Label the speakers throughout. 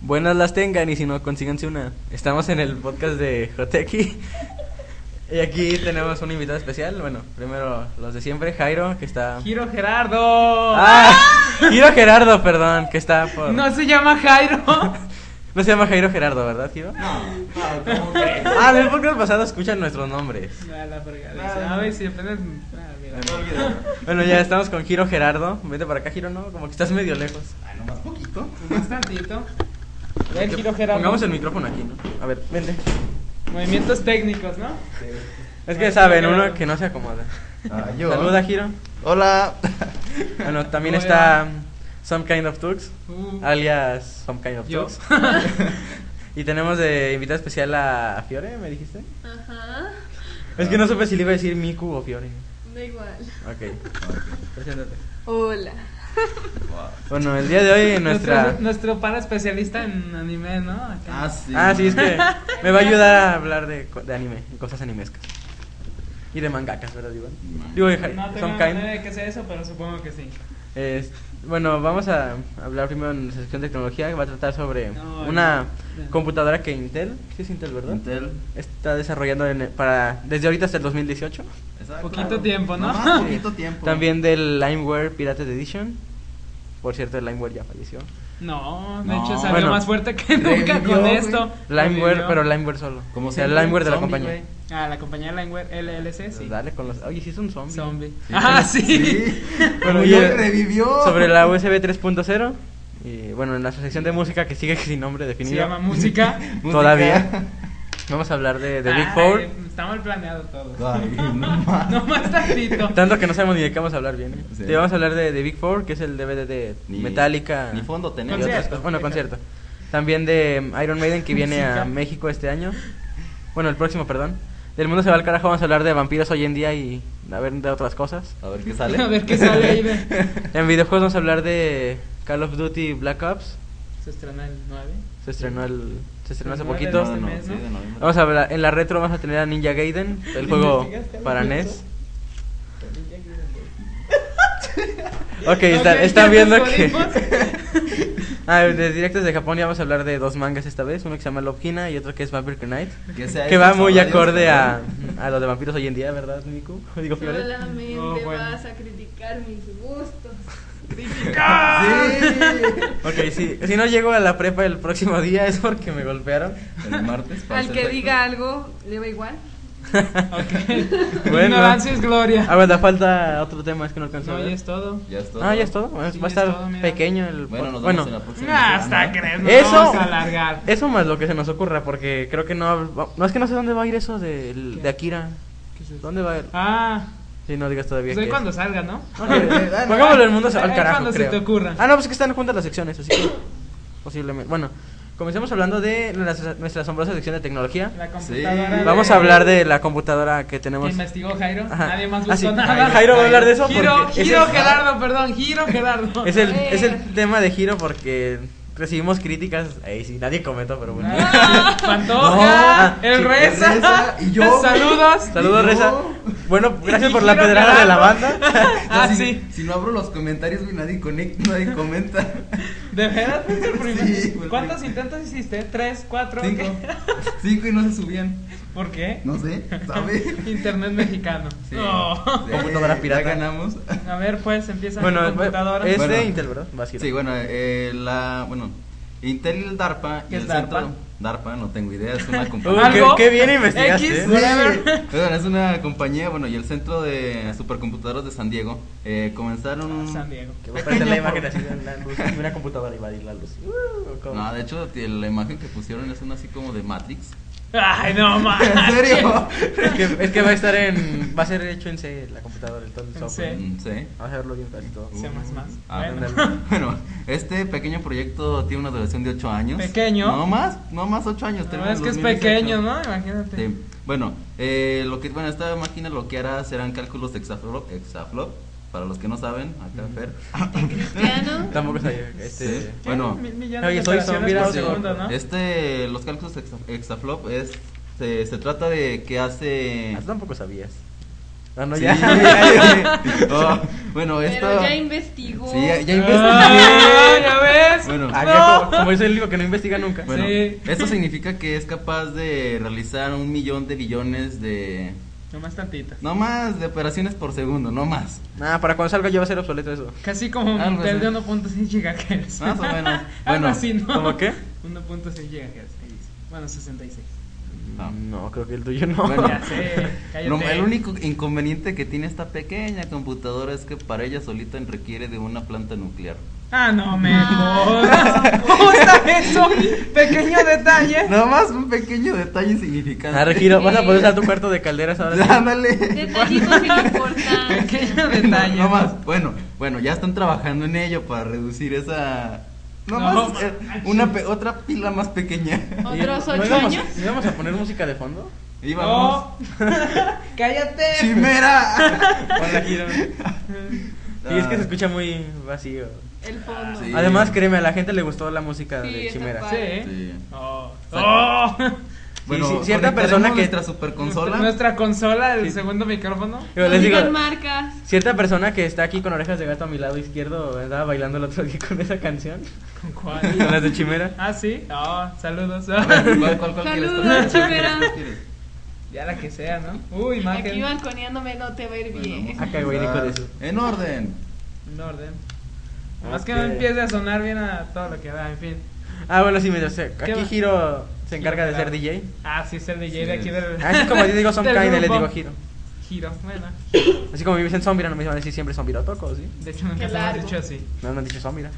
Speaker 1: Buenas las tengan y si no, consíganse una. Estamos en el podcast de Joteki. Y aquí tenemos un invitado especial. Bueno, primero los de siempre, Jairo, que está.
Speaker 2: Giro Gerardo.
Speaker 1: ¡Ah! Giro Gerardo, perdón, que está por.
Speaker 2: No se llama Jairo.
Speaker 1: No se llama Jairo Gerardo, ¿verdad, Giro? Ah, del podcast pasado escuchan nuestros nombres.
Speaker 2: A la fregada. A ver si apenas. Ah, mira.
Speaker 1: Bueno, ya estamos con Giro Gerardo. Vete para acá, Giro, ¿no? Como que estás medio lejos.
Speaker 2: Pues, Más tantito. Ven, Giro Gerardo.
Speaker 1: Pongamos el micrófono aquí, ¿no? A ver, vente.
Speaker 2: Movimientos técnicos, ¿no?
Speaker 1: Es que saben, uno que no se acomoda. Saluda, Giro.
Speaker 3: Hola.
Speaker 1: Bueno, también
Speaker 2: Hola.
Speaker 1: está Some Kind of Tux,
Speaker 2: Uh.
Speaker 1: alias Some Kind of
Speaker 2: Yo.
Speaker 1: Tux. y tenemos de invitada especial a Fiore, ¿me dijiste?
Speaker 4: Ajá,
Speaker 1: Es que no supe si le iba a decir Miku o Fiore.
Speaker 4: da igual.
Speaker 1: Ok, preséntate.
Speaker 4: Hola.
Speaker 1: Bueno, el día de hoy nuestra...
Speaker 2: Nuestro, nuestro pana especialista en anime, ¿no? Acá.
Speaker 3: Ah, sí.
Speaker 1: Ah, sí, es que me va a ayudar a hablar de, co- de anime, cosas animescas. Y de mangakas, ¿verdad, Iván? Digo, de
Speaker 2: No
Speaker 1: ja-
Speaker 2: tengo
Speaker 1: Some
Speaker 2: idea
Speaker 1: Kind.
Speaker 2: de qué sea eso, pero supongo que sí.
Speaker 1: Es- bueno, vamos a hablar primero en la sección de tecnología, que va a tratar sobre
Speaker 2: No,
Speaker 1: una
Speaker 2: no.
Speaker 1: computadora que Intel, sí es Intel, ¿verdad?
Speaker 3: Intel.
Speaker 1: Está desarrollando en- para desde ahorita hasta el 2018.
Speaker 3: Exacto.
Speaker 2: Poquito tiempo, ¿no?
Speaker 3: Nomás poquito tiempo.
Speaker 1: Eh, También del LimeWare Pirated Edition. Por cierto, el LimeWare ya falleció.
Speaker 2: No, de
Speaker 3: No.
Speaker 2: hecho salió
Speaker 1: Bueno.
Speaker 2: más fuerte que nunca
Speaker 3: Revivió,
Speaker 2: con
Speaker 3: güey.
Speaker 2: esto.
Speaker 1: LimeWare,
Speaker 2: Revivió.
Speaker 1: pero LimeWare solo.
Speaker 3: Como
Speaker 1: o sea, el
Speaker 3: siempre,
Speaker 1: LimeWare de la
Speaker 3: zombie,
Speaker 1: compañía. Pues
Speaker 3: güey.
Speaker 2: Ah, la compañía Langware LLC, sí.
Speaker 1: Dale con los. Oye, sí es un zombie.
Speaker 2: Zombie.
Speaker 3: Sí.
Speaker 2: Ah, sí.
Speaker 1: Bueno,
Speaker 3: Uy,
Speaker 1: y-
Speaker 3: revivió.
Speaker 1: Sobre la USB 3.0. Y bueno, en la sección de música que sigue sin nombre definido.
Speaker 2: Se llama música.
Speaker 3: Música.
Speaker 1: Todavía. Vamos a hablar de, de Big
Speaker 2: Ay,
Speaker 1: Four.
Speaker 2: Está mal planeado todo.
Speaker 3: Ay, no más.
Speaker 2: No más tantito.
Speaker 1: Tanto que no sabemos ni de qué vamos a hablar bien. ¿eh?
Speaker 3: Sí.
Speaker 1: Te vamos a hablar de, de Big Four, que es el DVD de
Speaker 3: Ni-
Speaker 1: Metallica.
Speaker 3: Ni fondo
Speaker 1: y
Speaker 3: tenemos.
Speaker 2: Concierto.
Speaker 1: otras cosas. Bueno, concierto. También de mm, Iron Maiden, que viene a
Speaker 2: Música.
Speaker 1: México este año. Bueno, el próximo, perdón. Del mundo se va al carajo, vamos a hablar de vampiros hoy en día y a ver de otras cosas.
Speaker 3: A ver qué sale.
Speaker 2: A ver qué sale ahí de-
Speaker 1: En videojuegos vamos a hablar de Call of Duty Black Ops.
Speaker 2: Se estrenó el 9.
Speaker 1: Se estrenó, el, se estrenó hace
Speaker 2: El nueve de
Speaker 1: poquito.
Speaker 2: este
Speaker 3: No, no,
Speaker 2: mes,
Speaker 3: sí,
Speaker 2: ¿no?
Speaker 3: de noviembre.
Speaker 1: Vamos a hablar, en la retro vamos a tener a Ninja Gaiden, el juego
Speaker 2: ¿Investigaste
Speaker 1: para E
Speaker 2: algo de
Speaker 1: NES.
Speaker 2: eso?
Speaker 1: Ok, está-
Speaker 2: Ok,
Speaker 1: están
Speaker 2: ¿ya
Speaker 1: viendo
Speaker 2: tus
Speaker 1: que...
Speaker 2: códigos?
Speaker 1: ah, de directos de Japón ya vamos a hablar de dos mangas esta vez, uno que se llama Love Hina y otro que es Vampire Knight.
Speaker 3: Que, sea
Speaker 1: Que
Speaker 3: eso,
Speaker 1: va muy
Speaker 3: sabrá Dios
Speaker 1: acorde a,
Speaker 3: también.
Speaker 1: a los de vampiros hoy en día, ¿verdad, Miku? Digo, Fiore.
Speaker 4: Solamente
Speaker 2: No, bueno.
Speaker 4: vas a criticar mis gustos.
Speaker 3: Sí.
Speaker 1: Ok, sí. Si no llego a la prepa el próximo día es porque me golpearon.
Speaker 3: El martes. para
Speaker 4: Al
Speaker 3: ser
Speaker 4: que
Speaker 3: exactos.
Speaker 4: diga algo, le va igual.
Speaker 2: Ok.
Speaker 1: Bueno.
Speaker 2: Ignorancia es gloria.
Speaker 1: Ah, bueno, falta otro tema, es que no alcanzó.
Speaker 2: No, ya es todo.
Speaker 3: Ya es todo.
Speaker 1: Ah, ya es todo. Bueno,
Speaker 2: Pues Sí,
Speaker 1: va a
Speaker 2: ya es
Speaker 1: estar
Speaker 2: todo, mira.
Speaker 1: pequeño el
Speaker 3: Bueno, nos vemos
Speaker 1: pod-
Speaker 3: en la próxima.
Speaker 2: Ah,
Speaker 3: semana.
Speaker 2: hasta crees.
Speaker 1: Eso. Eh.
Speaker 2: Eso. Vamos a alargar.
Speaker 1: Eso más lo que se nos ocurra, porque creo que no. hab- No es que no sé dónde va a ir eso del- de,
Speaker 2: ¿Qué?
Speaker 1: Akira.
Speaker 2: ¿Qué es eso?
Speaker 1: ¿Dónde va a ir?
Speaker 2: Ah,
Speaker 1: Si no digas todavía.
Speaker 2: pues ahí
Speaker 1: qué
Speaker 2: cuando
Speaker 1: es.
Speaker 2: salga, ¿no?
Speaker 1: Ok, Pongámoslo el mundo se- al
Speaker 2: Ahí
Speaker 1: carajo.
Speaker 2: cuando se
Speaker 1: creo.
Speaker 2: te ocurra.
Speaker 1: Ah, no, pues que están juntas las secciones, así que. posiblemente. Bueno, comencemos hablando de nuestra, nuestra asombrosa sección de tecnología.
Speaker 2: La computadora.
Speaker 3: Sí.
Speaker 1: Vamos a hablar de la computadora que
Speaker 2: que
Speaker 1: tenemos.
Speaker 2: investigó Jairo.
Speaker 1: Ajá.
Speaker 2: Nadie más
Speaker 1: Ah,
Speaker 2: buscó
Speaker 1: sí,
Speaker 2: nada.
Speaker 1: Jairo va a hablar de eso
Speaker 2: Giro,
Speaker 1: porque es
Speaker 2: Giro
Speaker 1: el-
Speaker 2: Gerardo, perdón. Giro Gerardo.
Speaker 1: Es el,
Speaker 4: Eh.
Speaker 1: es el tema de giro porque recibimos críticas. Ahí sí, nadie comentó, pero bueno.
Speaker 2: Ah,
Speaker 1: No.
Speaker 2: Pantoja,
Speaker 1: Ah,
Speaker 2: el
Speaker 1: sí,
Speaker 2: Reza,
Speaker 3: Reza y yo.
Speaker 2: Saludos.
Speaker 1: Saludos,
Speaker 3: Y
Speaker 1: Reza.
Speaker 3: yo.
Speaker 1: Bueno, gracias
Speaker 2: Y
Speaker 1: por la
Speaker 2: Giro
Speaker 1: pedrada de la
Speaker 2: Gerardo.
Speaker 1: banda.
Speaker 3: No,
Speaker 2: Ah,
Speaker 3: si,
Speaker 2: sí.
Speaker 3: Si no abro los comentarios, güey, nadie conecta, nadie comenta.
Speaker 2: ¿De veras fuiste el primero?
Speaker 3: Sí, fue el
Speaker 2: ¿Cuántos
Speaker 3: primero.
Speaker 2: intentos hiciste? ¿Tres? ¿Cuatro?
Speaker 3: Cinco. Cinco y no se subían.
Speaker 2: ¿Por qué?
Speaker 3: No sé, ¿sabe?
Speaker 2: Internet mexicano.
Speaker 3: Sí.
Speaker 2: No.
Speaker 3: Sí,
Speaker 1: Computadora pirata.
Speaker 3: Ya ganamos.
Speaker 2: A ver, pues empieza
Speaker 1: Bueno, eh,
Speaker 2: la computadora.
Speaker 1: es de
Speaker 3: Bueno.
Speaker 1: Intel, ¿verdad? Vas, Giro.
Speaker 3: Sí, bueno, eh, la, bueno, Intel y el DARPA. y
Speaker 2: ¿Qué es
Speaker 3: el
Speaker 2: DARPA?
Speaker 3: centro- DARPA, no tengo idea, es una
Speaker 1: Uy,
Speaker 3: compañía.
Speaker 1: qué-
Speaker 2: ¿Algo?
Speaker 1: qué bien investigaste,
Speaker 2: X,
Speaker 1: ¿eh?
Speaker 3: Sí,
Speaker 2: whatever.
Speaker 3: bueno, es una compañía, bueno, y el centro de supercomputadores de San Diego eh, comenzaron un...
Speaker 2: Ah, San Diego.
Speaker 1: Que voy a prender la
Speaker 3: Pequeño
Speaker 1: imagen
Speaker 3: por-
Speaker 1: así de la luz. y Una computadora y va a ir la luz. Uh, ¿cómo?
Speaker 3: No, de hecho, t- la imagen que pusieron es una así como de Matrix.
Speaker 2: Ay, no mames.
Speaker 3: ¿En serio?
Speaker 1: Es que, es que va a estar en. Va a ser hecho en C la computadora, el todo el
Speaker 2: En
Speaker 1: software.
Speaker 2: C.
Speaker 3: Mm, Sí.
Speaker 1: Vamos a verlo bien fácil todo. Uh,
Speaker 2: C++.
Speaker 3: Ah,
Speaker 2: Bueno.
Speaker 3: bueno. Bueno, este pequeño proyecto tiene una duración de 8 años.
Speaker 2: ¿Pequeño?
Speaker 3: No más, no más 8 años.
Speaker 2: No,
Speaker 3: termina
Speaker 2: es
Speaker 3: en
Speaker 2: que es
Speaker 3: 2018.
Speaker 2: pequeño, ¿no? Imagínate.
Speaker 3: Sí. Bueno, eh, lo que, bueno, esta máquina lo que hará serán cálculos de hexaflop, hexaflop, para los que no saben, acá
Speaker 1: Mm.
Speaker 3: Fer.
Speaker 4: Cristiano.
Speaker 1: Tampoco sabía. Este.
Speaker 3: Sí.
Speaker 2: ¿Qué?
Speaker 3: Bueno,
Speaker 2: Mil millones
Speaker 1: oye,
Speaker 2: de
Speaker 1: soy
Speaker 2: operaciones
Speaker 1: zombie,
Speaker 2: por
Speaker 1: ahora sí.
Speaker 2: segundo, ¿no?
Speaker 3: este, los cálculos hexa- hexaflop es, se, se trata de que hace...
Speaker 1: Ah, tú tampoco sabías. Ah, No, no,
Speaker 3: Sí,
Speaker 1: ya.
Speaker 3: Oh, bueno, esto...
Speaker 4: Pero ya investigó.
Speaker 3: Sí, ya, ya
Speaker 2: Ah,
Speaker 3: investigué.
Speaker 2: ¿Ya ves?
Speaker 3: Bueno.
Speaker 1: Ah, ya,
Speaker 2: No.
Speaker 1: como, como es el único que no investiga nunca.
Speaker 3: Bueno,
Speaker 2: Sí.
Speaker 3: esto significa que es capaz de realizar un millón de billones de...
Speaker 2: Nomás tantita.
Speaker 3: No más, de operaciones por segundo, no más.
Speaker 1: Nada, Ah, para cuando salga ya va a ser obsoleto eso.
Speaker 2: Casi como un
Speaker 3: Algo
Speaker 2: Intel de
Speaker 3: así.
Speaker 2: 1.6 GHz.
Speaker 3: Más o
Speaker 2: Algo
Speaker 3: menos. Ah, pues Bueno,
Speaker 2: así, ¿no?
Speaker 1: ¿cómo qué?
Speaker 2: 1.6 GHz. Bueno, 66.
Speaker 3: No.
Speaker 1: No, creo que el tuyo no.
Speaker 3: Ah. Bueno.
Speaker 2: Ya sé. Cállate.
Speaker 3: No, el único inconveniente que tiene esta pequeña computadora es que para ella solita requiere de una planta nuclear.
Speaker 2: Ah, no, me
Speaker 4: Ah.
Speaker 2: jodas. Justa eso. Pequeño detalle.
Speaker 3: Nada más un pequeño detalle insignificante.
Speaker 1: Ah, Regiro, vas a poder usar tu cuarto de calderas ahora. sí?
Speaker 3: Ándale.
Speaker 4: Detallitos sin importancia.
Speaker 2: Pequeño
Speaker 3: No,
Speaker 2: detalle.
Speaker 3: no más. Bueno, bueno, ya están trabajando en ello para reducir esa. No,
Speaker 2: No,
Speaker 3: más. eh,
Speaker 2: manches.
Speaker 3: una pe- otra pila más pequeña.
Speaker 1: Y-
Speaker 4: ¿Otros
Speaker 1: ¿no
Speaker 4: ocho
Speaker 1: íbamos-
Speaker 4: años?
Speaker 1: ¿No íbamos a poner música de fondo?
Speaker 3: Y
Speaker 2: Oh.
Speaker 3: vamos.
Speaker 2: No. Cállate.
Speaker 3: ¡Chimera! Ah,
Speaker 1: Hola, Giro. Y es que se escucha muy vacío.
Speaker 4: El fondo.
Speaker 3: Sí.
Speaker 1: Además, créeme, a la gente le gustó la música
Speaker 4: Sí,
Speaker 1: de
Speaker 4: está
Speaker 1: Chimera.
Speaker 4: padre.
Speaker 2: Sí.
Speaker 3: Sí.
Speaker 2: Oh.
Speaker 3: Exacto.
Speaker 2: Oh.
Speaker 3: Bueno,
Speaker 1: sí, cierta persona que-
Speaker 3: nuestra super consola.
Speaker 2: Nuestra consola, el segundo micrófono.
Speaker 1: Digo,
Speaker 4: No
Speaker 1: les digo,
Speaker 4: digan marcas.
Speaker 1: cierta persona que está aquí con orejas de gato a mi lado izquierdo andaba bailando el otro día con esa canción.
Speaker 2: ¿Con
Speaker 1: Con
Speaker 2: cuál?
Speaker 1: las de Chimera.
Speaker 2: Ah, sí. Oh, saludos.
Speaker 3: ¿Cuál, cuál, cuál quieres?
Speaker 4: Saludos, chimera.
Speaker 3: ¿Cuál quieres?
Speaker 2: Ya la que sea, ¿no? Uy,
Speaker 4: Aquí
Speaker 2: imagen.
Speaker 4: balconeándome no te va a ir bien.
Speaker 3: Bueno, vamos a
Speaker 1: Acá, güey, Nico, de
Speaker 3: empezar.
Speaker 1: eso.
Speaker 3: En orden.
Speaker 2: En orden.
Speaker 3: Ah,
Speaker 2: Más que
Speaker 1: Ok.
Speaker 2: no empiece a sonar bien a todo lo que da, en fin.
Speaker 1: Ah, bueno, sí, mira, o sea,
Speaker 2: ¿Qué
Speaker 1: aquí
Speaker 2: va?
Speaker 1: Giro se encarga de
Speaker 2: Claro.
Speaker 1: ser DJ.
Speaker 2: Ah, sí, es el DJ de
Speaker 3: Sí. Ah,
Speaker 2: aquí del.
Speaker 1: Así como yo digo Some
Speaker 2: del
Speaker 1: Kind, le
Speaker 2: grupo.
Speaker 1: digo Giro.
Speaker 2: Giro, bueno.
Speaker 1: Así como me dicen Zombira, no me van a decir siempre Zombira Toco, ¿sí?
Speaker 2: De hecho, nunca
Speaker 4: Qué
Speaker 2: se me ha
Speaker 4: largo.
Speaker 2: dicho así.
Speaker 1: No me han dicho Zombira.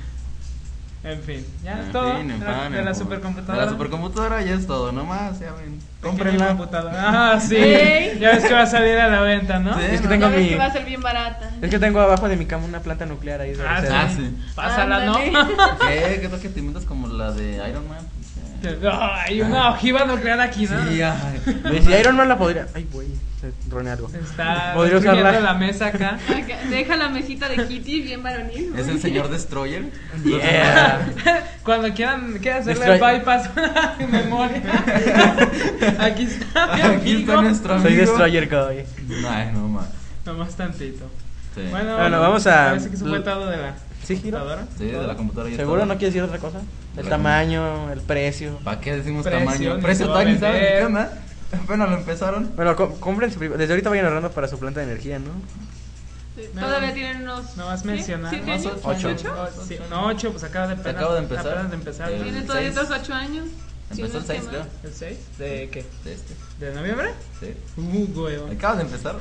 Speaker 2: En fin, ya es
Speaker 3: En
Speaker 2: todo.
Speaker 3: fin, en
Speaker 2: de la,
Speaker 3: fan,
Speaker 2: de
Speaker 3: en
Speaker 2: la
Speaker 3: por-
Speaker 2: supercomputadora.
Speaker 3: De la supercomputadora ya es todo, nomás, ya ven.
Speaker 2: Pequeña
Speaker 3: Cómprenla.
Speaker 2: computadora. Ah, sí.
Speaker 4: Ey.
Speaker 2: Ya ves que va a salir a la venta, ¿no?
Speaker 3: Sí.
Speaker 1: Es que
Speaker 3: no.
Speaker 1: tengo
Speaker 4: Ya ves
Speaker 1: mi.
Speaker 4: que va a ser bien barata.
Speaker 1: Es que tengo abajo de mi cama una planta nuclear ahí. de
Speaker 2: Ah,
Speaker 1: acero.
Speaker 3: Ah,
Speaker 2: sí.
Speaker 3: sí.
Speaker 2: Pásala, ¿no?
Speaker 4: Ándale.
Speaker 3: ¿Qué? ¿Qué tal que te inventas como la de Iron Man?
Speaker 2: Hay una ojiva nuclear aquí, ¿no?
Speaker 3: Sí, ay.
Speaker 1: Y si Ah. Iron Man la podría. Ay, güey, se roné algo.
Speaker 2: Se está
Speaker 1: Podría
Speaker 2: destruyendo
Speaker 1: usarla.
Speaker 2: la mesa acá.
Speaker 4: Acá, Deja la mesita de Kitty bien varonil.
Speaker 3: Es el señor Destroyer.
Speaker 1: Yeah.
Speaker 2: Cuando quieran, quieran hacerle
Speaker 1: Destroy-
Speaker 2: el bypass a mi memoria. Aquí está mi
Speaker 3: Aquí
Speaker 2: amigo.
Speaker 3: está nuestro amigo.
Speaker 1: Soy Destroyer Cowboy.
Speaker 3: Ay, no más.
Speaker 2: Nomás tantito.
Speaker 3: Sí.
Speaker 2: Bueno,
Speaker 1: Bueno, vamos a-
Speaker 2: Parece que eso fue todo de la
Speaker 1: ¿Sí, Giro?
Speaker 2: computadora.
Speaker 3: Sí, de la computadora ya es
Speaker 1: ¿Seguro
Speaker 3: todo.
Speaker 1: no quieres decir otra cosa? El
Speaker 3: Claro.
Speaker 1: tamaño, el precio.
Speaker 3: ¿Para qué decimos
Speaker 2: Precio,
Speaker 3: tamaño?
Speaker 2: ni
Speaker 3: Precio
Speaker 2: se va a
Speaker 3: tag, ¿sabes?
Speaker 2: vender.
Speaker 3: ¿Qué onda? Apenas lo empezaron.
Speaker 1: Bueno, co- compren su prim- Desde ahorita vayan ahorrando para su planta de energía, ¿no?
Speaker 4: Todavía tienen unos.
Speaker 2: No vas a
Speaker 4: ¿sí?
Speaker 2: mencionar.
Speaker 4: ¿Siete
Speaker 2: No,
Speaker 4: años?
Speaker 3: son ocho.
Speaker 4: ¿Ocho?
Speaker 2: Oh, sí, no, ocho, pues acaba de empezar.
Speaker 3: Acaba de empezar.
Speaker 2: Apenas de empezar.
Speaker 3: Eh,
Speaker 4: Tiene
Speaker 3: El
Speaker 4: todavía
Speaker 3: seis.
Speaker 4: otros ocho años. Si
Speaker 3: Empezó
Speaker 4: no
Speaker 3: el
Speaker 4: es que
Speaker 3: 6,
Speaker 4: más.
Speaker 3: creo.
Speaker 2: ¿El 6? ¿De qué?
Speaker 3: De este.
Speaker 2: ¿De noviembre?
Speaker 3: Sí.
Speaker 2: Uh, güey.
Speaker 3: Acaba de empezar.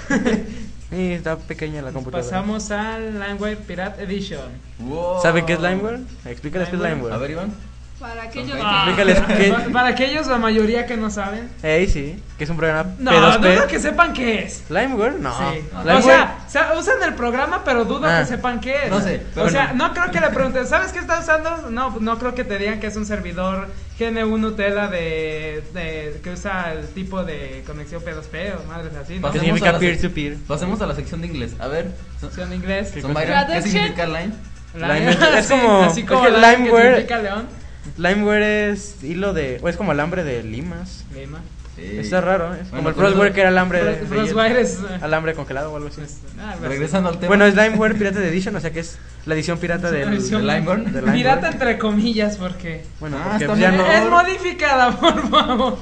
Speaker 1: Sí, está pequeña la computadora.
Speaker 2: Pasamos al LimeWire Pirate Edition.
Speaker 3: wow.
Speaker 1: ¿Saben qué es LimeWare? Explícales qué es
Speaker 2: Limeware.
Speaker 1: LimeWare.
Speaker 3: A ver, Iván.
Speaker 4: Para aquellos
Speaker 3: Ah.
Speaker 4: que.
Speaker 1: Explícales qué-
Speaker 2: Para, para aquellos, la mayoría que no saben.
Speaker 1: Ey, sí, que es un programa
Speaker 2: No,
Speaker 1: P2P.
Speaker 2: dudo que sepan qué es.
Speaker 1: ¿Limeware? No.
Speaker 2: Sí.
Speaker 1: Limeware-
Speaker 2: O sea, sa- usan el programa, pero dudo
Speaker 1: Ah.
Speaker 2: que sepan qué es.
Speaker 3: No sé,
Speaker 2: O
Speaker 3: pero
Speaker 2: sea, no creo que le pregunten, ¿sabes qué está usando? No, no creo que te digan que es un servidor GN1 Nutella de, de- que usa el tipo de conexión P2P o madres así, ¿no?
Speaker 1: que
Speaker 3: Pasemos a
Speaker 1: significa
Speaker 3: la sec-
Speaker 1: peer-to-peer.
Speaker 3: Pasemos a la sección de inglés. A ver. so-
Speaker 2: Opción en inglés.
Speaker 1: ¿Qué
Speaker 3: Son
Speaker 1: cosa?
Speaker 3: Byron, ¿Qué
Speaker 4: Traduction.
Speaker 3: significa line?
Speaker 1: Lime-
Speaker 2: Lime-
Speaker 1: es
Speaker 2: sí,
Speaker 1: como-
Speaker 2: así
Speaker 1: es
Speaker 2: como
Speaker 1: que
Speaker 2: Lime, que
Speaker 1: Limeware-
Speaker 2: significa león.
Speaker 1: Limeware es hilo de. O es como alambre de limas.
Speaker 2: Lima.
Speaker 3: Sí.
Speaker 1: Está raro, ¿eh? es como
Speaker 3: Eh, Bueno, pues,
Speaker 1: el Frostware que era alambre de. de hielo.
Speaker 2: Frostwire es...
Speaker 1: Alambre congelado o algo así.
Speaker 2: es- ah, algo así.
Speaker 3: Regresando al Este tema.
Speaker 1: Bueno, es Limeware Pirata Edition, o sea que es la edición pirata
Speaker 2: Es
Speaker 1: del.
Speaker 2: una edición
Speaker 3: del Limeware.
Speaker 1: del Limeware.
Speaker 2: Pirata entre comillas porque...
Speaker 1: Bueno,
Speaker 3: Ah,
Speaker 1: porque
Speaker 3: está
Speaker 1: pues, ya
Speaker 3: bien.
Speaker 1: no.
Speaker 2: Es modificada, por favor.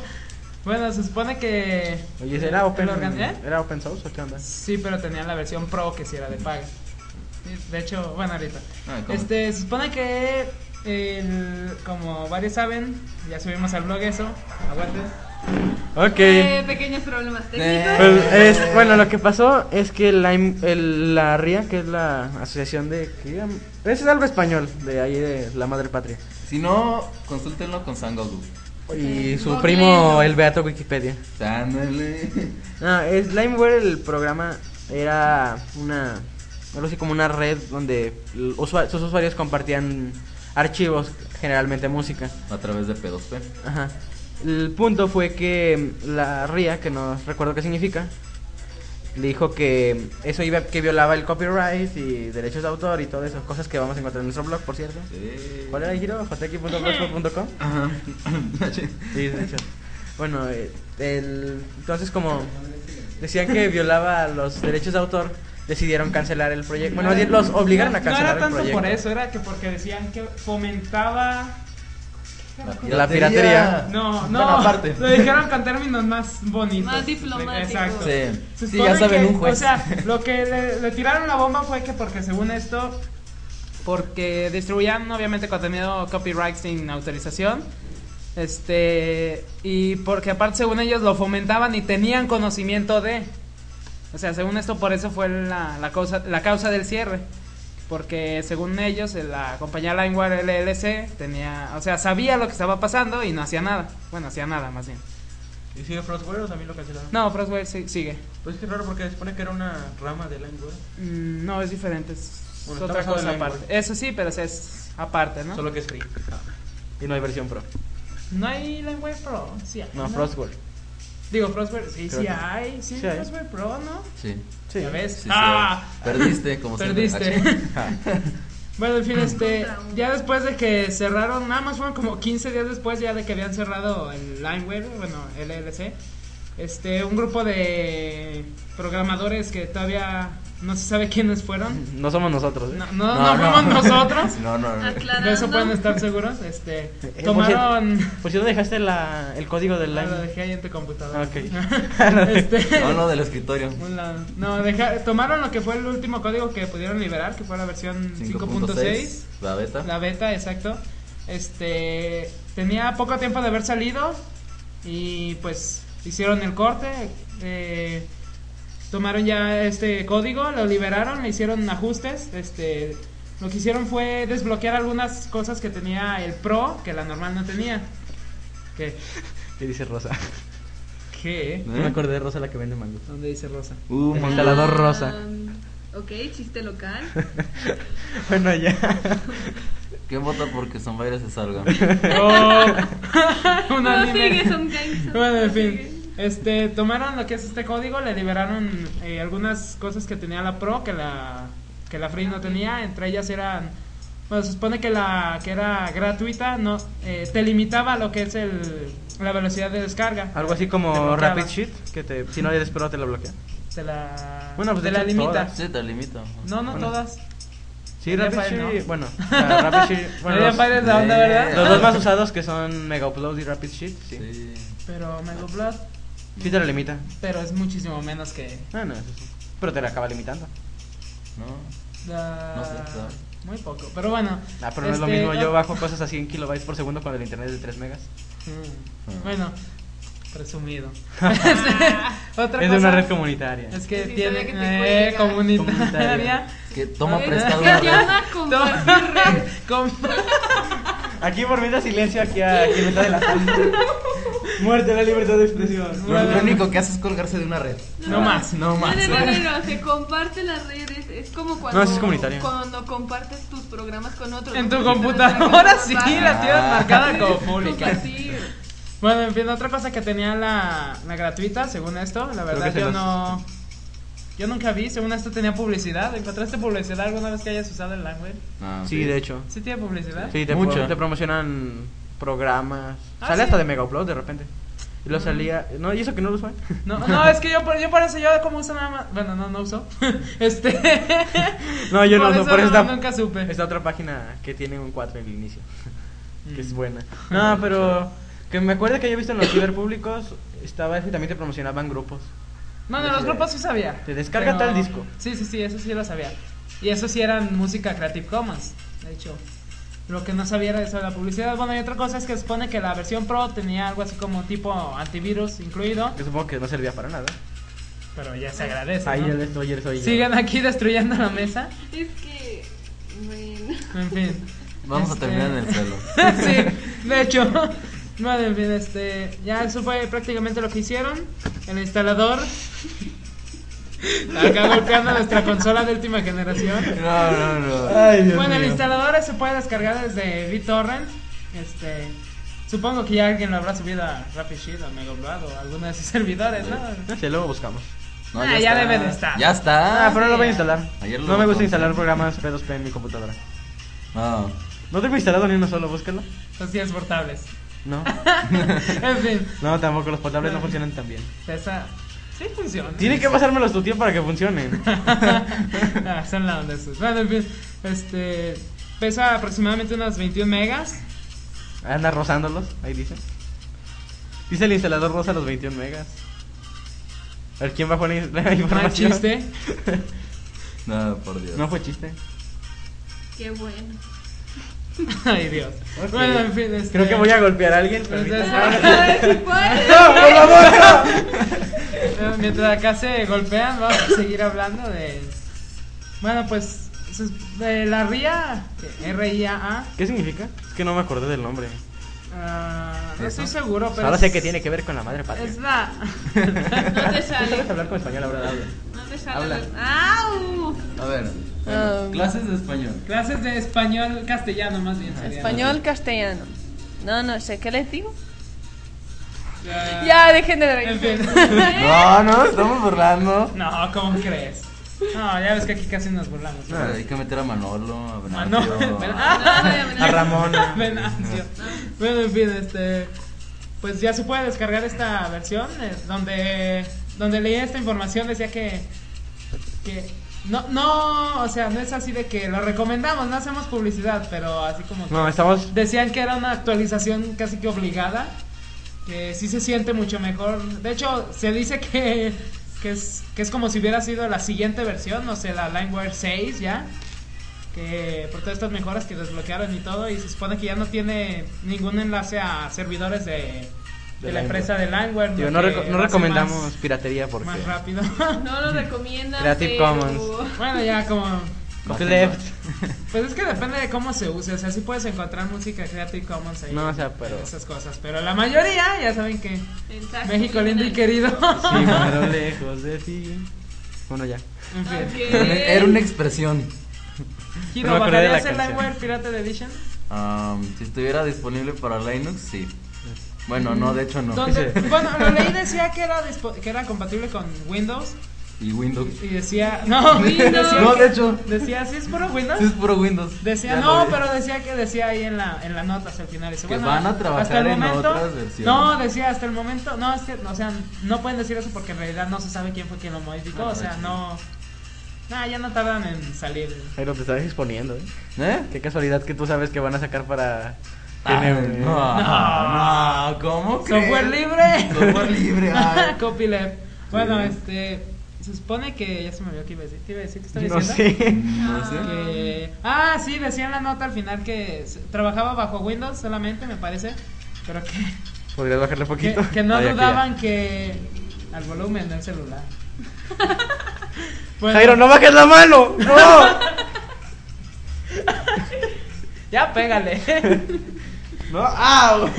Speaker 2: Bueno, se supone que.
Speaker 1: Oye, ¿era
Speaker 2: el
Speaker 1: open,
Speaker 2: organ- ¿eh?
Speaker 1: ¿era open source o qué onda?
Speaker 2: Sí, pero tenían la versión pro que sí era de paga. De hecho, bueno, ahorita.
Speaker 3: Ah, ¿cómo?
Speaker 2: Este, se supone que. el- como varios saben, ya subimos al blog eso. Aguante.
Speaker 1: Ok.
Speaker 4: Eh, pequeños problemas técnicos.
Speaker 1: Pues, es- bueno, lo que pasó es que la, im- el- la RIA, que es la asociación de... que era- Ese es algo español, de ahí de la madre patria.
Speaker 3: Si no, consúltenlo con San Goku.
Speaker 1: Y su
Speaker 4: Google.
Speaker 1: primo, el Beato Wikipedia.
Speaker 3: Ándale.
Speaker 1: No, Ah, es Limeware el programa era una algo así como una red donde l- usua- sus usuarios compartían archivos, generalmente música.
Speaker 3: A través de P2P.
Speaker 1: Ajá. El punto fue que la RIA, que no recuerdo qué significa, le dijo que eso iba que violaba el copyright y derechos de autor y todo eso, cosas que vamos a encontrar en nuestro blog, por cierto.
Speaker 3: Sí.
Speaker 1: ¿Cuál era el giro? joteki.blogspot.com.
Speaker 3: Ajá.
Speaker 1: Sí, de hecho. Bueno, eh, el- entonces como decían que violaba los derechos de autor, decidieron cancelar el proyecto. Bueno, más bien los obligaron a
Speaker 2: No
Speaker 1: cancelar
Speaker 2: era
Speaker 1: el
Speaker 2: tanto
Speaker 1: proyecto.
Speaker 2: por eso, era que porque decían que fomentaba.
Speaker 1: La piratería.
Speaker 2: No, no.
Speaker 3: Bueno, aparte.
Speaker 2: Lo dijeron con términos más bonitos.
Speaker 4: Más diplomáticos.
Speaker 2: Exacto. Se
Speaker 3: Sí, sí
Speaker 2: supone
Speaker 3: ya saben
Speaker 2: que-
Speaker 3: un juez.
Speaker 2: O sea, lo que le, le tiraron la bomba fue que porque según esto, porque distribuían obviamente contenido copyright sin autorización, este, y porque aparte según ellos lo fomentaban y tenían conocimiento de, o sea, según esto por eso fue la, la causa, la causa del cierre. Porque según ellos, la compañía Limeware LLC tenía, o sea, sabía lo que estaba pasando y no hacía nada. Bueno, hacía nada más bien.
Speaker 5: ¿Y sigue Frostware o también lo cancelaron?
Speaker 2: No, Frostware sí- sigue.
Speaker 5: Pues es que es raro porque se supone que era una rama de Limeware.
Speaker 2: Mm, No, es diferente. Es
Speaker 5: Bueno, está
Speaker 2: otra
Speaker 5: basado en
Speaker 2: cosa
Speaker 5: Limeware.
Speaker 2: aparte. Eso sí, pero o sea, es aparte, ¿no?
Speaker 5: Solo que es free.
Speaker 1: Y no hay versión pro.
Speaker 2: No hay Limeware Pro. Sí hay,
Speaker 1: No, Frostware.
Speaker 2: Digo, Frostware. Sí,
Speaker 1: Creo
Speaker 2: sí
Speaker 1: que-
Speaker 2: hay. Sí,
Speaker 1: sí hay.
Speaker 2: Frostware Pro, ¿no?
Speaker 3: Sí.
Speaker 1: Sí.
Speaker 2: pues, ¿Ya ves?
Speaker 3: sí,
Speaker 2: ¡Ah!
Speaker 3: sí. Perdiste, como siempre. Ah,
Speaker 2: Perdiste. Bueno, en fin, este.
Speaker 4: Contra un-
Speaker 2: Ya después de que cerraron, nada más fueron como 15 días después ya de que habían cerrado el Limeware, bueno, LLC. Este, un grupo de programadores que todavía no se sabe quiénes fueron.
Speaker 1: No somos nosotros. ¿eh?
Speaker 2: No, no, no, fuimos nosotros.
Speaker 3: Ah.
Speaker 2: Ah,
Speaker 3: No, no, no.
Speaker 4: Aclarando.
Speaker 2: De eso pueden estar seguros. Este,
Speaker 1: Eh, por
Speaker 2: tomaron.
Speaker 1: Por cierto, Pues, dejaste la, el código del
Speaker 2: Ah, lo
Speaker 1: line.
Speaker 2: dejé ahí en tu computadora.
Speaker 1: Ok.
Speaker 2: este,
Speaker 3: No, no, del escritorio.
Speaker 2: un lado. No, deja- tomaron lo que fue el último código que pudieron liberar, que fue la versión 5.6.
Speaker 3: 5.6. La beta.
Speaker 2: La beta, exacto. Este tenía poco tiempo de haber salido y pues hicieron el corte, eh, tomaron ya este código, lo liberaron, le hicieron ajustes, este lo que hicieron fue desbloquear algunas cosas que tenía el Pro que la normal no tenía. ¿Qué?
Speaker 1: ¿Qué dice Rosa?
Speaker 2: ¿Qué?
Speaker 1: No me acordé de Rosa la que vende mango.
Speaker 2: ¿Dónde dice Rosa?
Speaker 3: ¿Eh? Uh,
Speaker 1: El
Speaker 3: mon-
Speaker 1: instalador rosa.
Speaker 4: Ah, ok, chiste local.
Speaker 1: Bueno, ya.
Speaker 3: ¿Qué vota porque Zombaira se salga?
Speaker 2: Oh, un
Speaker 4: no
Speaker 2: anime.
Speaker 4: sigue, son gays.
Speaker 2: Bueno, en
Speaker 4: No
Speaker 2: fin.
Speaker 4: sigue.
Speaker 2: Este, tomaron lo que es este código, le liberaron eh, algunas cosas que tenía la Pro que la que la Free no tenía, entre ellas eran bueno, se supone que la que era gratuita, no eh, te limitaba lo que es el la velocidad de descarga.
Speaker 1: Algo así
Speaker 2: Te
Speaker 1: como
Speaker 2: bloqueaba.
Speaker 1: Rapid Sheet, que te, si no eres pro te lo bloquea.
Speaker 2: Te la
Speaker 1: Bueno, pues,
Speaker 2: te
Speaker 1: de
Speaker 2: la
Speaker 1: hecho,
Speaker 2: limita.
Speaker 1: todas.
Speaker 3: Sí, te limito.
Speaker 2: No, no
Speaker 1: Bueno.
Speaker 2: todas.
Speaker 1: Sí,
Speaker 2: El
Speaker 1: Rapid
Speaker 2: Empire,
Speaker 1: Sheet.
Speaker 2: ¿no?
Speaker 1: Bueno, o sea, Rapid Sheet. Bueno,
Speaker 2: Bueno,
Speaker 1: los,
Speaker 2: Empire es la onda, ¿verdad?
Speaker 1: los dos más usados que son Mega Upload y Rapid Sheet. Sí. sí.
Speaker 3: Sí.
Speaker 2: Pero Mega Blood,
Speaker 1: te lo limita. Ah,
Speaker 2: pero es muchísimo menos que
Speaker 1: No, no, eso sí. Pero te lo acaba limitando.
Speaker 3: No.
Speaker 2: la-
Speaker 3: No sé, claro.
Speaker 2: muy poco, pero bueno.
Speaker 1: Ah, pero no es lo
Speaker 2: este,
Speaker 1: mismo.
Speaker 2: o-
Speaker 1: Yo bajo cosas a 100 kilobytes por segundo cuando el internet es de 3 megas.
Speaker 2: Mm.
Speaker 3: Ah.
Speaker 2: Bueno, presumido. Otra
Speaker 1: Es de
Speaker 2: cosa
Speaker 1: una red comunitaria.
Speaker 2: es que
Speaker 4: Sí, sí,
Speaker 2: tiene
Speaker 4: sabía que te puede
Speaker 2: eh,
Speaker 4: llegar.
Speaker 2: comunitaria.
Speaker 1: Comunitaria.
Speaker 3: Que toma
Speaker 4: Oye,
Speaker 3: prestado
Speaker 4: ¿qué
Speaker 3: una
Speaker 4: se
Speaker 3: red.
Speaker 4: llama compartir red?
Speaker 2: Com-
Speaker 1: Aquí por mientras silencio, aquí a quien me está delatando. Muerte a la libertad de expresión.
Speaker 3: Lo, lo único que hace es colgarse de una red.
Speaker 2: No más,
Speaker 3: no
Speaker 4: No,
Speaker 3: más.
Speaker 4: no, no, no, no, se comparte las redes, es como cuando,
Speaker 1: No, eso es comunitario.
Speaker 4: cuando compartes tus programas con otros.
Speaker 2: En
Speaker 4: ¿no?
Speaker 2: tu
Speaker 4: Porque te las
Speaker 2: computadora
Speaker 4: dejan
Speaker 2: sí,
Speaker 4: compartir.
Speaker 2: la tienes
Speaker 3: Ah.
Speaker 2: marcada como pública.
Speaker 4: Compartir.
Speaker 2: Bueno, en fin, otra cosa que tenía la, la gratuita, según esto, la verdad
Speaker 1: que se
Speaker 2: yo
Speaker 1: las-
Speaker 2: no... Yo nunca vi, según esto tenía publicidad. ¿Encontraste publicidad alguna vez que hayas usado el language?
Speaker 3: No,
Speaker 1: Ah, Sí, de hecho.
Speaker 2: ¿Sí tiene publicidad?
Speaker 1: Sí, te,
Speaker 3: Mucho.
Speaker 1: pro- te promocionan programas.
Speaker 2: Ah,
Speaker 1: sale
Speaker 2: sí. Mm.
Speaker 1: hasta de Mega Upload de repente. Y lo salía. No, y eso que no lo usó.
Speaker 2: No, no, es que yo por, yo por eso, yo como uso nada más... Bueno, no, no uso. Este...
Speaker 1: No, yo no, no, por eso está-
Speaker 2: nunca supe.
Speaker 1: Esta otra página que tiene un 4 en el inicio. que es
Speaker 2: Mm.
Speaker 1: buena. No, pero. Que me acuerdo que yo he visto en los ciberpúblicos. Estaba ese y también te promocionaban grupos.
Speaker 2: No, no, los grupos sí sabía.
Speaker 1: Te descarga tal disco.
Speaker 2: Sí, sí, sí, eso sí lo sabía. Y eso sí eran música Creative Commons, de hecho. Lo que no sabía era eso de la publicidad. Bueno, y otra cosa es que supone que la versión Pro tenía algo así como tipo antivirus incluido,
Speaker 1: Que supongo que no servía para nada.
Speaker 2: pero ya se agradece.
Speaker 1: Ahí
Speaker 2: ¿no?
Speaker 1: el estoy, el soy yo.
Speaker 2: Siguen aquí destruyendo la mesa.
Speaker 4: Es que. Bueno.
Speaker 2: En fin. Este.
Speaker 3: Vamos a terminar en el suelo.
Speaker 2: sí, de hecho. Bueno, en fin, este, ya eso fue prácticamente lo que hicieron. El instalador acá golpeando nuestra consola de última generación.
Speaker 3: No, no, no.
Speaker 2: bueno, el instalador se puede descargar desde BitTorrent. Este, supongo que ya alguien lo habrá subido a Rapid Sheet o Megaupload o alguno de sus servidores, ¿no?
Speaker 1: Sí, luego buscamos.
Speaker 3: No,
Speaker 2: Ah, ya debe de estar. pues,
Speaker 3: Ya está.
Speaker 1: Ah, pero no lo voy a instalar.
Speaker 3: Ayer lo
Speaker 1: No me gusta
Speaker 3: buscamos.
Speaker 1: instalar programas P2P en mi computadora.
Speaker 3: No.
Speaker 1: No tengo instalado ni uno solo, búscalo.
Speaker 2: Los días portables.
Speaker 1: No.
Speaker 2: En fin,
Speaker 1: No, tampoco, los portables no funcionan tan bien.
Speaker 2: esa sí funciona.
Speaker 1: Ah. Tiene que pasármelos tu tío para que funcionen.
Speaker 2: Ah, son la onda esos. Bueno, en fin, este, pesa aproximadamente unas 21 megas.
Speaker 1: Anda rozándolos, ahí dice. Dice el instalador rosa los 21 megas. A ver, ¿quién bajó la in- la
Speaker 2: Mal
Speaker 1: información?
Speaker 2: chiste.
Speaker 3: No, por Dios.
Speaker 1: No fue chiste.
Speaker 4: Qué bueno.
Speaker 2: Ay, Dios.
Speaker 1: Ok.
Speaker 2: Bueno, en fin, este,
Speaker 1: Creo que voy a golpear a alguien.
Speaker 2: Entonces,
Speaker 1: permítame.
Speaker 4: Ay, Ah, si puedes.
Speaker 2: eh, Mientras acá se golpean, vamos a seguir hablando de. Bueno, pues. sus- De la RIA, R-I-A-A.
Speaker 1: ¿Qué significa? Es que no me acordé del nombre.
Speaker 2: ah, no
Speaker 3: ¿Eso?
Speaker 2: estoy seguro, pero.
Speaker 1: Ahora
Speaker 2: es-
Speaker 1: sé que tiene que ver con la madre patria.
Speaker 2: Es la.
Speaker 4: No te sale.
Speaker 1: Puedes hablar con español ahora, habla.
Speaker 4: No te
Speaker 3: Habla.
Speaker 4: sale. ¡Au!
Speaker 3: A ver. bueno,
Speaker 2: Ah.
Speaker 6: Um.
Speaker 3: Clases de español.
Speaker 2: Clases de español castellano, más bien. sería, ¿no?
Speaker 6: Español, castellano. No, no sé, ¿qué les digo?
Speaker 2: Ya.
Speaker 6: Ya, dejen de
Speaker 2: En
Speaker 6: reír.
Speaker 2: fin.
Speaker 4: Eh,
Speaker 3: No, no, estamos burlando.
Speaker 2: No, ¿cómo crees? No, ya ves que aquí casi nos burlamos.
Speaker 3: No, hay que meter a Manolo, a Bernardo.
Speaker 2: Manolo,
Speaker 4: No,
Speaker 2: Bernardo.
Speaker 4: voy a
Speaker 1: A
Speaker 4: venir.
Speaker 1: Ramón.
Speaker 2: Venancio. ah, Bueno, en fin, este. Pues ya se puede descargar esta versión. eh, donde, donde leía esta información decía que. que no, no, o sea, no es así de que lo recomendamos, no hacemos publicidad, pero así como. que-
Speaker 1: No, estamos.
Speaker 2: Decían que era una actualización casi que obligada. Que sí se siente mucho mejor. De hecho, se dice que, que, es, que es como si hubiera sido la siguiente versión, no sé, la LimeWire 6 ya. Que por todas estas mejoras que desbloquearon y todo. Y se supone que ya no tiene ningún enlace a servidores de, de
Speaker 1: De LimeWire.
Speaker 2: la empresa de LimeWire.
Speaker 1: Digo,
Speaker 2: lo
Speaker 1: no,
Speaker 2: que
Speaker 1: reco- no
Speaker 2: lo hace
Speaker 1: recomendamos
Speaker 2: más-
Speaker 1: piratería porque.
Speaker 2: Más rápido.
Speaker 4: No lo recomiendan.
Speaker 1: Creative
Speaker 4: pero-
Speaker 1: Commons.
Speaker 2: bueno, ya como.
Speaker 1: Copy
Speaker 3: No,
Speaker 1: left.
Speaker 2: Pues es que depende de cómo se use. O sea, sí puedes encontrar música Creative Commons ahí.
Speaker 1: No, o sea, pero. Sí,
Speaker 2: esas cosas. Pero la mayoría ya saben que
Speaker 4: Mensaje
Speaker 2: México lindo y
Speaker 4: criminal.
Speaker 2: querido.
Speaker 1: pero lejos de ti. Bueno, ya.
Speaker 2: En fin.
Speaker 4: Ok.
Speaker 3: Era una expresión.
Speaker 2: Giro,
Speaker 1: No me acordé de la
Speaker 2: ¿bajarías el
Speaker 1: canción.
Speaker 2: Limeware Pirate Edition?
Speaker 3: Am, si estuviera disponible para Linux, sí. Bueno, no, de hecho no.
Speaker 2: Donde,
Speaker 1: Ese.
Speaker 2: bueno, lo leí decía que era, dispo- que era compatible con Windows
Speaker 3: Y Windows.
Speaker 2: y decía... No,
Speaker 4: Windows.
Speaker 2: decía,
Speaker 3: No,
Speaker 2: que-
Speaker 3: de hecho.
Speaker 2: decía, sí es puro Windows.
Speaker 3: Sí, es puro Windows.
Speaker 2: Decía,
Speaker 3: Ya
Speaker 2: no,
Speaker 3: lo vi.
Speaker 2: pero decía que decía ahí en la, en la nota hasta el final. Dice,
Speaker 3: Que
Speaker 2: bueno,
Speaker 3: van a trabajar
Speaker 2: hasta el
Speaker 3: en
Speaker 2: momento,
Speaker 3: otras versiones.
Speaker 2: No, decía hasta el momento, no, es que, o sea, no pueden decir eso porque en realidad no se sabe quién fue quien lo modificó,
Speaker 3: Ah,
Speaker 2: o sea,
Speaker 3: sí.
Speaker 2: no... Nah, ya no tardan en salir.
Speaker 1: Pero te estás exponiendo, ¿eh?
Speaker 3: ¿Eh?
Speaker 1: Qué casualidad que tú sabes que van a sacar para.
Speaker 3: Ah,
Speaker 1: TNM.
Speaker 3: no, no, ¿cómo crees?
Speaker 2: Software libre.
Speaker 3: Software libre, ah.
Speaker 2: Copyleft. Bueno,
Speaker 3: Sí.
Speaker 2: este. Se supone que. Ya se me olvidó que iba a decir. ¿Qué iba a decir? ¿Qué estaba
Speaker 1: No
Speaker 2: diciendo?
Speaker 1: sé.
Speaker 3: No sé.
Speaker 2: Que- ah, sí, decía en la nota al final que s- trabajaba bajo Windows solamente, me parece. Pero que,
Speaker 1: Podrías bajarle poquito.
Speaker 2: que, que no
Speaker 1: Ah, ya, que ya.
Speaker 2: dudaban que. Al volumen del celular. Bueno,
Speaker 1: Jairo, no bajes la mano. No.
Speaker 2: Ya pégale.
Speaker 1: no. ¡Au!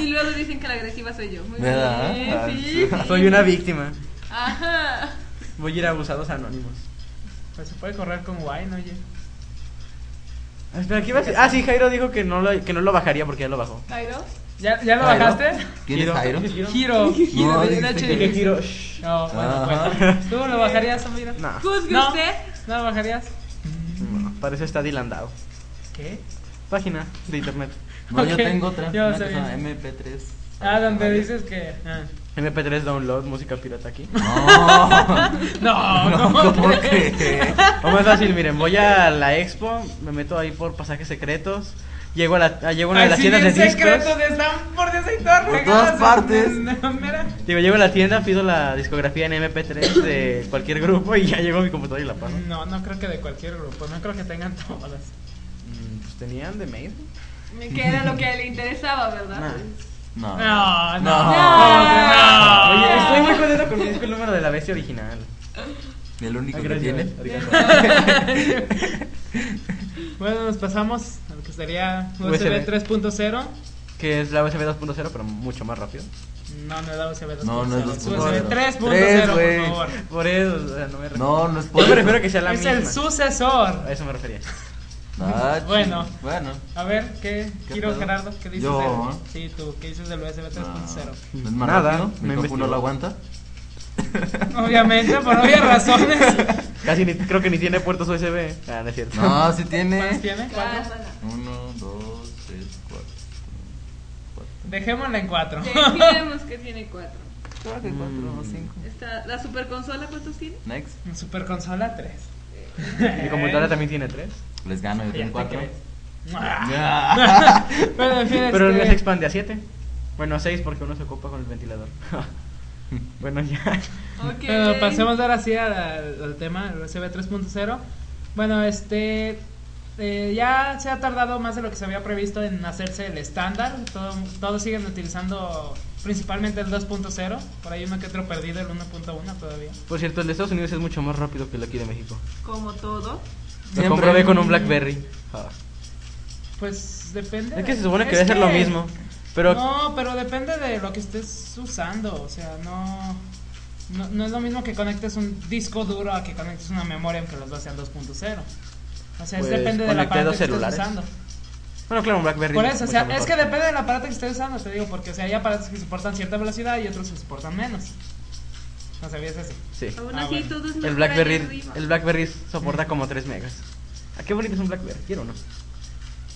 Speaker 4: Y luego dicen que la agresiva soy yo. Muy
Speaker 3: ¿Verdad?
Speaker 4: bien,
Speaker 3: Ah,
Speaker 4: sí, sí.
Speaker 1: Soy una víctima.
Speaker 4: Ajá.
Speaker 1: Voy a ir a abusados anónimos.
Speaker 2: pues se puede correr con Wine, oye.
Speaker 1: Ah, espera, ¿qué iba a decir? Ah, sí, Jairo dijo que no lo, que no lo bajaría porque ya lo bajó.
Speaker 4: Jairo.
Speaker 2: ¿Ya, ya lo
Speaker 3: Jairo.
Speaker 2: bajaste?
Speaker 3: ¿Quién es Jairo?
Speaker 2: Giro. Giro.
Speaker 3: No,
Speaker 2: de-
Speaker 3: dijiste
Speaker 2: de-
Speaker 3: que-
Speaker 1: Dije Jairo. shh.
Speaker 2: No, bueno,
Speaker 3: Ajá.
Speaker 2: pues. ¿Tú lo bajarías, Samira?
Speaker 1: Ah. No,
Speaker 4: Juzgue
Speaker 2: No.
Speaker 4: usted.
Speaker 2: ¿No lo bajarías?
Speaker 1: no, parece está dilandado.
Speaker 2: ¿Qué?
Speaker 1: Página de internet.
Speaker 3: No, yo
Speaker 2: Ok,
Speaker 3: tengo otra.
Speaker 2: yo
Speaker 3: una
Speaker 2: sé
Speaker 3: que se
Speaker 2: bien.
Speaker 3: llama MP3.
Speaker 2: Ah, donde
Speaker 3: Vale.
Speaker 2: dices que. ah.
Speaker 1: MP3 download, música pirata aquí.
Speaker 3: No,
Speaker 2: No, no,
Speaker 3: no, ¿cómo
Speaker 2: hombre.
Speaker 3: que?
Speaker 1: O más fácil, miren, voy a la expo, me meto ahí por pasajes secretos, llego a, la, a- llego a una de
Speaker 2: Ay,
Speaker 1: las
Speaker 2: sí,
Speaker 1: tiendas de
Speaker 2: bien secretos
Speaker 1: discos.
Speaker 2: de Stanford, de todas
Speaker 3: Por todas
Speaker 2: regadas en-
Speaker 3: partes.
Speaker 2: en- mira.
Speaker 1: Digo, llego a la tienda, pido la discografía en MP3 de cualquier grupo y ya llego a mi computadora y la paso.
Speaker 2: No, no creo que de cualquier grupo, no creo que tengan todas.
Speaker 1: Mm, Pues tenían de Maiden.
Speaker 4: Que era lo que le interesaba, ¿verdad?
Speaker 1: Nah.
Speaker 3: No.
Speaker 2: No, no.
Speaker 3: No.
Speaker 1: Oye, estoy muy contento con mi disco el número de la bestia original.
Speaker 3: El único
Speaker 1: Ah,
Speaker 3: que
Speaker 1: gracias,
Speaker 3: tiene.
Speaker 2: Bueno, nos pasamos a lo que sería USB,
Speaker 1: USB.
Speaker 2: 3.0.
Speaker 1: que es la USB 2.0, pero mucho más rápido.
Speaker 2: No, no es la USB 2.0.
Speaker 3: No, no es
Speaker 2: USB 3.0,
Speaker 3: 2.0.
Speaker 1: Tres,
Speaker 2: por favor.
Speaker 1: güey. Por eso, o sea, no me refiero.
Speaker 3: No, no es por
Speaker 1: Yo me
Speaker 3: eso.
Speaker 1: refiero a que sea la
Speaker 2: es
Speaker 1: misma.
Speaker 2: el sucesor.
Speaker 1: A eso me refería.
Speaker 3: Ah, ching-
Speaker 2: Bueno.
Speaker 3: Bueno.
Speaker 2: A ver, ¿qué?
Speaker 3: ¿Qué
Speaker 2: Giro
Speaker 3: pedo?
Speaker 2: Gerardo, ¿qué dices?
Speaker 3: Yo,
Speaker 2: del- Sí, tú, ¿qué dices del USB 3.0?
Speaker 3: No, no es más
Speaker 1: Nada, no
Speaker 3: rápido. Mi compu
Speaker 1: investigó.
Speaker 3: no lo aguanta.
Speaker 2: Obviamente, por obvias razones.
Speaker 1: Casi ni, creo que ni tiene puertos USB. Ah, no es cierto.
Speaker 3: No, sí
Speaker 2: ¿Cuántos
Speaker 3: tiene.
Speaker 2: tiene?
Speaker 4: Ah,
Speaker 2: ¿Cuatro?
Speaker 3: Uno, dos, tres, cuatro.
Speaker 2: Dejémosla en cuatro.
Speaker 4: Decíamos que tiene cuatro.
Speaker 3: Creo que cuatro o cinco.
Speaker 4: Está, ¿La superconsola cuántos tiene?
Speaker 3: Next.
Speaker 2: Super consola 3.
Speaker 1: Mi computadora también tiene tres.
Speaker 3: Les gano, yo tengo cuatro. Ah.
Speaker 2: Bueno, en fin,
Speaker 1: Pero el mío se
Speaker 2: este,
Speaker 1: expande a siete. Bueno, a seis porque uno se ocupa con el ventilador. bueno, ya.
Speaker 4: Ok.
Speaker 2: Pero pasemos ahora sí al, al tema, el USB 3.0. Bueno, este. eh, ya se ha tardado más de lo que se había previsto en hacerse el estándar. Todo- todos siguen utilizando principalmente el 2.0. Por ahí uno que otro perdido, el 1.1 todavía.
Speaker 1: Por cierto, el de Estados Unidos es mucho más rápido que el aquí de México.
Speaker 4: Como todo.
Speaker 1: Lo
Speaker 3: Siempre.
Speaker 1: comprobé con un Blackberry. Ah.
Speaker 2: Pues depende.
Speaker 1: Es que se
Speaker 2: de-
Speaker 1: supone que
Speaker 2: es
Speaker 1: debe ser lo
Speaker 2: que-
Speaker 1: mismo. Pero
Speaker 2: No, pero depende de lo que estés usando. O sea, no, no. no es lo mismo que conectes un disco duro a que conectes una memoria, aunque los dos sean 2.0. O sea, es
Speaker 1: Pues,
Speaker 2: depende del
Speaker 1: conecté
Speaker 2: aparato
Speaker 1: dos
Speaker 2: que
Speaker 1: celulares.
Speaker 2: estés usando.
Speaker 1: Bueno, claro, un BlackBerry.
Speaker 2: Por eso, o sea,
Speaker 1: mucho
Speaker 2: es
Speaker 1: mejor.
Speaker 2: que depende del aparato que estés usando, te digo, porque o sea, hay aparatos que soportan cierta velocidad y otros que soportan menos. No sabías eso.
Speaker 1: Sí.
Speaker 4: Aún
Speaker 2: Ah,
Speaker 4: así,
Speaker 2: bueno.
Speaker 4: todos nos
Speaker 1: El
Speaker 4: traen
Speaker 1: BlackBerry,
Speaker 4: arriba.
Speaker 1: el BlackBerry soporta como 3 megas. ¿A qué bonito es un BlackBerry? Quiero uno.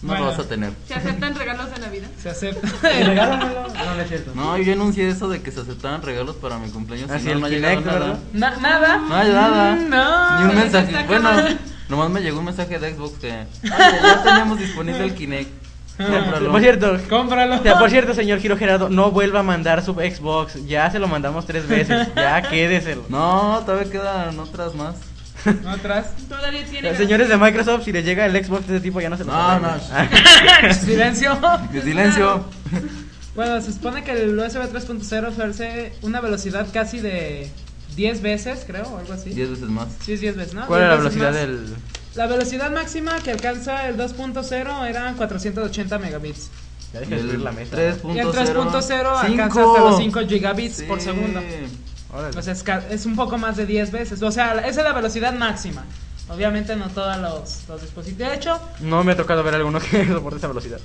Speaker 3: No
Speaker 2: Bueno.
Speaker 3: lo vas a tener.
Speaker 4: ¿Se aceptan regalos de Navidad?
Speaker 2: Se acepta.
Speaker 1: Regálamelo. No, no es cierto.
Speaker 3: No, yo anuncié eso de que se aceptaban regalos para mi cumpleaños.
Speaker 1: Ah,
Speaker 3: y
Speaker 1: sí,
Speaker 3: no,
Speaker 1: el
Speaker 3: no ha llegado
Speaker 1: Kinect,
Speaker 3: nada.
Speaker 1: ¿verdad?
Speaker 2: Na- nada.
Speaker 3: No hay nada.
Speaker 2: Mm, No.
Speaker 3: Ni un
Speaker 4: Pero se
Speaker 3: mensaje.
Speaker 4: está
Speaker 3: Bueno,
Speaker 4: acabando.
Speaker 3: nomás me llegó un mensaje de Xbox que "Oye, ya tenemos disponible el Kinect.
Speaker 2: Ah.
Speaker 1: Ah.
Speaker 3: Cómpralo.
Speaker 1: Por cierto,
Speaker 2: Cómpralo.
Speaker 1: o sea, por cierto, señor Giro Gerardo, no vuelva a mandar su Xbox. Ya se lo mandamos tres veces. Ya quédeselo.
Speaker 3: No, todavía quedan otras más.
Speaker 2: No atrás.
Speaker 4: Todavía tiene.
Speaker 1: Los señores de Microsoft, si les llega el Xbox de ese tipo, ya no se lo
Speaker 3: No,
Speaker 1: mandan.
Speaker 3: no.
Speaker 1: Ah,
Speaker 2: Silencio.
Speaker 3: De silencio.
Speaker 2: Bueno, se supone que el USB 3.0 ofrece una velocidad casi de 10 veces, creo, o algo así.
Speaker 3: Diez veces más.
Speaker 2: Sí, es 10 veces, ¿no?
Speaker 1: ¿Cuál
Speaker 2: 10
Speaker 1: era la
Speaker 2: veces
Speaker 1: velocidad
Speaker 2: más.
Speaker 1: del.?
Speaker 2: La velocidad máxima que alcanza el 2.0 eran 480 megabits.
Speaker 1: Ya
Speaker 3: El
Speaker 1: deja de subir la meta.
Speaker 3: 3.0
Speaker 2: Y el 3.0 alcanza hasta
Speaker 3: Cinco.
Speaker 2: los 5 gigabits por
Speaker 3: Sí.
Speaker 2: segundo.
Speaker 1: Órale.
Speaker 2: O sea, es, ca- es un poco más de 10 veces. O sea, esa es la velocidad máxima. Obviamente no todos los, los dispositivos. De hecho,
Speaker 1: No me ha tocado ver alguno que soporte esa velocidad.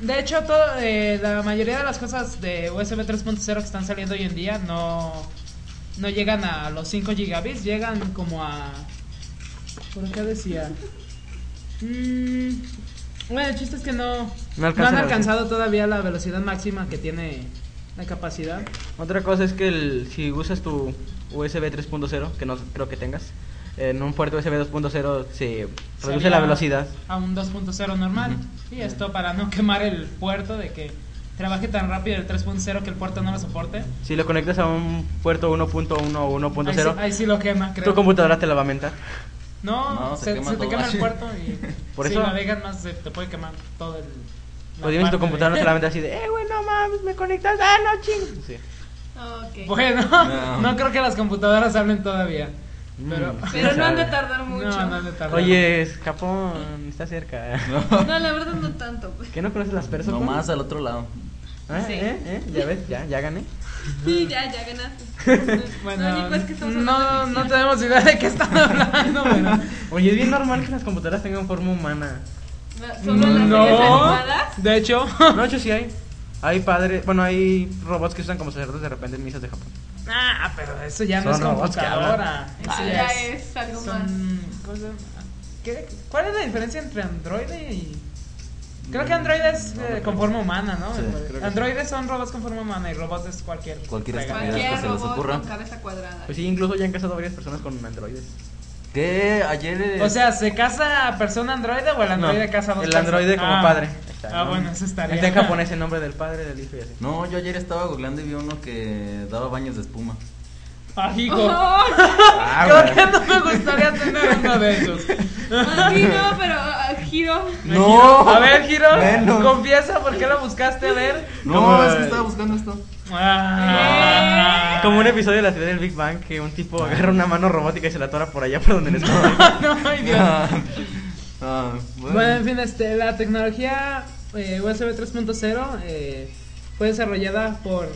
Speaker 2: De hecho, todo, eh, la mayoría de las cosas de USB 3.0 que están saliendo hoy en día no, no llegan a los 5 gigabits, llegan como a... ¿Por acá decía? Mm, bueno, el chiste es que no,
Speaker 1: No alcanza
Speaker 2: no han
Speaker 1: la
Speaker 2: alcanzado todavía la velocidad máxima que tiene la capacidad.
Speaker 1: Otra cosa es que el- si usas tu USB 3.0, que no creo que tengas, en un puerto USB 2.0 se reduce
Speaker 2: Sería
Speaker 1: la velocidad.
Speaker 2: A un 2.0 normal. Y esto para no quemar el puerto de que trabaje tan rápido el 3.0 que el puerto no lo soporte.
Speaker 1: Si lo conectas a un puerto 1.1 o
Speaker 2: Ahí sí,
Speaker 1: 1.0,
Speaker 2: ahí sí lo quema, creo.
Speaker 1: tu computadora te la va a mentar.
Speaker 2: No,
Speaker 3: No,
Speaker 2: se, se
Speaker 3: se quema
Speaker 2: te
Speaker 3: todo.
Speaker 2: quema el puerto y
Speaker 1: Por
Speaker 2: si
Speaker 1: eso-
Speaker 2: navegas más se te puede quemar todo el. la
Speaker 1: O dime si tu
Speaker 2: parte de-
Speaker 1: computadora te la va a mentar así de, eh, güey, no mames, me conectas, ah, no, ching. Sí.
Speaker 4: Ok.
Speaker 2: Bueno, no.
Speaker 3: No.
Speaker 2: creo que las computadoras hablen todavía. Pero.
Speaker 4: Pero no han de tardar mucho.
Speaker 2: No, no le tarda.
Speaker 1: Mm. Oye, es Japón, está cerca.
Speaker 4: No, la verdad no tanto. pues.
Speaker 1: ¿Qué no conoces las personas?
Speaker 3: Nomás al otro lado.
Speaker 1: ¿Eh?
Speaker 4: Sí.
Speaker 1: ¿Eh? ¿Eh? Ya ves, ya, ya gané.
Speaker 4: Sí, ya, ya ganaste.
Speaker 2: Bueno,
Speaker 4: no, Nico, es que estamos
Speaker 2: no,
Speaker 4: hablando
Speaker 2: no
Speaker 4: de
Speaker 2: tenemos idea de qué están hablando, pero.
Speaker 1: Oye, es bien normal que las computadoras tengan forma humana.
Speaker 4: ficción. Solo las series
Speaker 2: No,
Speaker 4: animadas.
Speaker 2: de hecho.
Speaker 1: No, de hecho sí hay. Hay padres, bueno, hay robots que usan como sacerdotes de repente en misas de Japón.
Speaker 2: Ah, pero eso ya no
Speaker 1: Son
Speaker 2: es
Speaker 1: robots que hablan.
Speaker 2: computadora. Eso
Speaker 4: Sí, ya es algo más.
Speaker 2: Son- ¿cómo se llama? ¿Qué- ¿Cuál es la diferencia entre Android y.? Creo que Android
Speaker 1: Mm,
Speaker 2: es eh, con forma humana, ¿no?
Speaker 3: Sí,
Speaker 2: Android
Speaker 3: creo que
Speaker 2: Androides son robots con forma humana y robots es cualquier.
Speaker 3: Cualquier
Speaker 2: fregada.
Speaker 3: estupidez.
Speaker 4: Cualquier
Speaker 3: que se les
Speaker 4: robot
Speaker 3: ocurra.
Speaker 4: con cabeza cuadrada.
Speaker 1: Pues sí, incluso ya han casado varias personas con androides.
Speaker 3: ¿Qué? Ayer. eh,
Speaker 2: O sea, ¿se casa persona androide o el androide
Speaker 1: este. No,
Speaker 2: casa dos
Speaker 1: el
Speaker 2: personas?
Speaker 1: androide como
Speaker 2: Ah.
Speaker 1: padre. Está,
Speaker 2: ah,
Speaker 1: ¿no?
Speaker 2: bueno, eso estaría.
Speaker 1: Está en japonés el nombre del padre, del hijo y así.
Speaker 3: No, yo ayer estaba googleando y vi uno que daba baños de espuma.
Speaker 2: Ah, hijo.
Speaker 4: Oh,
Speaker 1: Ah,
Speaker 2: Creo que no me gustaría tener uno de esos.
Speaker 4: a mí no, pero ah, giro.
Speaker 3: No.
Speaker 2: A ver, Giro,
Speaker 3: Menos.
Speaker 2: confiesa por qué lo buscaste a ver.
Speaker 3: No, es que estaba buscando esto.
Speaker 4: Eh.
Speaker 2: Ah.
Speaker 1: Como un episodio de la teoría del Big Bang que un tipo agarra una mano robótica y se la atora por allá por donde le estaba.
Speaker 2: No, ay, Dios.
Speaker 3: Ah, ah, bueno.
Speaker 2: Bueno, en fin, este, la tecnología eh, USB 3.0 eh, fue desarrollada por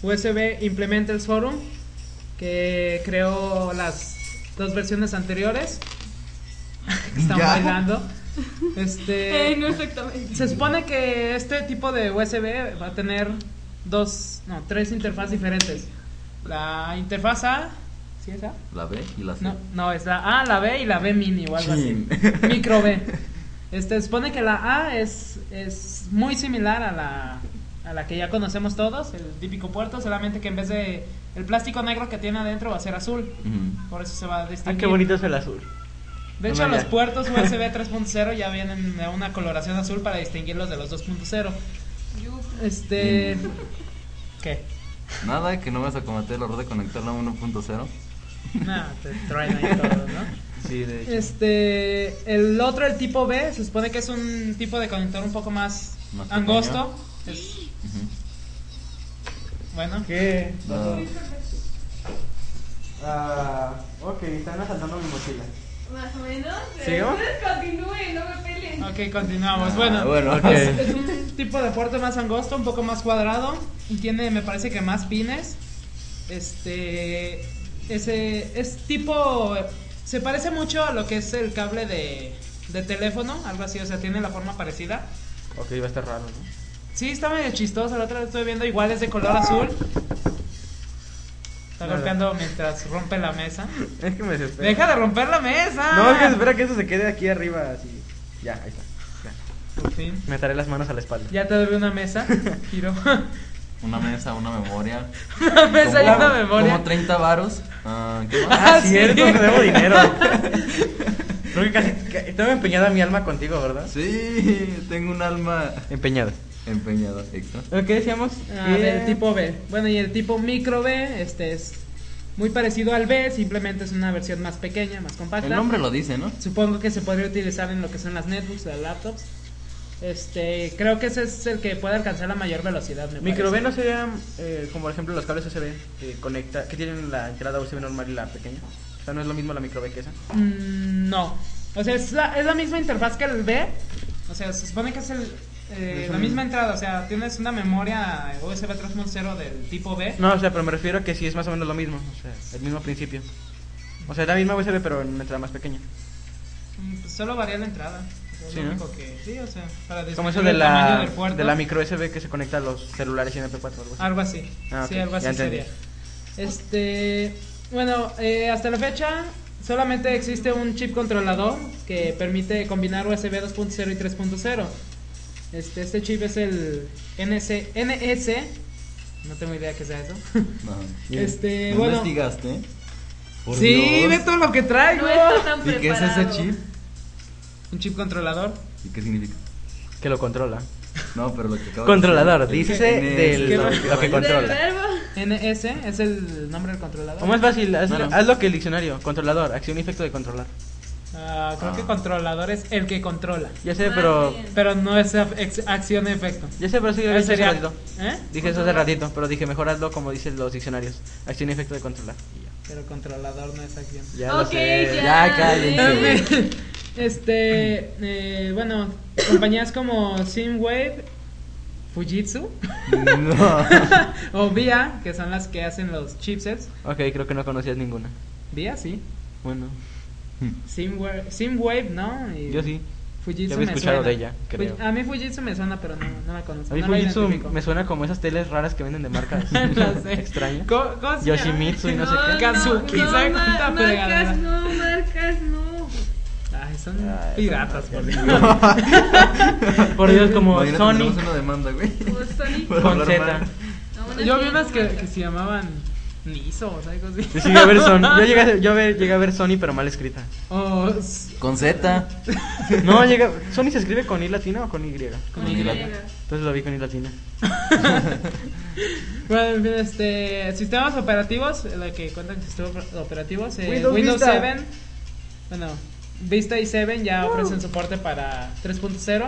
Speaker 2: USB Implementers Forum, que creó las dos versiones anteriores. Están
Speaker 3: Ya.
Speaker 2: bailando. Este,
Speaker 4: Eh, no exactamente.
Speaker 2: se supone que este tipo de USB va a tener dos, no, tres interfaces diferentes. La interfaz A, ¿sí es A?
Speaker 3: La B y la C.
Speaker 2: No, no, es la A, la B y la B mini o algo así.
Speaker 3: Chin.
Speaker 2: Micro B. Este, supone que la A es, es muy similar a la, a la que ya conocemos todos, el típico puerto, solamente que en vez de el plástico negro que tiene adentro va a ser azul.
Speaker 3: Ujú.
Speaker 2: Por eso se va a distinguir.
Speaker 1: Ah, qué bonito es el azul.
Speaker 2: De hecho,
Speaker 1: No, ya.
Speaker 2: los puertos USB 3.0 ya vienen de una coloración azul para distinguirlos de los 2.0. Este. ¿Qué?
Speaker 3: Nada, que no vas a cometer el error de conectarla a 1.0.
Speaker 2: Nada, te traen ahí todo, ¿no?
Speaker 1: Sí, de hecho.
Speaker 2: Este, el otro, el tipo B, se supone que es un tipo de conector un poco más,
Speaker 3: Más
Speaker 2: angosto. Es-
Speaker 3: Ujú.
Speaker 2: bueno,
Speaker 1: ¿Qué?
Speaker 3: No.
Speaker 1: Ah, ok, están asaltando mi mochila.
Speaker 4: Más o menos. eh,
Speaker 1: ¿Sigo?
Speaker 4: Ustedes continúen, no me peleen.
Speaker 2: ok, continuamos. bueno,
Speaker 3: Ah, bueno,
Speaker 1: ok.
Speaker 3: ok.
Speaker 2: es un tipo de puerto más angosto, un poco más cuadrado. Y tiene, me parece que más pines. Este, ese, es tipo, se parece mucho a lo que es el cable de, de teléfono, algo así, o sea, tiene la forma parecida.
Speaker 1: Ok, va a estar raro, ¿no?
Speaker 2: Sí, está medio chistoso. La otra vez estuve viendo igual es de color azul. Está golpeando mientras rompe la mesa.
Speaker 1: Es que me desespera. Ah.
Speaker 2: ¡Deja de romper la mesa!
Speaker 1: No, es que espera que eso se quede aquí arriba, así. Ya, ahí está.
Speaker 2: Por fin.
Speaker 1: Me ataré las manos a la espalda.
Speaker 2: Ya te doy una mesa, giro.
Speaker 3: Una mesa, una memoria.
Speaker 2: una mesa y
Speaker 3: Como-
Speaker 2: una memoria.
Speaker 3: Como 30 varos. Ah, ¿Qué más?
Speaker 1: Ah,
Speaker 2: Ah, sí.
Speaker 1: cierto, te debo dinero. Creo que casi ca- estaba empeñada mi alma contigo, ¿verdad?
Speaker 3: Sí, tengo un alma
Speaker 1: Empeñada.
Speaker 3: empeñada extra.
Speaker 1: ¿Qué decíamos?
Speaker 2: Ah,
Speaker 1: Que-
Speaker 2: del tipo B. Bueno, y el tipo micro B, este es muy parecido al B, simplemente es una versión más pequeña, más compacta.
Speaker 3: El nombre lo dice, ¿no?
Speaker 2: Supongo que se podría utilizar en lo que son las netbooks, las laptops. Este, creo que ese es el que puede alcanzar la mayor velocidad. me
Speaker 1: Micro B
Speaker 2: parece.
Speaker 1: no serían eh, como por ejemplo los cables USB que conecta, que tienen la entrada USB normal y la pequeña. O sea, no es lo mismo la micro B que esa.
Speaker 2: Mm, no. O sea, es la, es la misma interfaz que el B. O sea, se supone que es el, eh,
Speaker 1: Es
Speaker 2: la
Speaker 1: un-
Speaker 2: misma entrada. O sea, tienes una memoria USB 3.0 del tipo B.
Speaker 1: No, o sea, pero me refiero a que sí es más o menos lo mismo, o sea, el mismo principio. O sea, es la misma USB pero en una entrada más pequeña.
Speaker 2: Mm, pues solo varía la entrada. O sea, es
Speaker 1: Sí,
Speaker 2: lo
Speaker 1: ¿no?
Speaker 2: único que- sí, o sea, para
Speaker 1: Como
Speaker 2: disminuir
Speaker 1: eso de
Speaker 2: el tamaño
Speaker 1: la
Speaker 2: del puerto.
Speaker 1: de la micro USB que se conecta a los celulares y MP4 o algo así.
Speaker 2: Algo así.
Speaker 1: Ah, ok,
Speaker 2: Sí, algo
Speaker 1: ya
Speaker 2: así
Speaker 1: entendí.
Speaker 2: sería. Este, bueno, eh, hasta la fecha solamente existe un chip controlador que permite combinar USB 2.0 y 3.0. Este, este chip es el NC, NS. No tengo idea qué sea eso.
Speaker 3: No.
Speaker 2: Este,
Speaker 3: ¿No
Speaker 2: bueno.
Speaker 3: Ah, investigaste? Por
Speaker 2: sí,
Speaker 3: Dios.
Speaker 2: ve todo lo que traigo.
Speaker 7: No está tan
Speaker 3: ¿Y
Speaker 7: preparado.
Speaker 3: qué es ese chip?
Speaker 2: Un chip controlador.
Speaker 3: ¿Y qué significa?
Speaker 1: Que lo controla.
Speaker 3: No, pero lo que acabo
Speaker 1: Controlador,
Speaker 3: de decir,
Speaker 1: dícese
Speaker 3: el NS,
Speaker 1: del
Speaker 2: ¿Qué
Speaker 1: lo,
Speaker 2: más?
Speaker 1: lo que
Speaker 7: Del
Speaker 1: controla.
Speaker 7: verbo.
Speaker 2: NS es el nombre del controlador.
Speaker 1: O más fácil, haz,
Speaker 3: Bueno.
Speaker 1: haz lo que el diccionario, controlador, acción y efecto de controlar.
Speaker 2: Ah, creo que
Speaker 3: Ah.
Speaker 2: controlador es el que controla.
Speaker 1: Ya sé,
Speaker 4: Más
Speaker 1: pero
Speaker 4: bien.
Speaker 2: Pero no es af- ex- acción-efecto.
Speaker 1: ya sé, pero sí
Speaker 2: Ese
Speaker 1: eso hace
Speaker 2: sería-
Speaker 1: ratito.
Speaker 2: ¿Eh?
Speaker 1: Dije eso hace ratito, pero dije mejor hazlo como dicen los diccionarios, acción y efecto de controlar. Y ya.
Speaker 2: Pero controlador no es acción.
Speaker 1: Ya lo
Speaker 4: Ok,
Speaker 1: sé.
Speaker 4: ya.
Speaker 3: Ya, cállense.
Speaker 2: En fin, este, eh, bueno, compañías como Simwave, Fujitsu
Speaker 3: No.
Speaker 2: o VIA, que son las que hacen los chipsets.
Speaker 1: Ok, creo que no conocías ninguna.
Speaker 2: VIA, sí.
Speaker 1: Bueno,
Speaker 2: Simwave, Simwave ¿no? Y
Speaker 1: yo sí.
Speaker 2: Fujitsu
Speaker 1: Ya había
Speaker 2: me
Speaker 1: escuchado
Speaker 2: suena.
Speaker 1: de ella, creo.
Speaker 2: Fuji- A mí Fujitsu me suena, pero no, no la conozco.
Speaker 1: A mí
Speaker 2: no la
Speaker 1: Fujitsu
Speaker 2: identifico.
Speaker 1: me suena como esas teles raras que venden de marcas
Speaker 2: La sé.
Speaker 1: extrañas.
Speaker 2: ¿Cómo- cómo se llama?
Speaker 1: Yoshimitsu y no sé qué.
Speaker 2: Kazuki,
Speaker 4: no,
Speaker 2: ¿sabe
Speaker 4: ma-
Speaker 2: cuánta fregadera?
Speaker 4: marcas, no, marcas, no.
Speaker 2: Ay, son
Speaker 1: Ay,
Speaker 2: piratas, por Dios.
Speaker 1: Por Dios, como
Speaker 3: Imagínate, tenemos
Speaker 1: Sonic
Speaker 3: una demanda, güey.
Speaker 4: Como Sonic.
Speaker 3: Por
Speaker 1: con
Speaker 3: hablar
Speaker 1: Z.
Speaker 3: mal.
Speaker 4: No, una
Speaker 2: Yo vi
Speaker 4: tienda,
Speaker 2: unas que,
Speaker 4: marcas.
Speaker 2: que se llamaban Niso, o algo así.
Speaker 1: Sí, yo, a ver Son- yo, llegué, a- yo a ver- llegué a ver Sony, pero mal escrita.
Speaker 2: O s-
Speaker 3: Con Z.
Speaker 1: No, llega, ¿Sony se escribe con I latina o con Y? Entonces
Speaker 4: Con
Speaker 3: Con
Speaker 4: Y.
Speaker 3: Y.
Speaker 1: lo vi con I latina.
Speaker 2: Bueno, en fin, este, sistemas operativos, lo que cuentan sistemas operativos, eh, Windows,
Speaker 1: Windows Vista.
Speaker 2: 7, bueno, Vista y 7 ya ofrecen soporte para 3.0,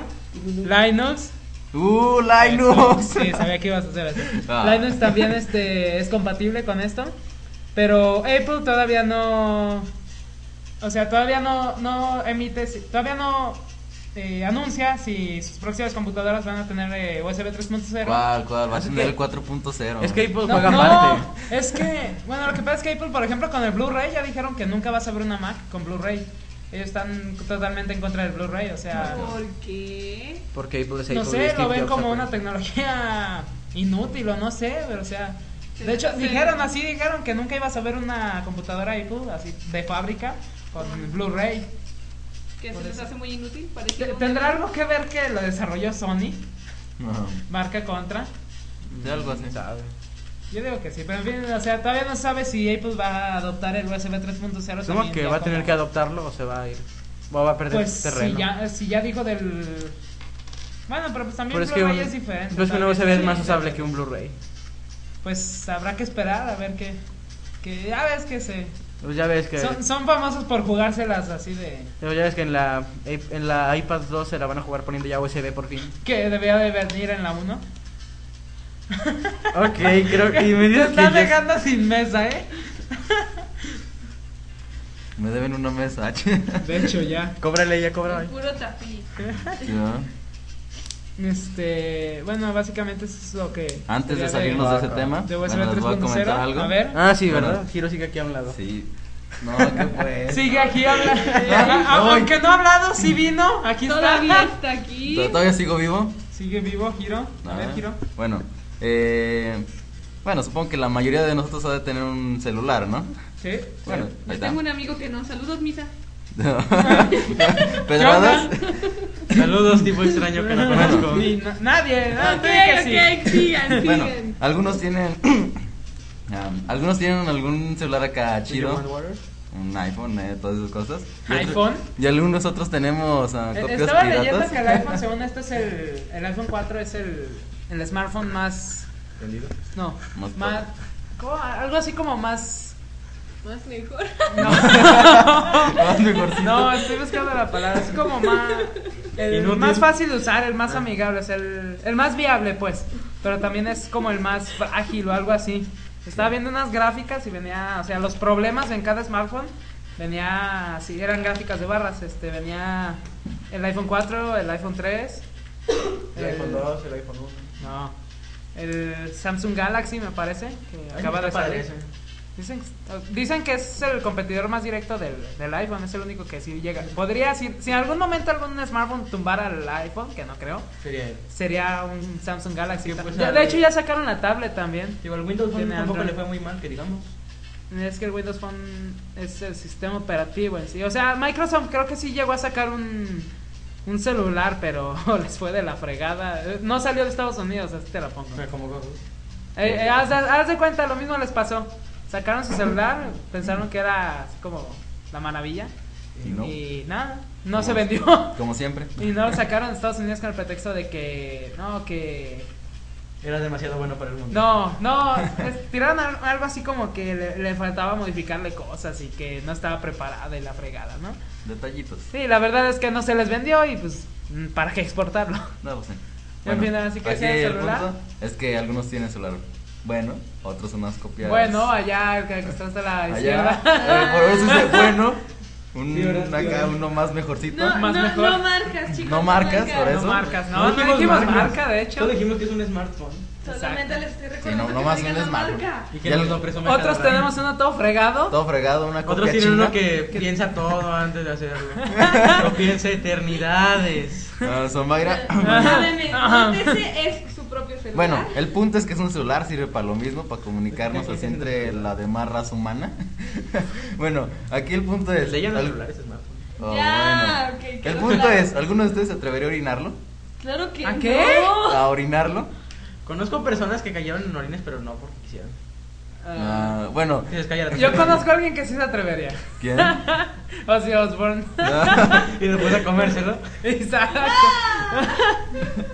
Speaker 2: Linux,
Speaker 3: ¡Uh, Linux!
Speaker 2: sí, sabía que ibas a hacer eso,
Speaker 3: Ah.
Speaker 2: Linux también este, es compatible con esto, pero Apple todavía no, o sea, todavía no, no emite, si- todavía no eh, anuncia si sus próximas computadoras van a tener eh, USB 3.0.
Speaker 3: ¿Cuál, cuál? Va a
Speaker 8: Así
Speaker 3: tener
Speaker 8: que-
Speaker 3: el 4.0.
Speaker 8: Es que Apple
Speaker 2: No,
Speaker 8: juega
Speaker 2: no,
Speaker 8: aparte.
Speaker 2: es que, bueno, lo que pasa es que Apple, por ejemplo, con el Blu-ray ya dijeron que nunca vas a ver una Mac con Blu-ray. Ellos están totalmente en contra del Blu-ray, o sea,
Speaker 4: ¿Por qué?
Speaker 8: Porque Apple es
Speaker 2: no
Speaker 8: Apple y
Speaker 2: sé,
Speaker 8: Steve
Speaker 2: lo ven
Speaker 8: Jobs
Speaker 2: como
Speaker 8: Apple.
Speaker 2: una tecnología inútil o no sé, pero o sea, de hecho,
Speaker 4: Sí.
Speaker 2: dijeron así, dijeron que nunca ibas a ver una computadora Apple así de fábrica con Blu-ray.
Speaker 4: Que
Speaker 2: Por
Speaker 4: se les
Speaker 2: eso.
Speaker 4: hace muy inútil,
Speaker 2: Te-
Speaker 4: parecido.
Speaker 2: ¿Tendrá algo que ver que lo desarrolló Sony,
Speaker 3: Ajá.
Speaker 2: marca contra?
Speaker 3: De algo así.
Speaker 8: Sabe.
Speaker 2: Yo digo que sí, pero en fin, o sea, todavía no sabe si Apple va a adoptar el USB
Speaker 8: Supongo
Speaker 2: 3.0. también
Speaker 8: que
Speaker 2: ya
Speaker 8: va a tener
Speaker 2: como-
Speaker 8: que adoptarlo o se va a ir. O va a perder
Speaker 2: Pues si
Speaker 8: terreno.
Speaker 2: ya, si ya dijo del... Bueno, pero pues también
Speaker 8: Pero es que
Speaker 2: Blu-ray
Speaker 8: un-
Speaker 2: es diferente.
Speaker 8: Pero es que
Speaker 2: tal
Speaker 8: una
Speaker 2: vez
Speaker 8: USB es
Speaker 2: sí,
Speaker 8: más
Speaker 2: sí,
Speaker 8: usable
Speaker 2: sí.
Speaker 8: que un Blu-ray.
Speaker 2: Pues habrá que esperar a ver qué... Que ya ves que se...
Speaker 8: Pues ya ves que.
Speaker 2: Son, son famosos por jugárselas así de...
Speaker 8: Pero ya ves que en la, en la iPad 2 se la van a jugar poniendo ya USB por fin.
Speaker 2: Que debía de venir en la 1.
Speaker 8: Ok, creo que. Y me
Speaker 2: Te
Speaker 8: dices que
Speaker 2: estás
Speaker 8: ya-
Speaker 2: dejando sin mesa, ¿eh?
Speaker 3: Me deben una mesa. H.
Speaker 2: De hecho, ya.
Speaker 8: Cóbrale, ya
Speaker 4: El
Speaker 8: cóbrale.
Speaker 4: puro tapiz.
Speaker 2: Este... Bueno, básicamente eso es lo que...
Speaker 3: Antes de
Speaker 2: quería
Speaker 3: salirnos de ese
Speaker 8: de-
Speaker 3: tema,
Speaker 2: de USB
Speaker 3: bueno, les voy a comentar
Speaker 2: 3.0,
Speaker 3: algo.
Speaker 2: a ver.
Speaker 8: Ah, sí,
Speaker 3: Bueno.
Speaker 8: ¿verdad? Giro sigue aquí a un lado.
Speaker 3: Sí. No, qué pues.
Speaker 2: Sigue aquí hablando. Aunque no ha hablado, sí vino. Aquí está.
Speaker 4: Todavía está aquí.
Speaker 3: ¿Todavía sigo vivo?
Speaker 2: Sigue vivo, Giro. A ver,
Speaker 3: Ah,
Speaker 2: Giro.
Speaker 3: Bueno, eh, bueno, supongo que la mayoría de nosotros ha de tener un celular, ¿no?
Speaker 2: Sí.
Speaker 3: Bueno, ahí
Speaker 4: Yo
Speaker 3: está.
Speaker 4: tengo un amigo que no. Saludos, misa.
Speaker 3: ¿Pedradas?
Speaker 5: Saludos, tipo extraño que no conozco.
Speaker 2: Y na- nadie,
Speaker 4: Ok,
Speaker 2: nadie Ah, que sí.
Speaker 4: ok, sigan,
Speaker 3: bueno,
Speaker 4: sigan.
Speaker 3: algunos tienen... um, algunos tienen algún celular acá chido, un iPhone, eh, todas esas cosas. Y otro-
Speaker 2: iPhone.
Speaker 3: Y algunos otros tenemos ah,
Speaker 2: Eh,
Speaker 3: copias
Speaker 2: Estaba leyendo
Speaker 3: piratas.
Speaker 2: que el iPhone, según esto, es el, el iPhone 4 es el, el smartphone más. No,
Speaker 3: Más
Speaker 2: más. como- algo así como más.
Speaker 4: Más mejor.
Speaker 3: Más mejorcito.
Speaker 2: No, estoy buscando la palabra. Es como más. El
Speaker 5: Inútil.
Speaker 2: más fácil de usar, el más amigable, o sea, el, el más viable, pues. Pero también es como el más frágil o algo así. Estaba viendo unas gráficas y venía, o sea, los problemas en cada smartphone. Venía, así, eran gráficas de barras. Este, venía el iPhone 4, el iPhone 3.
Speaker 8: El iPhone 2, el iPhone 1.
Speaker 2: No. El Samsung Galaxy, me parece. Que acaba de salir. Dicen, dicen que es el competidor más directo del, del iPhone, es el único que sí llega. Podría, si, si en algún momento algún smartphone tumbara al iPhone, que no creo,
Speaker 5: Sería él.
Speaker 2: sería un Samsung Galaxy.
Speaker 5: Sí, pues,
Speaker 2: Ya-
Speaker 5: al-
Speaker 2: de hecho, ya sacaron la tablet también.
Speaker 5: Digo, al Windows Phone
Speaker 2: Tiene
Speaker 5: tampoco
Speaker 2: Android.
Speaker 5: le fue muy mal, que digamos.
Speaker 2: Es que el Windows Phone es el sistema operativo en sí. O sea, Microsoft creo que sí llegó a sacar un, un celular, pero les fue de la fregada. Eh, No salió de Estados Unidos, así te la pongo.
Speaker 5: O sea, como
Speaker 2: Eh, eh, haz, haz- haz de cuenta, lo mismo les pasó. Sacaron su celular, pensaron que era así como la maravilla.
Speaker 3: Y no.
Speaker 2: Y nada, no
Speaker 3: Como-
Speaker 2: se vendió.
Speaker 3: Como siempre.
Speaker 2: Y no lo sacaron de Estados Unidos con el pretexto de que. No, que.
Speaker 5: era demasiado bueno para el mundo.
Speaker 2: No, no. es- tiraron al- algo así como que le, le faltaba modificarle cosas y que no estaba preparada y la fregada, ¿no?
Speaker 3: Detallitos.
Speaker 2: Sí, la verdad es que no se les vendió y pues. mm, ¿Para qué exportarlo?
Speaker 3: No, pues sí.
Speaker 2: En fin, así que
Speaker 3: aquí
Speaker 2: sea el
Speaker 3: el
Speaker 2: celular.
Speaker 3: punto es que algunos tienen celular bueno, otros son más copiados.
Speaker 2: Bueno, allá, el que que está hasta la
Speaker 3: Allá,
Speaker 2: izquierda.
Speaker 3: eh, por eso dice bueno, un,
Speaker 5: Lloras,
Speaker 3: acá
Speaker 5: lloras.
Speaker 3: uno más mejorcito.
Speaker 4: No,
Speaker 2: Más
Speaker 4: no,
Speaker 2: mejor.
Speaker 4: no marcas, chicos.
Speaker 3: No marcas, por
Speaker 2: No
Speaker 3: eso.
Speaker 2: marcas, no, no, dijimos marca, de hecho.
Speaker 5: No dijimos que es un smartphone.
Speaker 4: Solamente les estoy
Speaker 3: Sí, no,
Speaker 4: recordando que
Speaker 3: nomás
Speaker 4: digan
Speaker 3: un
Speaker 4: la
Speaker 3: smartphone.
Speaker 4: marca.
Speaker 5: Y que
Speaker 3: Ya
Speaker 5: nos
Speaker 3: lo-
Speaker 5: lo presume cada
Speaker 2: Otros
Speaker 5: rato.
Speaker 2: tenemos uno todo fregado.
Speaker 3: Todo fregado, una copia
Speaker 5: Otros tienen
Speaker 3: china.
Speaker 5: uno que piensa todo antes de hacerlo. Lo piensa eternidades.
Speaker 3: Ah, son Mayra.
Speaker 4: Perdónenme,
Speaker 2: Ajá.
Speaker 4: nótese, es su propio celular.
Speaker 3: Bueno, el punto es que es un celular, sirve para lo mismo, para comunicarnos así entre la demás raza humana. bueno, aquí el punto
Speaker 2: Pues,
Speaker 3: es...
Speaker 5: El de ella no es
Speaker 3: al-
Speaker 5: celular, es smartphone.
Speaker 3: Oh,
Speaker 4: Ya,
Speaker 3: bueno.
Speaker 4: ok, qué
Speaker 3: El punto
Speaker 4: raro.
Speaker 3: es, ¿alguno de ustedes se atrevería a orinarlo?
Speaker 4: Claro que
Speaker 2: ¿A qué?
Speaker 4: no.
Speaker 3: ¿A orinarlo?
Speaker 5: Conozco personas que cayeron en orines, pero no porque quisieran.
Speaker 2: Ah,
Speaker 3: Ah, bueno,
Speaker 5: Tienes que callar.
Speaker 2: Yo conozco a alguien que sí se atrevería.
Speaker 3: ¿quién?
Speaker 2: Ozzy Osbourne.
Speaker 5: Y después a comérselo.
Speaker 2: Exacto.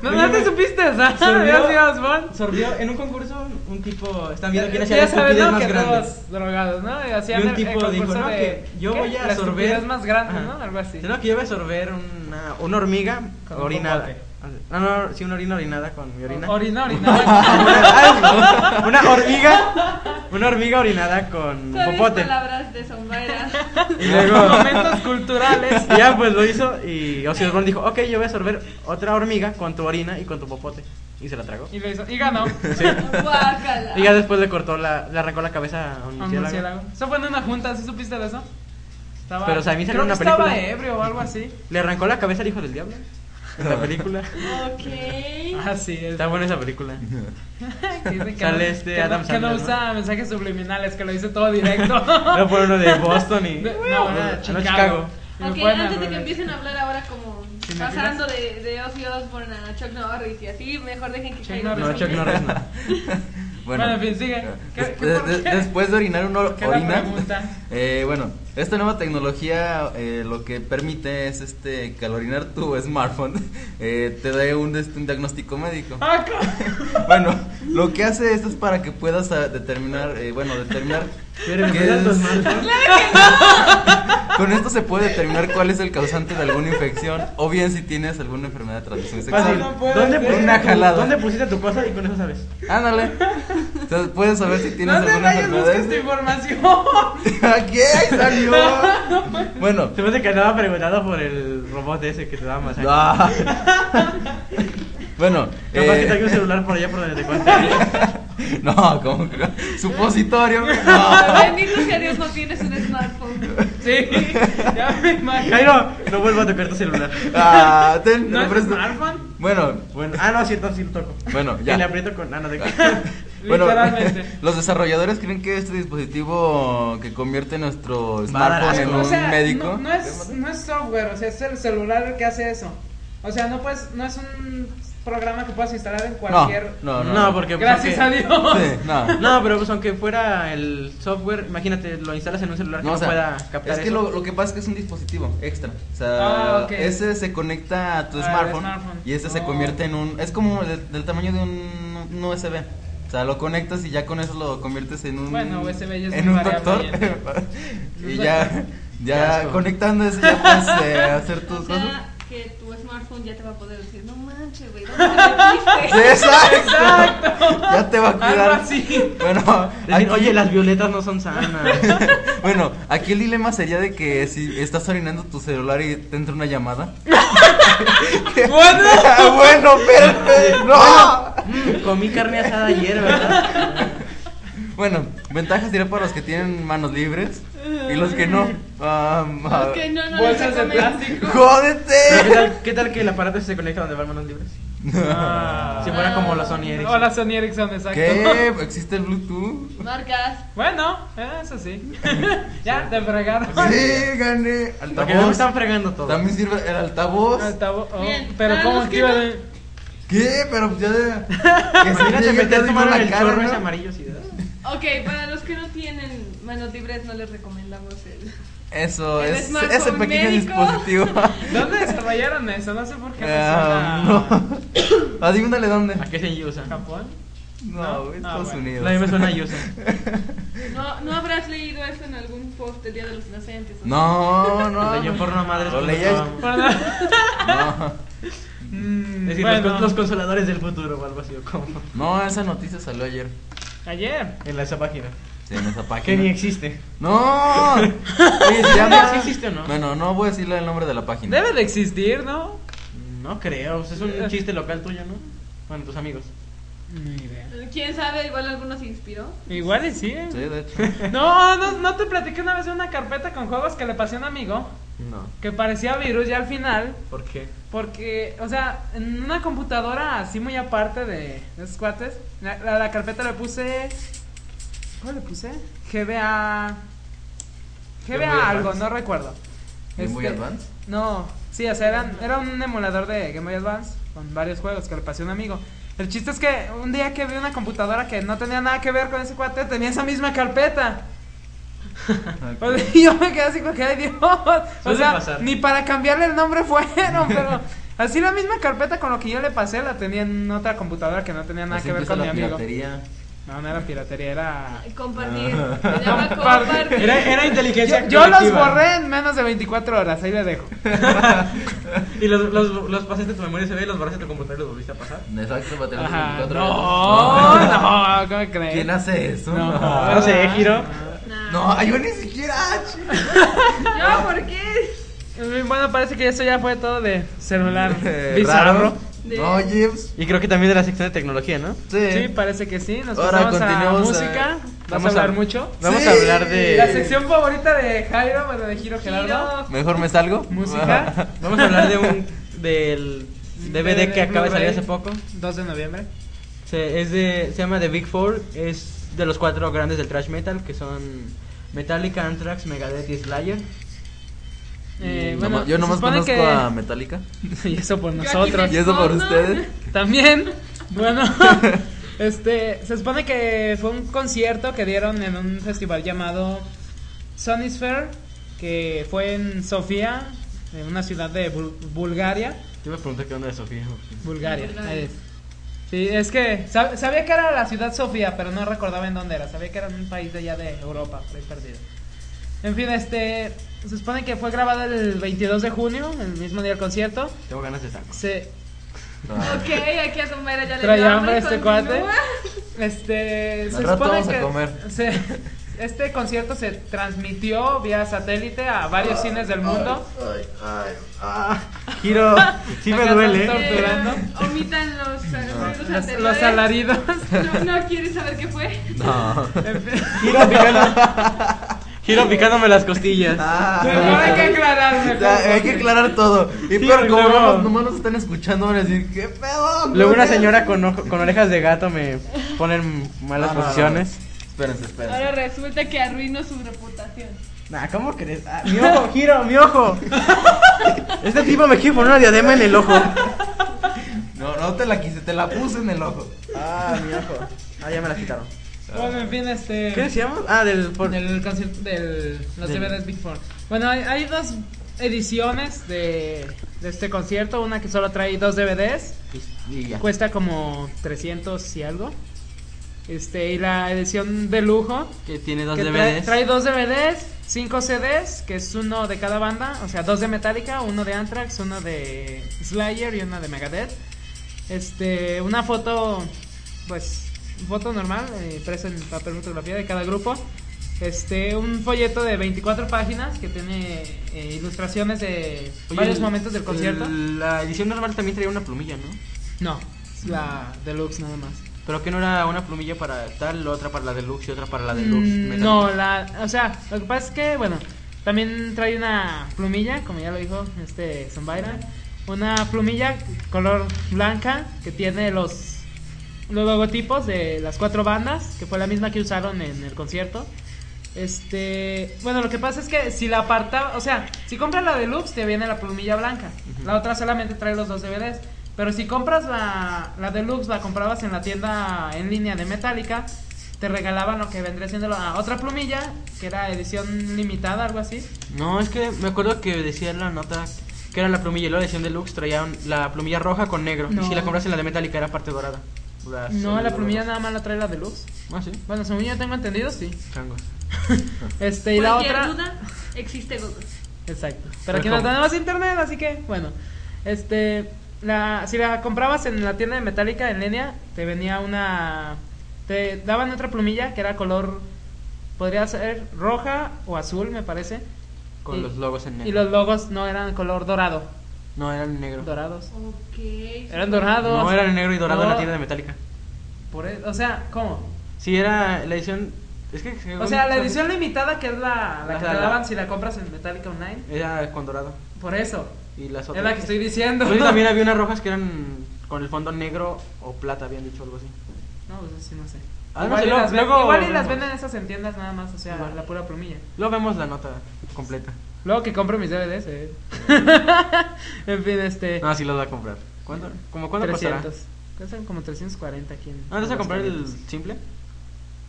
Speaker 2: ¿No, no te supiste esa?
Speaker 5: Se
Speaker 2: De
Speaker 5: olvidó.
Speaker 2: Ozzy Osbourne.
Speaker 5: Sorbió en un concurso un tipo. Están viendo quién hacía
Speaker 2: Ya
Speaker 5: las
Speaker 2: sabes,
Speaker 5: estupidez
Speaker 2: ¿no?
Speaker 5: más
Speaker 2: Que
Speaker 5: grandes.
Speaker 2: todos drogados, ¿no? Y hacían
Speaker 5: Y un
Speaker 2: el- el
Speaker 5: tipo dijo,
Speaker 2: concurso
Speaker 5: no,
Speaker 2: de-
Speaker 5: que yo
Speaker 2: ¿qué?
Speaker 5: voy a
Speaker 2: La
Speaker 5: absorber.
Speaker 2: estupidez más grande,
Speaker 5: Ajá.
Speaker 2: ¿no? Algo así.
Speaker 5: Sino que yo voy a sorber una, una hormiga
Speaker 2: Con un
Speaker 5: orinada.
Speaker 2: popote.
Speaker 1: No, no, sí, una orina orinada con mi orina.
Speaker 2: Orina, orina.
Speaker 1: Ay, una hormiga. Una hormiga orinada con
Speaker 4: Suaves
Speaker 1: popote.
Speaker 4: palabras de sombra
Speaker 1: Y luego.
Speaker 2: Momentos culturales.
Speaker 1: Y ya pues lo hizo y Ozzy Osbourne dijo, ok, yo voy a sorber otra hormiga con tu orina y con tu popote. Y se la tragó.
Speaker 2: Y lo hizo. Y ganó.
Speaker 1: Sí.
Speaker 4: Guácala.
Speaker 1: Y ya después le cortó la, le arrancó la cabeza a un
Speaker 2: A un
Speaker 1: murciélago.
Speaker 2: murciélago. Eso fue en una junta, ¿sí supiste de eso? Estaba,
Speaker 1: Pero, o sea, a mí salió
Speaker 2: creo
Speaker 1: una
Speaker 2: que estaba
Speaker 1: película.
Speaker 2: ebrio o algo así.
Speaker 1: Le arrancó la cabeza al hijo del diablo. En la película.
Speaker 4: Ok.
Speaker 2: Así Ah, es.
Speaker 1: Está buena esa película.
Speaker 2: Dicen que
Speaker 1: Sale
Speaker 2: no-
Speaker 1: este
Speaker 2: que no-
Speaker 1: Adam
Speaker 2: Que no
Speaker 1: Sandler, ¿no?
Speaker 2: usa mensajes subliminales, que lo dice todo directo.
Speaker 1: No fue uno de Boston y.
Speaker 2: De- no, era
Speaker 1: no,
Speaker 2: Chicago. Y me
Speaker 4: Ok,
Speaker 2: ponen
Speaker 4: antes de
Speaker 2: al
Speaker 4: que
Speaker 2: revés.
Speaker 4: empiecen a hablar ahora como
Speaker 2: ¿Sin
Speaker 4: pasando de, de Ozzy Osbourne a Chuck Norris y así, mejor dejen que
Speaker 2: Chuck
Speaker 1: No,
Speaker 4: caiga.
Speaker 2: Norris.
Speaker 1: Chuck Norris no.
Speaker 2: Bueno, en fin, sigue. ¿Qué-
Speaker 3: des-
Speaker 2: qué- por
Speaker 3: de-
Speaker 2: qué?
Speaker 3: después de orinar una
Speaker 2: ¿Qué
Speaker 3: orina,
Speaker 2: es la pregunta?
Speaker 3: eh, bueno, esta nueva tecnología eh, lo que permite es este que al orinar tu smartphone eh, te dé un, este, un diagnóstico médico.
Speaker 2: Ah, co-
Speaker 3: Bueno, lo que hace esto es para que puedas ah, determinar, eh, bueno, determinar
Speaker 1: Pero
Speaker 3: qué
Speaker 1: me das
Speaker 3: es-
Speaker 1: los malos.
Speaker 3: Con esto se puede determinar cuál es el causante de alguna infección o bien si tienes alguna enfermedad de transmisión
Speaker 1: Fácil.
Speaker 3: sexual.
Speaker 5: Ah,
Speaker 2: No puede
Speaker 1: ¿Dónde
Speaker 2: ser.
Speaker 1: pusiste,
Speaker 3: Una
Speaker 1: tu,
Speaker 3: jalada.
Speaker 1: ¿Dónde pusiste tu cosa y con eso sabes?
Speaker 3: Ándale. Entonces puedes saber si tienes
Speaker 2: ¿Dónde
Speaker 3: alguna
Speaker 2: rayos
Speaker 3: enfermedad. este.
Speaker 2: buscas tu información?
Speaker 3: Aquí ahí salió. Bueno.
Speaker 1: Se me hace que andaba preguntado por el robot ese que te daba masaje.
Speaker 3: Ah. Bueno,
Speaker 1: Capaz que
Speaker 3: eh,
Speaker 1: te un celular por allá por donde te cuenta.
Speaker 3: no, como que supositorio.
Speaker 4: Ah,
Speaker 3: No.
Speaker 4: Bendito sea Dios, no tienes un smartphone.
Speaker 2: Sí, ya me imagino.
Speaker 1: Jairo, no vuelvo a tocar tu celular.
Speaker 3: Ah, ten, te
Speaker 2: ¿No
Speaker 3: lo
Speaker 2: es
Speaker 3: presto.
Speaker 2: smartphone?
Speaker 3: Bueno,
Speaker 1: Bueno, ah, no, cierto, sí lo toco.
Speaker 3: bueno,
Speaker 1: Y le
Speaker 3: ya.
Speaker 1: aprieto con. Ah, no, te...
Speaker 3: Bueno,
Speaker 2: Literalmente.
Speaker 3: los desarrolladores creen que este dispositivo que convierte nuestro
Speaker 1: Va a dar
Speaker 3: smartphone en
Speaker 1: asco.
Speaker 3: un
Speaker 2: O sea,
Speaker 3: médico.
Speaker 2: No, no es, no es software, o sea, es el celular el que hace eso. O sea, no, puedes, no es un programa que puedas instalar en cualquier.
Speaker 3: no, no,
Speaker 1: No, porque.
Speaker 2: Gracias a
Speaker 1: porque-
Speaker 2: Dios.
Speaker 3: Sí, no.
Speaker 1: No, pero pues aunque fuera el software, imagínate, lo instalas en un celular que
Speaker 3: No,
Speaker 1: no,
Speaker 3: o sea,
Speaker 1: pueda captar
Speaker 3: es que
Speaker 1: eso.
Speaker 3: lo, lo que pasa es que es un dispositivo extra. O sea,
Speaker 2: Ah, ok.
Speaker 3: ese se conecta a tu
Speaker 2: Ah, el
Speaker 3: smartphone,
Speaker 2: smartphone.
Speaker 3: y ese se
Speaker 2: Oh.
Speaker 3: convierte en un. Es como del, del tamaño de un, un USB. O sea, lo conectas y ya con eso lo conviertes en un.
Speaker 2: Bueno, USB ya es
Speaker 3: En
Speaker 2: muy
Speaker 3: un doctor.
Speaker 2: variable
Speaker 3: y
Speaker 2: Es
Speaker 3: ya.
Speaker 2: verdad.
Speaker 1: Qué
Speaker 3: Ya
Speaker 1: asco.
Speaker 3: conectando ese ya puedes eh, hacer tus
Speaker 4: O
Speaker 3: cosas.
Speaker 4: sea, que tu smartphone ya te va a poder decir, no manches, güey, ¿dónde te
Speaker 3: Sí,
Speaker 4: metiste?
Speaker 3: exacto. Ya te va a cuidar.
Speaker 2: Algo así.
Speaker 3: Bueno,
Speaker 1: Decir,
Speaker 3: aquí-
Speaker 1: oye, las violetas no son sanas.
Speaker 3: Bueno, aquí el dilema sería de que si estás orinando tu celular y te entra una llamada.
Speaker 2: Bueno.
Speaker 3: Ah, bueno, espérate. No.
Speaker 1: Mm, comí carne asada ayer, ¿verdad?
Speaker 3: Bueno, ventajas diré para los que tienen manos libres y los que no. Ah, ah,
Speaker 4: Que no, no,
Speaker 2: Bolsas
Speaker 4: no
Speaker 2: de plástico.
Speaker 1: Pero ¿qué,
Speaker 3: ¡Jódete!
Speaker 1: tal, ¿Qué tal que el aparato se conecta donde van manos libres? Si fuera como los Sony Ericsson.
Speaker 2: Hola, Sony Ericsson, exacto.
Speaker 3: ¿Qué? ¿Existe el Bluetooth?
Speaker 4: Marcas.
Speaker 2: Bueno, eso sí. ya, te fregaron.
Speaker 3: Sí, gané.
Speaker 1: Porque no me
Speaker 3: Altavoz.
Speaker 1: están fregando todo.
Speaker 3: También sirve el altavoz.
Speaker 2: Altavo- oh,
Speaker 4: Bien,
Speaker 2: pero
Speaker 4: para
Speaker 2: ¿cómo
Speaker 4: los que
Speaker 2: activa
Speaker 4: no-
Speaker 2: de-
Speaker 3: ¿Qué? Pero ya de. Que se
Speaker 1: Imagínate
Speaker 3: llegue, te
Speaker 1: meter tu
Speaker 3: digo
Speaker 1: mano
Speaker 3: la
Speaker 1: en el
Speaker 3: cara,
Speaker 1: chorro
Speaker 3: ¿no?
Speaker 1: ese amarillo, sí, ¿verdad?
Speaker 4: Ok, para los que no tienen manos libres, no les recomendamos el.
Speaker 3: Eso,
Speaker 4: El
Speaker 3: es,
Speaker 4: smartphone
Speaker 3: ese pequeño
Speaker 4: médico.
Speaker 3: dispositivo.
Speaker 2: ¿Dónde desarrollaron eso? No sé por qué me
Speaker 3: Ah,
Speaker 2: suena-
Speaker 3: no. Adivínale dónde.
Speaker 1: ¿A qué se usa?
Speaker 2: ¿Japón?
Speaker 3: No, güey,
Speaker 2: Ah,
Speaker 3: Estados
Speaker 2: bueno.
Speaker 3: Unidos.
Speaker 1: La misma suena a Yusa.
Speaker 4: No, no habrás leído eso en algún post del Día de los Inocentes. o
Speaker 3: No, no.
Speaker 1: Yo por no madres.
Speaker 3: Lo
Speaker 1: cuando
Speaker 3: leía-
Speaker 1: estábamos.
Speaker 2: Bueno,
Speaker 3: No,
Speaker 2: mm,
Speaker 1: Es decir,
Speaker 2: bueno,
Speaker 1: los, los consoladores del futuro o algo así, o como
Speaker 3: no, esa noticia salió ayer.
Speaker 2: ayer.
Speaker 1: en la- esa página.
Speaker 3: Sí, en
Speaker 1: Que
Speaker 3: esa
Speaker 1: ni
Speaker 3: página.
Speaker 1: existe.
Speaker 3: No. Oye, se llama.
Speaker 1: ¿Sí existe o no?
Speaker 3: Bueno, no voy a decirle el nombre de la página.
Speaker 2: Debe de existir, ¿no?
Speaker 1: No creo, pues es un chiste local tuyo, ¿no? Bueno, tus amigos.
Speaker 2: Ni idea.
Speaker 4: sea. Quién sabe, igual alguno se inspiró.
Speaker 2: Igual y sí. ¿eh?
Speaker 3: Sí, de hecho.
Speaker 2: No, no, no te platiqué una vez de una carpeta con juegos que le pasé a un amigo
Speaker 1: No.
Speaker 2: que parecía virus ya al final.
Speaker 1: ¿Por qué?
Speaker 2: Porque, o sea, en una computadora así muy aparte de esos cuates, la, la- la carpeta le puse. ¿Cómo le puse? GBA.
Speaker 3: Game Boy
Speaker 2: GBA algo,
Speaker 3: Advance.
Speaker 2: no recuerdo.
Speaker 3: Game Boy
Speaker 2: Este,
Speaker 3: Advance.
Speaker 2: No, sí, o sea, eran- era un emulador de Game Boy Advance con varios juegos que le pasé a un amigo. El chiste es que un día que vi una computadora que no tenía nada que ver con ese cuate, tenía esa misma carpeta. O sea, yo me quedé así como que, ay Dios. O
Speaker 1: Suele
Speaker 2: sea,
Speaker 1: pasar.
Speaker 2: ni para cambiarle el nombre fueron, pero así la misma carpeta con lo que yo le pasé la tenía en otra computadora que no tenía nada
Speaker 3: Así
Speaker 2: que ver
Speaker 3: empieza
Speaker 2: con mi
Speaker 3: la
Speaker 2: amigo.
Speaker 3: piratería.
Speaker 2: No, no era piratería, era.
Speaker 4: Compartir.
Speaker 3: Ah.
Speaker 4: Se llama
Speaker 2: Compartir.
Speaker 4: compartir.
Speaker 1: Era, era inteligencia
Speaker 2: Yo, yo los
Speaker 1: colectiva.
Speaker 2: borré en menos de 24 horas, ahí le dejo.
Speaker 1: Y los, los, los pasaste a tu memoria se ve, los borraste a tu computadora y los volviste a pasar.
Speaker 3: Exacto, para tener
Speaker 2: Ajá.
Speaker 3: 24 horas.
Speaker 2: No, no, ¿cómo crees?
Speaker 3: ¿Quién hace eso?
Speaker 2: No.
Speaker 1: Ah. No sé, Giro.
Speaker 4: Nah.
Speaker 3: No, yo ni siquiera.
Speaker 4: ¿Yo por qué?
Speaker 2: Bueno, parece que eso ya fue todo de celular
Speaker 3: Eh,
Speaker 2: bizarro.
Speaker 3: raro.
Speaker 4: De-
Speaker 3: No, James.
Speaker 1: Y creo que también de la sección de tecnología, ¿no?
Speaker 3: Sí.
Speaker 2: Sí, parece que sí. Nos
Speaker 3: Ahora
Speaker 2: pasamos a
Speaker 3: continuemos eh, a-
Speaker 2: música. Vamos a
Speaker 1: Vamos a-
Speaker 2: hablar mucho.
Speaker 1: Vamos
Speaker 3: Sí.
Speaker 1: a hablar de.
Speaker 2: La sección favorita de Jairo, bueno, de Giro Gerardo.
Speaker 4: Giro.
Speaker 3: Mejor me salgo.
Speaker 2: Música.
Speaker 1: Vamos a hablar de un. del DVD que acaba de salir hace poco.
Speaker 2: 2 de noviembre.
Speaker 1: Se, es de, se llama The Big Four. Es de los cuatro grandes del thrash metal que son Metallica, Anthrax, Megadeth y Slayer.
Speaker 2: Eh,
Speaker 3: Y
Speaker 2: bueno,
Speaker 3: nomás- yo nomás
Speaker 2: se supone
Speaker 3: conozco
Speaker 2: que-
Speaker 3: a Metallica.
Speaker 2: y eso por
Speaker 4: Yo aquí
Speaker 2: nosotros.
Speaker 3: Y eso por ustedes.
Speaker 2: También, bueno, este, se supone que fue un concierto que dieron en un festival llamado Sonisphere, que fue en Sofía, en una ciudad de Bul- Bulgaria.
Speaker 1: Yo me pregunté qué onda de Sofía.
Speaker 2: Bulgaria,
Speaker 4: Bulgaria.
Speaker 2: ahí es. Sí, es que sab- sabía que era la ciudad Sofía, pero no recordaba en dónde era. Sabía que era en un país de allá de Europa, por ahí perdido. En fin, este, se supone que fue grabado el 22 de junio, el mismo día del concierto.
Speaker 1: Tengo ganas de tacos.
Speaker 2: Se,
Speaker 3: Ah.
Speaker 4: Ok, aquí a comer ya le
Speaker 2: Trae
Speaker 4: dio
Speaker 2: hambre este
Speaker 4: continúa.
Speaker 2: cuate. Este.
Speaker 3: Al rato
Speaker 2: supone
Speaker 3: vamos a comer.
Speaker 2: se- este concierto se transmitió vía satélite a varios cines del mundo.
Speaker 3: Ay, ay, ah.
Speaker 1: Giro, sí me
Speaker 2: Acá
Speaker 1: duele.
Speaker 2: tanto- Torturando.
Speaker 4: Eh, omitan los, los,
Speaker 2: Los,
Speaker 4: anteriores.
Speaker 2: los alaridos.
Speaker 4: No, no quieres saber qué fue.
Speaker 3: No.
Speaker 2: En fin,
Speaker 1: Giro, picando, Giro picándome las costillas.
Speaker 2: Mejor hay que aclarar. mejor.
Speaker 3: Ya, hay que aclarar todo. Y
Speaker 1: Sí,
Speaker 3: pero como
Speaker 1: luego-
Speaker 3: no, nos- nomás nos están escuchando, van a decir, ¿qué pedo?
Speaker 1: Luego una
Speaker 3: ¿Qué?
Speaker 1: señora con, ojo- con orejas de gato me pone en malas
Speaker 3: No, no, no.
Speaker 1: posiciones.
Speaker 3: Espérense, espérense.
Speaker 4: Ahora resulta que arruino su reputación.
Speaker 1: Nah, ¿cómo crees? Ah, mi ojo, Giro, mi ojo. Este tipo me quiere poner una diadema en el ojo.
Speaker 3: No, no te la quise, te la puse en el ojo.
Speaker 1: Ah, mi ojo. Ah, ya me la quitaron.
Speaker 2: Bueno, en fin, este.
Speaker 1: ¿Qué decíamos? Ah, del. por-
Speaker 2: Del concierto del. Los
Speaker 1: Del-
Speaker 2: DVDs Big Four. Bueno, hay, hay dos ediciones de, de este concierto. Una que solo trae dos DVDs.
Speaker 3: Pues, Y ya.
Speaker 2: Cuesta como 300 y algo. Este, y la edición de lujo.
Speaker 1: Que tiene dos
Speaker 2: que trae, trae dos DVDs, cinco CDs, que es uno de cada banda. O sea, dos de Metallica, uno de Anthrax, uno de Slayer y uno de Megadeth. Este, una foto, pues, foto normal, eh, impresa en papel fotografía de cada grupo. Este, un folleto de 24 páginas que tiene eh, ilustraciones de
Speaker 1: Oye,
Speaker 2: varios
Speaker 1: el-
Speaker 2: momentos del concierto.
Speaker 1: el- La edición normal también traía una plumilla, ¿no?
Speaker 2: No, es la deluxe nada más.
Speaker 1: Pero que no era una plumilla para tal, otra para la deluxe y otra para la deluxe.
Speaker 2: Mm,
Speaker 1: Metallica.
Speaker 2: No, la, o sea, lo que pasa es que, bueno, también trae una plumilla, como ya lo dijo este Zambaira, una plumilla color blanca que tiene los, los logotipos de las cuatro bandas, que fue la misma que usaron en el concierto. Este, bueno, lo que pasa es que si la apartaba, o sea, si compras la deluxe te viene la plumilla blanca, la otra solamente trae los dos DVDs. Pero si compras la, la deluxe, la comprabas en la tienda en línea de Metallica, te regalaban lo que vendría siendo la otra plumilla, que era edición limitada, algo así.
Speaker 1: No, es que me acuerdo que decía en la nota que era la plumilla y luego la edición deluxe traía un- la plumilla roja con negro.
Speaker 2: No.
Speaker 1: Y si la compras en la de Metallica era parte dorada. Las-
Speaker 2: No, la plumilla
Speaker 1: rojas.
Speaker 2: nada más la trae la deluxe.
Speaker 1: Ah, sí,
Speaker 2: Bueno, según yo tengo entendido, sí.
Speaker 1: changos.
Speaker 2: Este, y la
Speaker 4: Cualquier
Speaker 2: otra.
Speaker 4: duda, existe Google.
Speaker 2: Exacto. Pero aquí no
Speaker 1: Mejor.
Speaker 2: tenemos internet, así que, bueno. Este, la, si la comprabas en la tienda de Metallica en línea, te venía una. Te daban otra plumilla que era color. Podría ser roja o azul, me parece.
Speaker 1: Con
Speaker 2: Y-
Speaker 1: los logos en negro.
Speaker 2: Y los logos no eran color dorado.
Speaker 1: No, eran negro.
Speaker 2: Dorados.
Speaker 4: Ok.
Speaker 2: Eran dorados.
Speaker 1: No, eran negro y dorado en la
Speaker 2: No.
Speaker 1: tienda de Metallica.
Speaker 2: Por e- o sea, ¿cómo?
Speaker 1: Sí, era la edición. Es que.
Speaker 2: O
Speaker 1: según-
Speaker 2: sea, la edición limitada que es la, la
Speaker 1: La-
Speaker 2: que
Speaker 1: la-
Speaker 2: te daban si la compras en Metallica Online.
Speaker 1: Era con dorado.
Speaker 2: Por eso.
Speaker 1: Y las
Speaker 2: Es
Speaker 1: otras.
Speaker 2: la que estoy diciendo.
Speaker 1: Luego también había unas rojas que eran con el fondo negro o plata, habían dicho algo así.
Speaker 2: No, pues sí, no sé.
Speaker 1: Ah, no
Speaker 2: igual,
Speaker 1: sé,
Speaker 2: y
Speaker 1: luego-
Speaker 2: las, ven-
Speaker 1: luego-
Speaker 2: igual y las venden esas en tiendas nada más, o sea,
Speaker 1: Igual.
Speaker 2: la pura plumilla.
Speaker 1: Luego vemos la nota completa.
Speaker 2: Luego que compro mis DVDs, eh. en fin, este.
Speaker 1: No, Ah, sí los va a comprar. ¿Cuánto? ¿Cómo cuánto costará?
Speaker 2: 300. Cuestan como 340 aquí en.
Speaker 1: Ah, ¿No vas a
Speaker 2: en
Speaker 1: comprar el
Speaker 2: Aguascalientes.
Speaker 1: simple?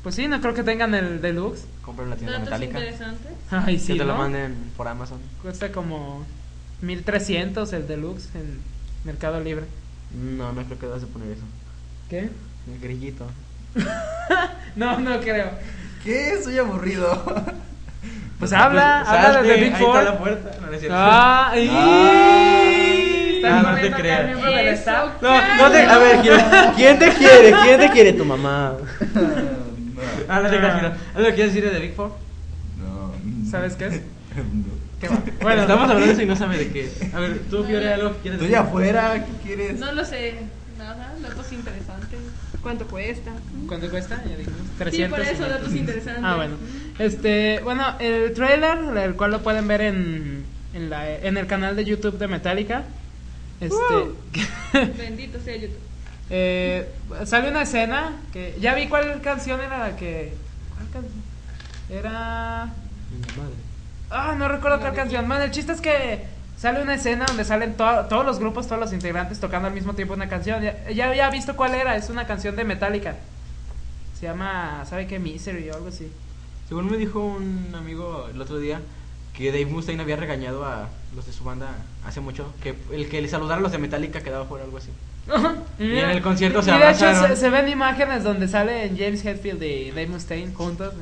Speaker 2: Pues sí, no creo que tengan el deluxe.
Speaker 1: Comprar en la tienda
Speaker 4: Datos
Speaker 1: metálica. Que
Speaker 4: interesantes.
Speaker 2: Ay, sí.
Speaker 1: te lo
Speaker 2: ¿no?
Speaker 1: manden por Amazon.
Speaker 2: Cuesta como 1300 el deluxe en Mercado Libre.
Speaker 1: No, no creo que vas a poner eso.
Speaker 2: ¿Qué?
Speaker 1: El grillito.
Speaker 2: No, no creo.
Speaker 3: ¿Qué? Soy aburrido.
Speaker 2: Pues habla, habla de
Speaker 1: Salte,
Speaker 2: The Big
Speaker 1: ahí está la
Speaker 2: Four.
Speaker 1: puerta. No, no es cierto.
Speaker 2: Ah, y...
Speaker 1: Ah,
Speaker 2: Están
Speaker 1: no te
Speaker 2: corriendo acá
Speaker 1: creas.
Speaker 2: el miembro del
Speaker 4: Eso,
Speaker 2: staff.
Speaker 4: claro.
Speaker 1: No te- a ver, ¿quién, quién te quiere? ¿Quién te quiere? Tu mamá. Ah, no te creas, mira. ¿Es lo que quieres decir de The Big Four?
Speaker 3: No.
Speaker 2: ¿Sabes qué es?
Speaker 3: No.
Speaker 2: Qué va.
Speaker 1: Bueno,
Speaker 2: Bueno,
Speaker 1: estamos hablando de eso y no sabe de qué. A ver, tú, Fiore, algo que quieres
Speaker 3: Estoy
Speaker 1: decir.
Speaker 3: afuera, ¿qué quieres?
Speaker 4: No lo sé. Nada, datos interesantes. ¿Cuánto cuesta?
Speaker 2: ¿Cuánto cuesta? Ya dijimos.
Speaker 4: Sí, por
Speaker 2: 300.
Speaker 4: eso, datos interesantes.
Speaker 2: Ah, bueno. Este, bueno, el trailer, el cual lo pueden ver en, en, la, en el canal de YouTube de Metallica. Este,
Speaker 4: Bendito sea YouTube.
Speaker 2: eh, sale una escena que ya vi cuál canción era la que ¿cuál canción? Era
Speaker 1: Mi madre.
Speaker 2: ah, no recuerdo cuál canción. Bueno, el chiste es que sale una escena donde salen to- todos los grupos, todos los integrantes tocando al mismo tiempo una canción. Ya, ya había visto cuál era, es una canción de Metallica. Se llama, ¿sabe qué? Misery o algo así.
Speaker 1: Según me dijo un amigo el otro día que Dave Mustaine había regañado a los de su banda hace mucho, que el que le saludara a los de Metallica quedaba fuera algo así. Y en el concierto se
Speaker 2: Y de hecho
Speaker 1: abrazaron.
Speaker 2: se, se ven imágenes donde salen James Hetfield y Dave Mustaine juntos.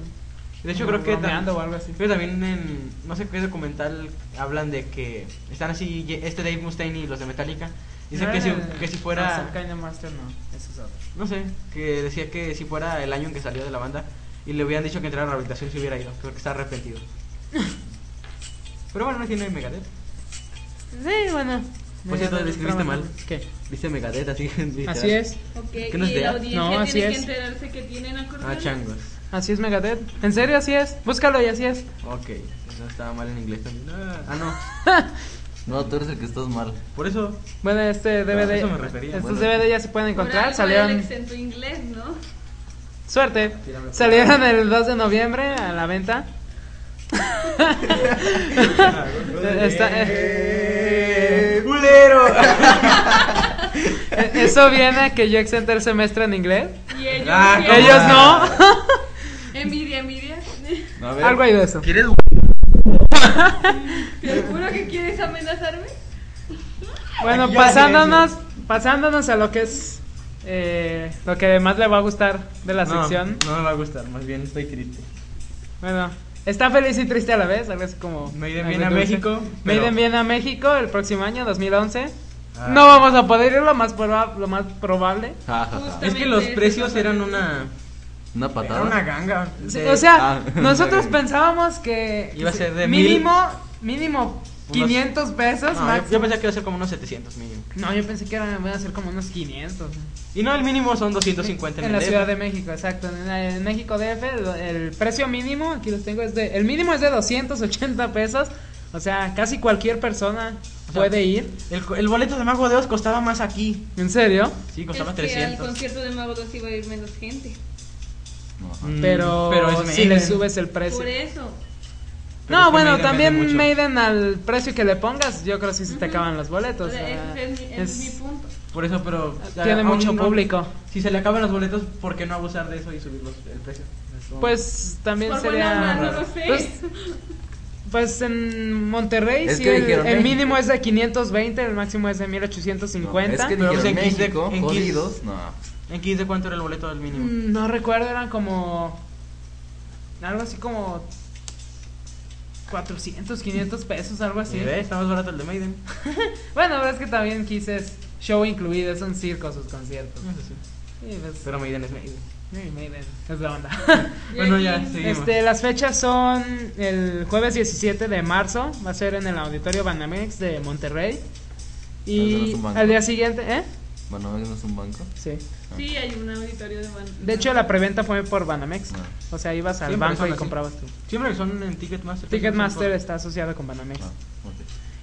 Speaker 1: De hecho
Speaker 2: No,
Speaker 1: creo que
Speaker 2: bromeando
Speaker 1: tam-
Speaker 2: o algo así.
Speaker 1: creo que también en no sé qué documental hablan de que están así ye- este Dave Mustaine y los de Metallica dicen que si, que si
Speaker 2: Eh, No,
Speaker 1: fuera
Speaker 2: Some Kind of Monster no, eso es otro.
Speaker 1: no sé, que decía que si fuera el año en que salió de la banda y le hubieran dicho que entrara a rehabilitación si hubiera ido, creo que está arrepentido. Pero bueno, no tiene Megadeth.
Speaker 2: Sí, bueno.
Speaker 1: Pues cierto, lo escribiste mal.
Speaker 2: ¿Qué?
Speaker 1: Dice Megadeth, así literal.
Speaker 2: Así es,
Speaker 4: Ok,
Speaker 1: ¿Qué nos
Speaker 4: y
Speaker 1: vea?
Speaker 4: la audiencia
Speaker 2: No, así
Speaker 4: tiene
Speaker 2: es.
Speaker 4: que enterarse que tienen
Speaker 1: Ah,
Speaker 4: acordeón.
Speaker 1: changos.
Speaker 2: así es Megadeth. En serio, así es. Búscalo y así es.
Speaker 1: Ok, eso estaba mal en inglés también. Ah, no.
Speaker 3: No, tú eres el que estás mal.
Speaker 1: Por eso.
Speaker 2: Bueno, este DVD.
Speaker 1: eso me refería,
Speaker 2: Estos
Speaker 3: bueno.
Speaker 2: DVD ya se pueden
Speaker 4: Por
Speaker 2: encontrar.
Speaker 4: algo
Speaker 2: Salieron.
Speaker 4: el acento inglés, ¿no?
Speaker 2: Suerte. Salieron el 2 de noviembre a la venta. Está- eh,
Speaker 1: ¡Culero!
Speaker 2: eh, Eso viene a que yo exenté el semestre en inglés.
Speaker 4: Y ellos,
Speaker 1: Ah,
Speaker 4: ¿qué?
Speaker 1: ¿cómo?
Speaker 2: Ellos no.
Speaker 4: Envidia, envidia.
Speaker 3: No, a ver.
Speaker 2: Algo hay de eso.
Speaker 3: ¿Quieres?
Speaker 4: Te juro que quieres amenazarme.
Speaker 2: Bueno,
Speaker 3: Aquí ya
Speaker 2: pasándonos, pasándonos a lo que es eh, lo que más le va a gustar de la sección.
Speaker 1: No, me va a gustar, más bien estoy triste.
Speaker 2: Bueno, está feliz y triste a la vez, algo así como.
Speaker 1: Maiden
Speaker 2: algo
Speaker 1: viene a
Speaker 2: dulce.
Speaker 1: México, pero-
Speaker 2: Maiden viene a México el próximo año, 2011.
Speaker 1: Ah.
Speaker 2: No vamos a poder ir, lo más, proba- lo más probable.
Speaker 3: Ja, ja, ja.
Speaker 1: Es que los precios eran una.
Speaker 3: Una
Speaker 2: ¿Ah?
Speaker 3: patada.
Speaker 1: ganga.
Speaker 2: Sí, o sea,
Speaker 3: ah,
Speaker 2: nosotros
Speaker 3: sí.
Speaker 2: pensábamos que
Speaker 1: Iba a ser de
Speaker 2: mínimo, mínimo
Speaker 1: Unos-
Speaker 2: 500 pesos
Speaker 1: No, yo,
Speaker 2: máximo.
Speaker 1: yo pensé que iba a ser como unos 700 mínimo.
Speaker 2: No, yo pensé que eran, iban a ser como unos 500.
Speaker 1: Y no, el mínimo son 250
Speaker 2: En la Ciudad de México, exacto. En, la- en México DF, el, el precio mínimo, aquí los tengo, es de. El mínimo es de 280 pesos. O sea, casi cualquier persona
Speaker 1: O sea,
Speaker 2: puede ir.
Speaker 1: El, co- el boleto de Mago de Oz costaba más aquí.
Speaker 2: ¿En serio?
Speaker 1: Sí, costaba
Speaker 4: es Que al
Speaker 1: 300.
Speaker 4: concierto de Mago 2 iba a ir menos gente.
Speaker 3: Ajá.
Speaker 1: Mm,
Speaker 2: Pero,
Speaker 1: es
Speaker 2: si le
Speaker 1: Maiden.
Speaker 2: subes el precio.
Speaker 4: Por eso.
Speaker 1: Pero es
Speaker 2: No,
Speaker 1: que
Speaker 2: bueno,
Speaker 1: Maiden vende
Speaker 2: también
Speaker 1: mucho.
Speaker 2: Maiden al precio que le pongas, yo creo que sí se te
Speaker 4: Ujú.
Speaker 2: acaban los boletos.
Speaker 4: O sea,
Speaker 2: o sea,
Speaker 4: ese es, mi- ese es mi punto.
Speaker 1: Por eso, pero.
Speaker 2: tiene
Speaker 1: aún
Speaker 2: mucho
Speaker 1: no-
Speaker 2: público.
Speaker 1: Si se le acaban los boletos, ¿por qué no abusar de eso y subirlos el precio?
Speaker 2: Pues también
Speaker 4: Por buena
Speaker 2: sería.
Speaker 4: onda, no lo sé.
Speaker 2: Pues, pues, en Monterrey
Speaker 3: Es
Speaker 2: sí,
Speaker 3: que
Speaker 2: el,
Speaker 3: dijeron
Speaker 2: el
Speaker 3: que-
Speaker 2: mínimo es de 520, el máximo es de
Speaker 3: No,
Speaker 2: 1850.
Speaker 3: Es que
Speaker 1: Pero
Speaker 5: pues
Speaker 3: dijeron
Speaker 1: en Kiss de-
Speaker 3: México,
Speaker 1: en Kiss.
Speaker 3: jodidos. No.
Speaker 1: ¿En 15 cuánto era el boleto del mínimo?
Speaker 2: Mm, No recuerdo, eran como. Algo así como. 400, 500 pesos, algo así.
Speaker 1: Sí, ¿ves? Está más barato el de Maiden.
Speaker 2: Bueno, la verdad es que también quise es show incluido, es un circo sus conciertos.
Speaker 1: Eso sí.
Speaker 2: Y pues,
Speaker 1: Pero Maiden es Maiden.
Speaker 2: sí, Maiden, es la onda.
Speaker 1: Bueno, ya,
Speaker 4: aquí-
Speaker 1: seguimos.
Speaker 2: Este, las fechas son el jueves 17 de marzo, va a ser en el Auditorio Banamex de Monterrey.
Speaker 3: Eso no es
Speaker 2: Y
Speaker 3: un banco.
Speaker 2: al día siguiente, ¿eh?
Speaker 3: Bueno, ¿no es un banco?
Speaker 2: Sí.
Speaker 4: Sí, hay un auditorio de Mago.
Speaker 2: De hecho, la preventa fue por Banamex.
Speaker 1: Ah.
Speaker 3: No.
Speaker 2: O sea, ibas al
Speaker 1: Siempre
Speaker 2: banco
Speaker 1: son
Speaker 2: y
Speaker 1: así.
Speaker 2: comprabas tú.
Speaker 1: Siempre que son en Ticketmaster.
Speaker 2: Ticketmaster
Speaker 1: son
Speaker 2: está asociado con Banamex.
Speaker 3: No, ok.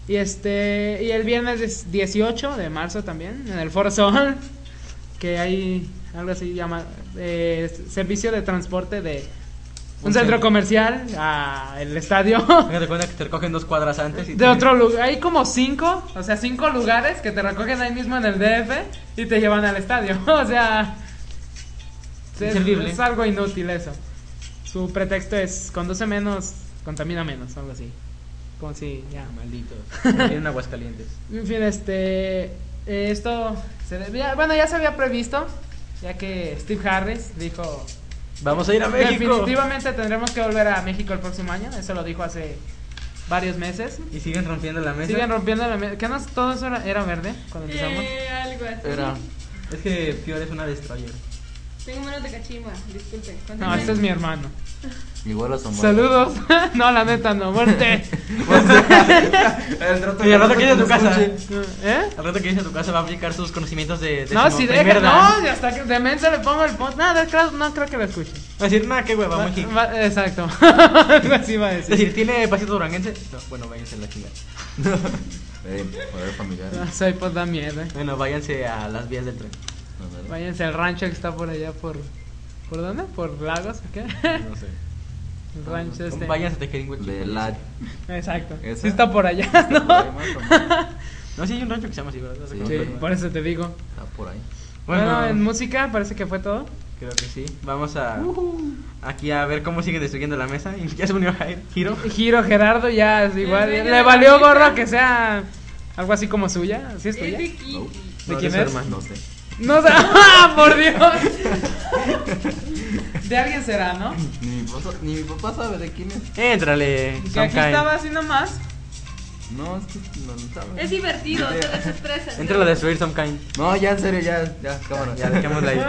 Speaker 2: Y este y el viernes es 18 de marzo también en el Foro Sol que hay algo así llama eh, servicio de transporte de un,
Speaker 1: Un
Speaker 2: centro
Speaker 1: centro.
Speaker 2: comercial a el estadio
Speaker 1: por- Hágate cuenta que te recogen dos cuadras antes y
Speaker 2: de otro lugar hay como cinco o sea cinco lugares que te recogen ahí mismo en el DF y te llevan al estadio o sea es,
Speaker 1: Inservible.
Speaker 2: es algo inútil eso su pretexto es conduce menos contamina menos algo así como si ya
Speaker 1: Malditos. Vienen Aguascalientes.
Speaker 2: En fin, este. eh, Esto. se debía- bueno, ya se había previsto. Ya que Steve Harris dijo
Speaker 5: Vamos a ir a México.
Speaker 2: Definitivamente tendremos que volver a México el próximo año. Eso lo dijo hace varios meses.
Speaker 1: Y siguen rompiendo la mesa.
Speaker 2: Siguen rompiendo la mesa. ¿Qué más? Todo eso era, era verde cuando empezamos.
Speaker 4: Eh, algo así.
Speaker 3: Era.
Speaker 1: Es que Fior es una destroyer.
Speaker 4: Tengo manos de cachimba, disculpe.
Speaker 2: No, este es mi hermano.
Speaker 3: Igual asombrado.
Speaker 2: Saludos. no, la neta, no. Muerte. ¿Eh?
Speaker 1: Al rato,
Speaker 5: Y al rato que llegue a tu casa.
Speaker 2: ¿Eh?
Speaker 5: Al rato que llegue a tu casa va a aplicar sus conocimientos de. de
Speaker 2: No, si deja.
Speaker 5: primera
Speaker 2: No,
Speaker 5: dan.
Speaker 2: y hasta que demente le pongo el post. Nada, claro, no creo que lo escuche.
Speaker 5: Va a decir, nada, qué hueva,
Speaker 2: Va-
Speaker 5: México.
Speaker 2: va- exacto. Algo así va a
Speaker 5: Es
Speaker 2: decir.
Speaker 5: decir, ¿tiene pasito duranguense? No, bueno, váyanse a la chingada.
Speaker 3: Eh, poder familiar.
Speaker 2: Ah, Soy pues da mierda.
Speaker 5: Bueno, váyanse a las vías del tren.
Speaker 3: No, no, no.
Speaker 2: Váyanse al rancho que está por allá por. ¿Por dónde? ¿Por lagos o qué?
Speaker 5: No sé.
Speaker 2: El rancho este.
Speaker 5: Váyanse a Tejeringo.
Speaker 3: De la.
Speaker 2: Exacto.
Speaker 3: Esa.
Speaker 2: Sí está por allá, ¿no?
Speaker 5: No, sí hay un rancho que se llama así, ¿verdad?
Speaker 3: Sí.
Speaker 2: Sí, por eso te digo.
Speaker 3: Está por ahí.
Speaker 2: Bueno,
Speaker 5: Bueno,
Speaker 2: en música parece que fue todo.
Speaker 5: creo que sí. Vamos a. Aquí a ver cómo sigue destruyendo la mesa. Y ya se unió Giro.
Speaker 2: Giro Gerardo ya es igual.
Speaker 4: dueño
Speaker 2: Le
Speaker 4: de
Speaker 2: valió
Speaker 4: la
Speaker 2: gorro
Speaker 4: mesa.
Speaker 2: que sea algo así como suya. ¿Sí es
Speaker 4: Es
Speaker 2: tuya?
Speaker 4: de Kiki.
Speaker 3: No.
Speaker 2: ¿De
Speaker 5: No,
Speaker 2: quién
Speaker 5: su
Speaker 2: es?
Speaker 5: hermano.
Speaker 3: No sé.
Speaker 2: No sé. ¡Ah, por Dios! De alguien será, ¿no?
Speaker 3: Ni mi, papá, ni mi papá sabe de quién es.
Speaker 5: Éntrale.
Speaker 2: Que aquí
Speaker 5: Sonkai.
Speaker 2: estaba así nomás.
Speaker 3: No, es que no, no sabe.
Speaker 4: Es divertido, te desestresas.
Speaker 5: Éntrale a destruir some kind.
Speaker 3: No, ya en serio, ya, ya, cámara.
Speaker 5: Ya, dejémosla ahí.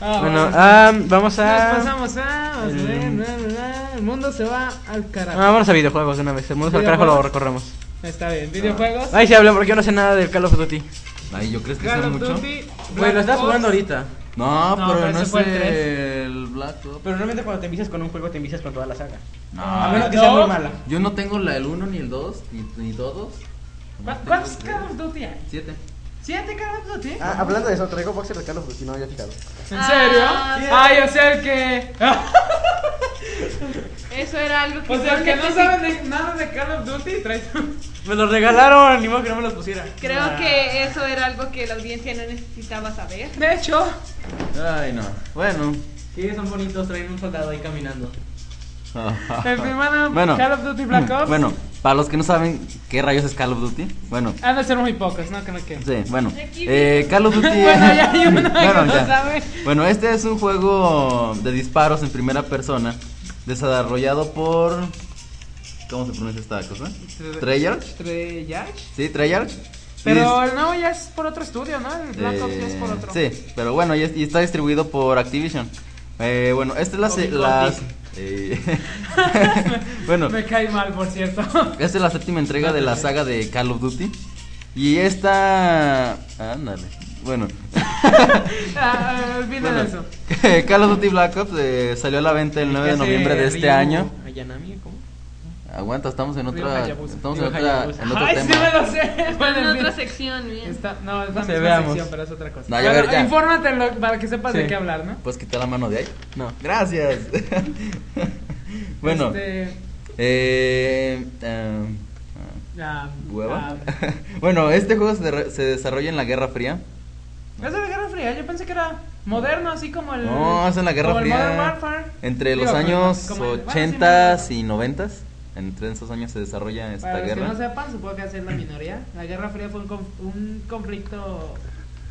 Speaker 2: Ah,
Speaker 5: bueno,
Speaker 2: vamos.
Speaker 5: ah, vamos
Speaker 2: Nos
Speaker 5: a.
Speaker 2: pasamos a.
Speaker 5: el-
Speaker 2: bla, bla, bla, ah. El mundo se va al
Speaker 5: Ah,
Speaker 2: carajo.
Speaker 5: vamos a videojuegos de una vez. El mundo al carajo lo
Speaker 2: Videojuegos.
Speaker 5: recorremos.
Speaker 2: Está bien. Videojuegos.
Speaker 5: Ay, sí, hablan porque yo no sé nada del Call of Duty.
Speaker 3: Ay, ¿yo crees que
Speaker 2: Call
Speaker 3: sea
Speaker 2: of
Speaker 3: mucho?
Speaker 2: Duty,
Speaker 5: Güey,
Speaker 2: Black
Speaker 5: lo estás
Speaker 2: Ops.
Speaker 5: jugando ahorita.
Speaker 3: No,
Speaker 2: No, pero
Speaker 3: pero
Speaker 2: ese
Speaker 3: no
Speaker 2: fue el
Speaker 3: sé el Black Ops.
Speaker 5: Pero realmente cuando te envicias con un juego te envicias con toda la saga.
Speaker 2: Ah,
Speaker 5: A menos que
Speaker 2: no.
Speaker 5: sea muy mala.
Speaker 3: Yo no tengo la, el 1 ni el 2, ni, ni todos.
Speaker 2: ¿Cu- ¿Cuántos Call of Duty hay?
Speaker 3: 7.
Speaker 2: ¿Siete Call of Duty?
Speaker 9: Ah, hablando de eso, traigo boxer de Carlos Duty, no había fijado.
Speaker 2: ¿En serio?
Speaker 4: Ah, sí.
Speaker 2: Ay, o sea, el que.
Speaker 4: Eso era algo que.
Speaker 2: O sea, el que no
Speaker 4: realmente
Speaker 2: saben de- nada de Call of Duty trae.
Speaker 5: Me los regalaron, ni modo que no me los pusiera.
Speaker 4: sí- Creo que eso era algo que la audiencia no necesitaba saber.
Speaker 2: De hecho,
Speaker 3: Ay, no. Bueno.
Speaker 5: Sí, son bonitos, traen un soldado ahí caminando.
Speaker 2: el primero
Speaker 3: Bueno.
Speaker 2: Call of Duty Black Ops.
Speaker 3: Bueno, para los que no saben qué rayos es Call of Duty, bueno,
Speaker 2: Han de ser muy pocos, ¿no? Creo que.
Speaker 3: sí, bueno,
Speaker 4: Aquí
Speaker 3: eh, Call of Duty.
Speaker 2: Bueno, ya hay uno que no
Speaker 3: ya.
Speaker 2: sabe.
Speaker 3: Bueno, este es un juego de disparos en primera persona, desarrollado por ¿cómo se pronuncia esta cosa? Treyarch,
Speaker 2: Treyarch.
Speaker 3: sí, Treyarch.
Speaker 2: Pero
Speaker 3: Y-
Speaker 2: el nuevo ya es por otro estudio, ¿no? El Black Ops ya es por
Speaker 3: Eh,
Speaker 2: otro.
Speaker 3: Sí, pero bueno, y, es- y está distribuido por Activision. Eh, bueno, esta es la. se-
Speaker 2: Obi-Wan
Speaker 3: las-
Speaker 2: Disney.
Speaker 3: eh, bueno,
Speaker 2: Me cae mal, por cierto.
Speaker 3: esta es la séptima entrega de la saga de Call of Duty. Y esta. Ándale. Bueno,
Speaker 2: Ah, Olviden
Speaker 3: bueno,
Speaker 2: eso.
Speaker 3: Call of Duty Black Ops eh, salió a la venta el 9 de noviembre de este año.
Speaker 5: Ayanami, ¿cómo?
Speaker 3: Aguanta, estamos en
Speaker 2: Ryu
Speaker 3: otra.
Speaker 2: Hayabusa.
Speaker 3: Estamos en
Speaker 5: Ryu
Speaker 3: otra.
Speaker 5: Hayabusa.
Speaker 3: En otro
Speaker 2: Ay, sí me
Speaker 3: tema.
Speaker 2: lo sé.
Speaker 4: Bueno,
Speaker 2: Bueno,
Speaker 4: en
Speaker 2: en fin.
Speaker 4: otra sección, bien.
Speaker 2: Está, no, es
Speaker 5: No
Speaker 2: la
Speaker 5: sé,
Speaker 2: misma
Speaker 5: veamos.
Speaker 2: sección, pero es otra cosa.
Speaker 3: No, ya,
Speaker 2: Bueno,
Speaker 3: ya.
Speaker 2: infórmate lo- para que sepas de
Speaker 5: Sí.
Speaker 2: qué hablar, ¿no?
Speaker 3: ¿Puedes quitar la mano de ahí?
Speaker 5: No.
Speaker 3: Gracias. bueno,
Speaker 2: Este,
Speaker 3: eh, em, ah.
Speaker 2: ah,
Speaker 3: ¿Hueva?
Speaker 2: ah,
Speaker 3: bueno, este juego se, derro- se desarrolla en la Guerra Fría.
Speaker 2: ¿Es de Guerra Fría? Yo pensé que era moderno, así como el.
Speaker 3: No, es en la Guerra
Speaker 2: como el Modern
Speaker 3: Fría.
Speaker 2: Warfare.
Speaker 3: Entre los
Speaker 2: Digo,
Speaker 3: años
Speaker 2: como el- bueno, sí,
Speaker 3: 80
Speaker 2: Modern
Speaker 3: y 90. Entre esos años se desarrolla
Speaker 2: Warfare.
Speaker 3: esta
Speaker 2: Para los que
Speaker 3: guerra
Speaker 2: no sepan, supongo que va a ser la minoría. La Guerra Fría fue un, conf- un conflicto.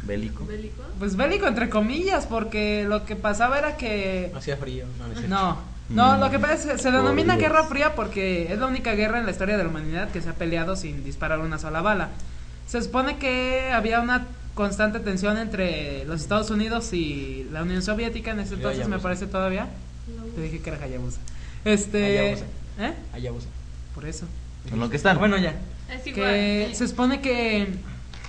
Speaker 3: bélico.
Speaker 4: ¿Bélico?
Speaker 2: Pues bélico, entre comillas, porque lo que pasaba era que.
Speaker 5: Hacía frío. No, no es cierto.
Speaker 2: No, no,
Speaker 3: Mm.
Speaker 2: lo que pasa es que se
Speaker 3: Por
Speaker 2: denomina
Speaker 3: Dios.
Speaker 2: Guerra Fría porque es la única guerra en la historia de la humanidad que se ha peleado sin disparar una sola bala. Se supone que había una constante tensión entre los Estados Unidos y la Unión Soviética en ese
Speaker 5: Y
Speaker 2: entonces, me
Speaker 5: Hayabusa.
Speaker 2: parece todavía. Te dije que era Hayabusa. Este,
Speaker 5: Hayabusa.
Speaker 2: ¿eh?
Speaker 5: Hayabusa.
Speaker 2: Por eso.
Speaker 3: En lo que están.
Speaker 5: Bueno, ya.
Speaker 4: Es igual.
Speaker 2: Que
Speaker 4: sí.
Speaker 2: se supone que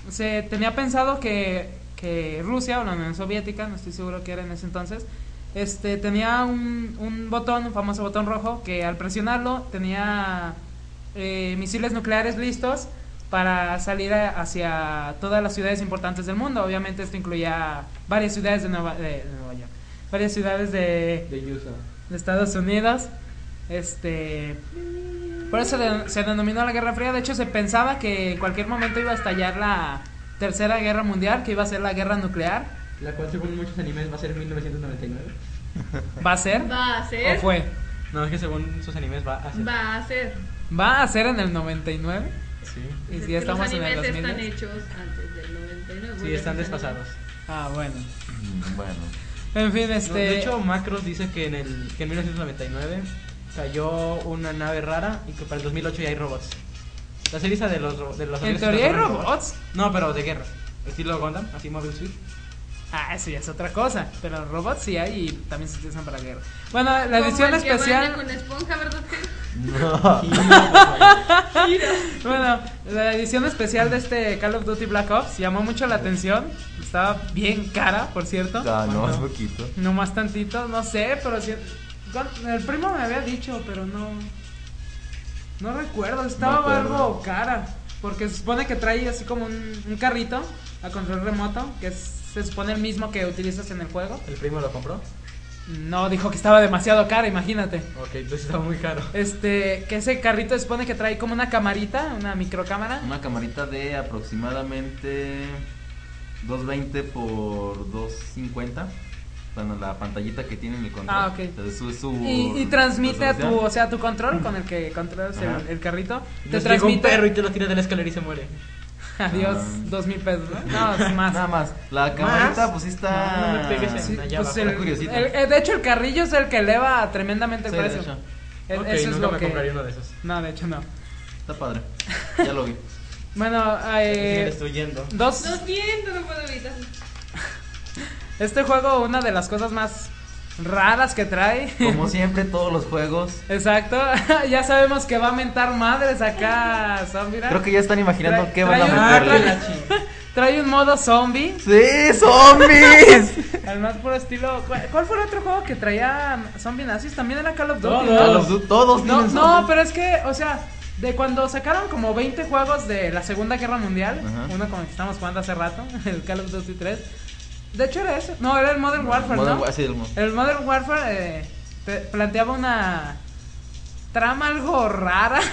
Speaker 2: se tenía pensado que, que Rusia o la Unión Soviética, no estoy seguro que era en ese entonces, este tenía un, un botón, un famoso botón rojo, que al presionarlo tenía eh, misiles nucleares listos para salir a- hacia todas las ciudades importantes del mundo. Obviamente esto incluía varias ciudades de Nueva, de Nueva York, varias ciudades de,
Speaker 5: De Yusa.
Speaker 2: de Estados Unidos. Este. Por eso de- se denominó la Guerra Fría. De hecho, se pensaba que en cualquier momento iba a estallar la Tercera Guerra Mundial, que iba a ser la guerra nuclear.
Speaker 5: La cual, según muchos animes, va a ser 1999.
Speaker 2: ¿Va a ser?
Speaker 4: Va a
Speaker 2: ¿O
Speaker 4: ser.
Speaker 2: fue?
Speaker 5: No, es que según sus animes va a ser.
Speaker 4: Va a ser.
Speaker 2: ¿Va a ser en el 99?
Speaker 5: Sí.
Speaker 2: Y
Speaker 4: Es
Speaker 2: si
Speaker 4: que
Speaker 2: ya estamos
Speaker 4: los
Speaker 2: en el
Speaker 4: animes están
Speaker 2: 2000.
Speaker 4: hechos antes del 99.
Speaker 5: Sí, están desfasados.
Speaker 2: Ah, bueno.
Speaker 3: Mm, Bueno.
Speaker 2: En fin, este.
Speaker 1: No, de hecho, Macros dice que en, el, que en 1999 cayó una nave rara y que para el 2008 ya hay robots. La serie esa de los ro- de los
Speaker 2: ¿En
Speaker 1: aviones
Speaker 2: teoría hay
Speaker 1: que controlan
Speaker 2: robots?
Speaker 1: No, pero de guerra. Estilo Gundam, así Mobile Suit.
Speaker 2: Ah, eso ya es otra cosa. Pero robots sí hay y también se utilizan para guerra. Bueno, la
Speaker 4: Como
Speaker 2: edición
Speaker 4: el que
Speaker 2: especial.
Speaker 4: baña Con esponja, ¿verdad?
Speaker 2: Bueno, la edición especial de este Call of Duty Black Ops llamó mucho la atención. Estaba bien cara, por cierto.
Speaker 3: Ah, no, es
Speaker 2: Bueno,
Speaker 3: poquito.
Speaker 2: no más tantito, no sé, pero sí- con- el primo me había dicho, pero no. No recuerdo, estaba
Speaker 3: acuerdo.
Speaker 2: algo cara. Porque se supone que trae así como un, un carrito a control remoto, que es- se supone el mismo que utilizas en el juego.
Speaker 1: El primo lo compró.
Speaker 2: No, dijo que estaba demasiado cara, imagínate.
Speaker 1: Ok, entonces estaba muy caro.
Speaker 2: Este, que ese carrito se supone que trae como una camarita, una microcámara.
Speaker 3: Una camarita de aproximadamente 220 por 250. Bueno, la pantallita que tiene en el control.
Speaker 2: Ah, ok.
Speaker 3: Entonces, su- su
Speaker 2: Y, y transmite a tu, o
Speaker 3: resolución.
Speaker 2: sea, tu control con el que controlas el-
Speaker 3: Ajá.
Speaker 2: el, carrito. Te
Speaker 1: Entonces llega un
Speaker 2: transmite.
Speaker 1: perro y te lo tira de la escalera y se muere.
Speaker 2: Adiós,
Speaker 3: Ah.
Speaker 2: dos mil pesos, ¿no? No, es más.
Speaker 3: Nada más. La camarita, pues sí está.
Speaker 1: No, no me pegues en-
Speaker 2: Sí,
Speaker 1: allá
Speaker 2: pues
Speaker 1: abajo.
Speaker 2: el-
Speaker 3: Está curiosita.
Speaker 2: el- eh, de hecho, el carrillo es el que eleva tremendamente el
Speaker 3: Sí, de
Speaker 2: precio.
Speaker 3: hecho.
Speaker 2: El-
Speaker 1: Ok,
Speaker 2: eso es
Speaker 1: nunca
Speaker 2: lo
Speaker 1: me
Speaker 2: que.
Speaker 1: compraría uno de esos.
Speaker 2: No, de hecho, no.
Speaker 3: Está padre. Ya lo vi.
Speaker 2: Bueno,
Speaker 1: me
Speaker 2: eh,
Speaker 1: estoy yendo.
Speaker 2: dos.
Speaker 4: Lo siento, no puedo evitarlo.
Speaker 2: Este juego, una de las cosas más raras que trae.
Speaker 3: Como siempre, todos los juegos.
Speaker 2: Exacto, ya sabemos que va a mentar madres acá, Zombie.
Speaker 3: Creo que ya están imaginando
Speaker 2: Trae-
Speaker 3: qué van a
Speaker 2: trae un-
Speaker 3: meterle.
Speaker 2: trae- Trae un modo zombie,
Speaker 3: ¡Sí, zombies!
Speaker 2: al más puro estilo. ¿Cuál, cuál fue el otro juego que traía zombie nazis? También era Call of Duty.
Speaker 3: A
Speaker 2: ¿no?
Speaker 3: los du- todos
Speaker 2: No,
Speaker 3: tienen
Speaker 2: no,
Speaker 3: zombies.
Speaker 2: pero es que, o sea, de cuando sacaron como 20 juegos de la Segunda Guerra Mundial,
Speaker 3: Ajá.
Speaker 2: uno con el que estamos jugando hace rato, el Call of Duty 3. De hecho era ese, no, era el Modern Warfare,
Speaker 3: Modern
Speaker 2: ¿no?
Speaker 3: Warfare, sí, el mo-
Speaker 2: El Modern Warfare eh, te- planteaba una trama algo rara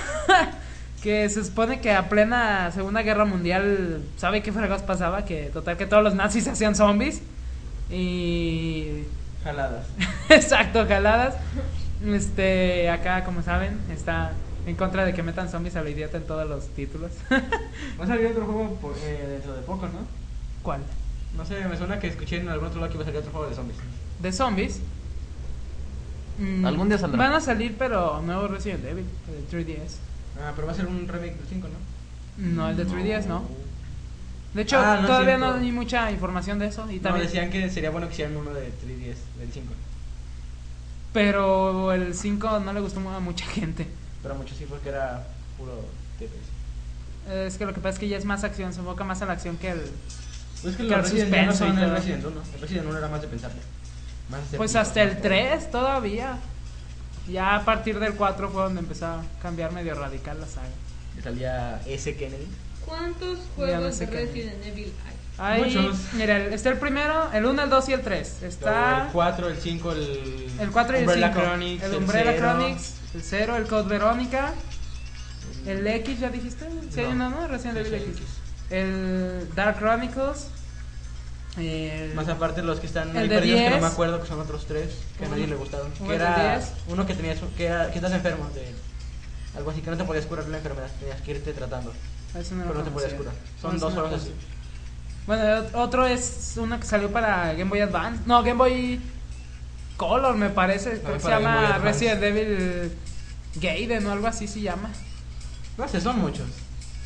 Speaker 2: que se supone que a plena Segunda Guerra Mundial, ¿sabe qué fregados pasaba? Que total que todos los nazis se hacían zombies y
Speaker 1: Jaladas.
Speaker 2: exacto, jaladas. Este, acá como saben, está en contra de que metan zombies a lo idiota en todos los títulos.
Speaker 1: Va a salir otro juego por- eh, dentro de poco, ¿no?
Speaker 2: ¿Cuál?
Speaker 1: No sé, me suena que escuché en algún otro lado que iba a salir otro juego de zombies.
Speaker 2: ¿De zombies? Mm,
Speaker 3: Algún día saldrá.
Speaker 2: Van a salir, pero nuevo Resident Evil, el 3DS.
Speaker 1: Ah, pero va a ser un remake del 5, ¿no?
Speaker 2: No, el de 3DS no. De hecho,
Speaker 1: Ah, no es
Speaker 2: todavía
Speaker 1: cierto.
Speaker 2: no hay mucha información de eso. Y
Speaker 1: No,
Speaker 2: también,
Speaker 1: decían que sería bueno que hicieran uno de 3DS, del 5.
Speaker 2: Pero el 5 no le gustó mu- a mucha gente.
Speaker 1: Pero mucho sí porque era puro TPS.
Speaker 2: Eh, Es que lo que pasa es que ya es más acción, se enfoca más a la acción que el...
Speaker 1: Pues es que
Speaker 2: Que
Speaker 1: los
Speaker 2: el
Speaker 1: Resident Evil no
Speaker 2: suspenso y
Speaker 1: son el
Speaker 2: todo.
Speaker 1: Resident 1. El Resident 1 era más de pensarle. Más hacer
Speaker 2: Pues
Speaker 1: puntos,
Speaker 2: hasta
Speaker 1: más
Speaker 2: el
Speaker 1: todo.
Speaker 2: 3 todavía. Ya a partir del 4 fue donde empezó a cambiar medio radical la saga.
Speaker 1: Y Salía S. Kennedy.
Speaker 4: ¿Cuántos
Speaker 2: Ya no
Speaker 4: juegos
Speaker 2: sé
Speaker 4: de
Speaker 2: qué.
Speaker 4: Resident Evil hay?
Speaker 2: Ahí,
Speaker 1: Muchos.
Speaker 2: mira, el- está el primero, el 1, el 2 y el 3.
Speaker 1: Luego
Speaker 2: Está
Speaker 1: El 4, el 5, el.
Speaker 2: el 4 y el 5.
Speaker 1: Umbrella Chronicles,
Speaker 2: el Umbrella
Speaker 1: cero.
Speaker 2: Chronicles, el 0, el Code Verónica, el X, ¿ya dijiste? Sí, hay
Speaker 1: No.
Speaker 2: uno, ¿no? Recién
Speaker 1: Sí,
Speaker 2: Evil
Speaker 1: sí,
Speaker 2: X. El Dark Chronicles. eh, El...
Speaker 1: Más aparte los que están
Speaker 2: El
Speaker 1: ahí
Speaker 2: de
Speaker 1: perdidos que no
Speaker 2: 10.
Speaker 1: me acuerdo que son otros tres que a nadie le gustaron.
Speaker 2: Uno
Speaker 1: Que
Speaker 2: es de
Speaker 1: era
Speaker 2: 10.
Speaker 1: uno que tenías que era que estás enfermo de algo así que no te podías curar la enfermedad, tenías que irte tratando,
Speaker 2: Ese no lo
Speaker 1: pero no te podías
Speaker 2: conocía.
Speaker 1: curar.
Speaker 2: No,
Speaker 1: Son
Speaker 2: ese
Speaker 1: dos
Speaker 2: no lo
Speaker 1: horas así.
Speaker 2: Bueno, el otro es uno que salió para Game Boy Advance. No, Game Boy Color, me parece. Creo que se
Speaker 1: para Game Boy
Speaker 2: llama
Speaker 1: Advance.
Speaker 2: Resident Evil Gaiden o algo así se llama.
Speaker 1: No sé, son muchos.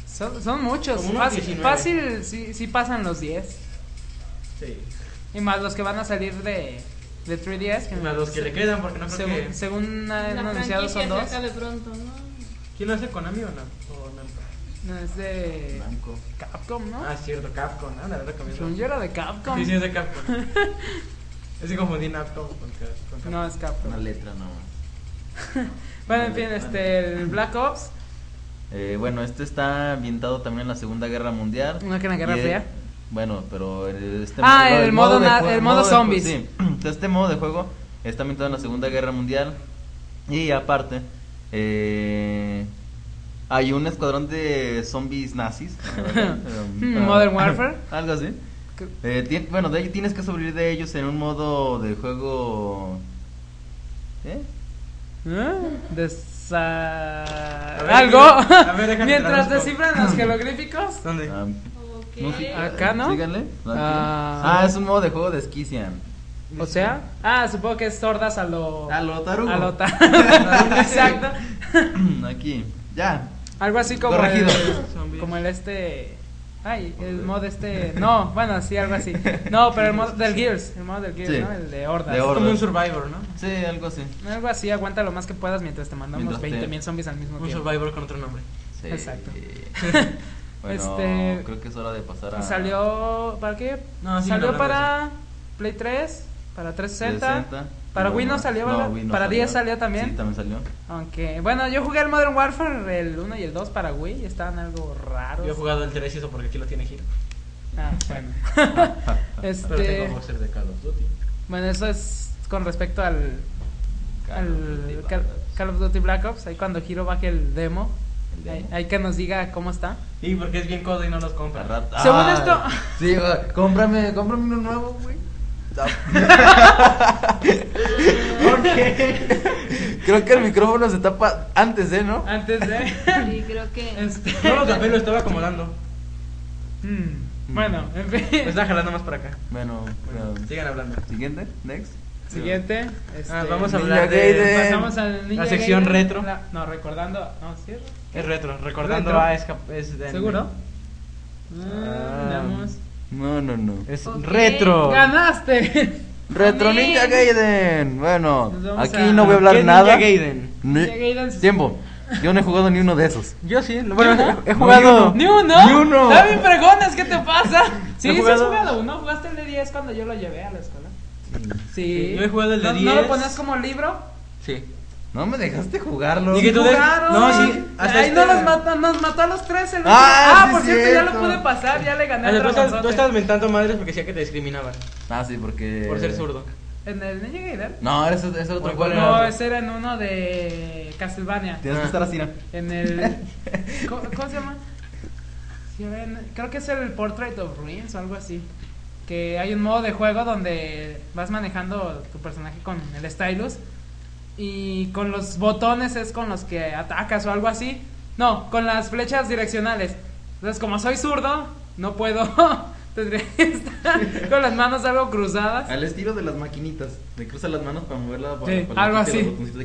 Speaker 2: Son, son muchos.
Speaker 1: Como unos
Speaker 2: Fácil,
Speaker 1: 19.
Speaker 2: fácil sí, sí pasan los 10.
Speaker 1: Sí.
Speaker 2: Y más los que van a salir de, de 3DS. Que
Speaker 1: Más los que le quedan porque no creo
Speaker 2: según,
Speaker 1: que
Speaker 2: según han
Speaker 4: La
Speaker 2: Ah, anunciado son
Speaker 4: franquicia se
Speaker 2: dos.
Speaker 4: acabe pronto, ¿no?
Speaker 1: ¿Quién lo hace Konami o no? O Namco.
Speaker 2: No, es de
Speaker 3: Blanco.
Speaker 2: Capcom, ¿no?
Speaker 1: Ah, cierto, Capcom. Anda, lo recomiendo.
Speaker 2: Según yo era de Capcom.
Speaker 1: Sí, sí, es de Capcom. es que confundí Namco con, Cap- con Capcom.
Speaker 2: No, es Capcom.
Speaker 3: Una letra no.
Speaker 2: Bueno, en fin, este, el Black Ops.
Speaker 3: Eh, bueno, este está ambientado también en la Segunda Guerra Mundial.
Speaker 2: ¿No que en la Guerra
Speaker 3: Y, eh,
Speaker 2: Fría?
Speaker 3: Bueno, pero el- este
Speaker 2: Ah,
Speaker 3: pero
Speaker 2: el modo
Speaker 3: de
Speaker 2: na-
Speaker 3: jue-
Speaker 2: el modo
Speaker 3: de jue-
Speaker 2: zombies.
Speaker 3: sí. Entonces, este modo de juego está ambientado en la Segunda Guerra Mundial y aparte eh, hay un escuadrón de zombies nazis. em,
Speaker 2: Hmm, Modern Warfare.
Speaker 3: ah, Algo así.
Speaker 2: Que-
Speaker 3: Eh, ti- bueno, de ahí tienes que sobrevivir de ellos en un modo de juego. ¿Eh?
Speaker 2: ¿Ah? Desa...
Speaker 1: A ver,
Speaker 2: ¿Algo?
Speaker 1: a ver, déjame
Speaker 2: Mientras
Speaker 1: traduzco.
Speaker 2: descifran los jeroglíficos.
Speaker 1: ¿Dónde?
Speaker 3: Ah,
Speaker 4: Ok.
Speaker 3: música,
Speaker 2: Acá, ¿no?
Speaker 3: síganle.
Speaker 2: Ah.
Speaker 3: Ah, es un modo de juego de esquician.
Speaker 2: O sea, ah, supongo que es sordas a lo.
Speaker 3: A lo tarugo.
Speaker 2: A lo tarugo. Exacto.
Speaker 3: Aquí, ya.
Speaker 2: Algo así como
Speaker 3: Corregido.
Speaker 2: el. Como el este. Ay, el mod este. No, bueno, sí, algo así. No, pero el mod del Gears. El mod del Gears,
Speaker 3: Sí.
Speaker 2: ¿no? El de hordas.
Speaker 3: De
Speaker 1: Es
Speaker 3: hordas.
Speaker 1: como un survivor, ¿no?
Speaker 3: Sí, algo así.
Speaker 2: Algo así, aguanta lo más que puedas mientras te mandamos
Speaker 3: Mientras te-
Speaker 2: 20.000 zombies al mismo
Speaker 1: Un
Speaker 2: tiempo.
Speaker 1: survivor con otro nombre.
Speaker 3: Sí.
Speaker 2: Exacto.
Speaker 3: Bueno,
Speaker 2: Este-
Speaker 3: creo que es hora de pasar a.
Speaker 2: Y salió. ¿Para qué?
Speaker 1: No, sí,
Speaker 2: salió
Speaker 1: no, no,
Speaker 2: para Play 3, para 360.
Speaker 3: 60.
Speaker 2: Para
Speaker 3: No,
Speaker 2: Wii no
Speaker 3: no.
Speaker 2: salió,
Speaker 3: No,
Speaker 2: ¿verdad?
Speaker 3: Wii no
Speaker 2: para
Speaker 3: salió.
Speaker 2: 10 salió también.
Speaker 3: Sí, también salió.
Speaker 2: Aunque, bueno, yo jugué el Modern Warfare, el 1 y el 2 para Wii, y estaban algo raros.
Speaker 1: Yo he jugado el 3 y eso porque aquí lo tiene Giro.
Speaker 2: Ah, bueno.
Speaker 1: Pero
Speaker 2: este,
Speaker 1: tengo boxer de Call of Duty.
Speaker 2: bueno, eso es con respecto al, al Cal- Call of Duty Black Ops, ahí cuando Hiro baje el demo,
Speaker 3: El demo.
Speaker 2: ahí, ahí que nos diga cómo está.
Speaker 1: Sí, porque es bien codo y no los
Speaker 3: Al
Speaker 1: compra.
Speaker 3: rato-
Speaker 2: Según
Speaker 3: Ah,
Speaker 2: esto-
Speaker 3: Sí, va, cómprame, cómprame uno nuevo, güey. Creo que el micrófono se tapa antes, ¿eh? ¿No?
Speaker 2: Antes de...
Speaker 4: Sí, creo que.
Speaker 2: este,
Speaker 1: No lo tapé, lo estaba acomodando.
Speaker 2: mm, bueno, en
Speaker 1: Me
Speaker 2: fin.
Speaker 1: estaba jalando más para acá.
Speaker 3: Bueno,
Speaker 1: Bueno, um,
Speaker 3: bueno,
Speaker 1: sigan hablando.
Speaker 3: siguiente, next.
Speaker 2: Siguiente. este,
Speaker 1: Ah, vamos a
Speaker 3: Ninja
Speaker 1: hablar
Speaker 3: Gaiden.
Speaker 1: de.
Speaker 2: Pasamos a
Speaker 1: La sección retro.
Speaker 2: no, recordando... No, ¿sí? es
Speaker 1: Es retro, recordando
Speaker 2: Retro.
Speaker 1: a esca- es de anime.
Speaker 2: ¿Seguro?
Speaker 3: Ah.
Speaker 2: Vamos.
Speaker 3: No, no, no.
Speaker 1: Es
Speaker 4: Ok.
Speaker 1: retro.
Speaker 2: ¡Ganaste!
Speaker 3: Retro
Speaker 4: Amén.
Speaker 3: Ninja Gaiden. Bueno,
Speaker 2: Nos vamos
Speaker 3: aquí
Speaker 2: a-
Speaker 3: no
Speaker 1: ¿Qué
Speaker 3: voy a hablar
Speaker 1: es
Speaker 3: nada.
Speaker 1: Ninja Gaiden?
Speaker 3: Ni-
Speaker 2: Ninja Gaiden se-
Speaker 3: Tiempo. Yo no he jugado ni uno de esos.
Speaker 1: Yo sí, bueno,
Speaker 3: he jugado-
Speaker 2: ¡Ni uno!
Speaker 3: Ni uno.
Speaker 2: ¡Está bien fregones! ¿Qué te pasa? Sí, sí has
Speaker 1: jugado-
Speaker 2: jugado uno. Jugaste el de 10 cuando yo lo llevé a la escuela. Sí.
Speaker 1: Yo he jugado el de
Speaker 2: ¿No-
Speaker 1: 10.
Speaker 2: ¿No lo ponías como libro?
Speaker 1: Sí.
Speaker 3: No me dejaste jugarlo.
Speaker 1: Ni que tú de-
Speaker 2: ¡Jugaron!
Speaker 1: No, sí. hasta
Speaker 2: Ahí
Speaker 1: este-
Speaker 2: no los mató, nos mató a los tres el último.
Speaker 3: Ah, sí
Speaker 2: por
Speaker 3: es
Speaker 2: cierto, ya lo
Speaker 3: cierto.
Speaker 2: pude pasar, ya le gané
Speaker 1: Ah,
Speaker 2: al
Speaker 1: tú, estás, tú
Speaker 2: dragonzote.
Speaker 1: estabas mentando madres porque decía que te discriminaban
Speaker 3: Ah, sí, porque.
Speaker 1: por ser zurdo.
Speaker 2: ¿En el Ninja Gaiden?
Speaker 3: No, ese ese es otro.
Speaker 1: ¿Cuál
Speaker 3: ¿Cuál
Speaker 1: era?
Speaker 2: No,
Speaker 3: era?
Speaker 2: ese era en uno de Castlevania.
Speaker 3: Tienes que
Speaker 1: Ah.
Speaker 3: estar así, ¿no?
Speaker 2: En el. ¿Cómo, cómo se llama? Sí, ven, creo que es el Portrait of Ruins o algo así. Que hay un modo de juego donde vas manejando tu personaje con el stylus. Y con los botones es con los que atacas o algo así. No, con las flechas direccionales. Entonces, como soy zurdo, no puedo. Tendría que estar con las manos algo cruzadas.
Speaker 3: Al estilo de las maquinitas. Me cruzas las manos para moverla. para-
Speaker 2: Ah. Sí,
Speaker 3: para
Speaker 2: algo
Speaker 3: los
Speaker 2: así.
Speaker 3: botoncitos de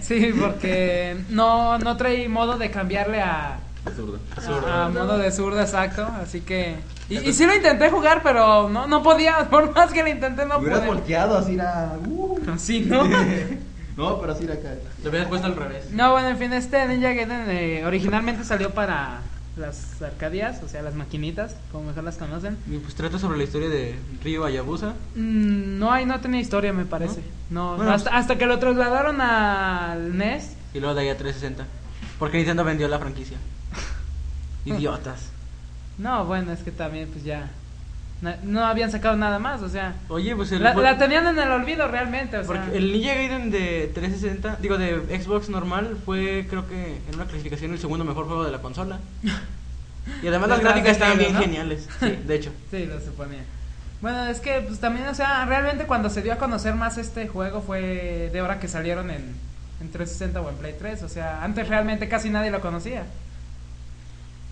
Speaker 2: Sí, porque no, no trae modo de cambiarle a,
Speaker 3: Zurdo.
Speaker 2: Ah, modo de zurdo, exacto. Así que. Y, y sí lo intenté jugar, pero no, no podía. Por más que lo intenté, no
Speaker 3: Hubieras
Speaker 2: pude.
Speaker 3: volteado así, era. uh.
Speaker 2: Sí, ¿no?
Speaker 3: No, pero así era acá.
Speaker 1: Lo hubieras puesto al revés.
Speaker 2: No, bueno, en fin, este Ninja Gaiden eh, originalmente salió para las arcadias, o sea, las maquinitas, como mejor las conocen.
Speaker 1: Y pues trata sobre la historia de Ryo Ayabusa.
Speaker 2: Mm, no, hay no tenía historia, me parece. No,
Speaker 1: Bueno,
Speaker 2: hasta, hasta que lo trasladaron al E NES.
Speaker 1: Y luego de ahí a 360. Porque Nintendo vendió la franquicia. Idiotas.
Speaker 2: No, bueno, es que también, pues ya. na- No, habían sacado nada más, o sea.
Speaker 1: Oye, pues el.
Speaker 2: La, la tenían en el olvido realmente, o sea.
Speaker 1: porque el Ninja Gaiden de 360, digo de Xbox normal, fue creo que en una clasificación el segundo mejor juego de la consola. Y además las
Speaker 2: Detrás
Speaker 1: gráficas
Speaker 2: de
Speaker 1: estaban
Speaker 2: Halo,
Speaker 1: bien
Speaker 2: ¿no?
Speaker 1: geniales. Sí, de hecho.
Speaker 2: Sí, lo suponía. Bueno, es que pues también, o sea, realmente cuando se dio a conocer más este juego fue de ahora que salieron en, en 360 o en Play 3, o sea, antes realmente casi nadie lo conocía.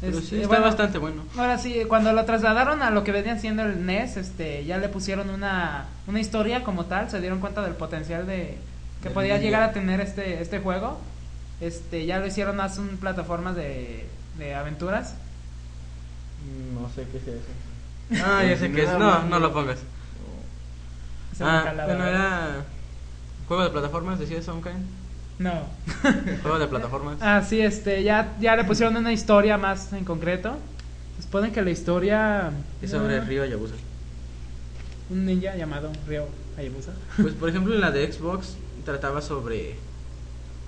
Speaker 1: Pero
Speaker 2: Este,
Speaker 1: sí, está
Speaker 2: bueno,
Speaker 1: bastante bueno.
Speaker 2: Ahora sí, cuando lo trasladaron a lo que venía siendo el NES, este, ya le pusieron una, una historia como tal, se dieron cuenta del potencial de que
Speaker 3: Del
Speaker 2: podía
Speaker 3: niño.
Speaker 2: llegar a tener este, este juego. Este, ya lo hicieron más un plataformas de, de aventuras.
Speaker 1: No sé qué es eso. Ah, ya sé qué es. No, no lo pongas.
Speaker 2: Se me
Speaker 1: Ah,
Speaker 2: cala,
Speaker 1: bueno,
Speaker 2: ¿verdad?
Speaker 1: era. Juego de plataformas, decía Soundkind.
Speaker 2: No.
Speaker 1: Juego de plataformas.
Speaker 2: Ah, sí, este, ya, ya le pusieron una historia más en concreto. Se supone que la historia...
Speaker 1: Es sobre
Speaker 2: Ah,
Speaker 1: Ryo Ayabusa.
Speaker 2: Un ninja llamado Ryo Hayabusa.
Speaker 1: Pues por ejemplo en la de Xbox trataba sobre.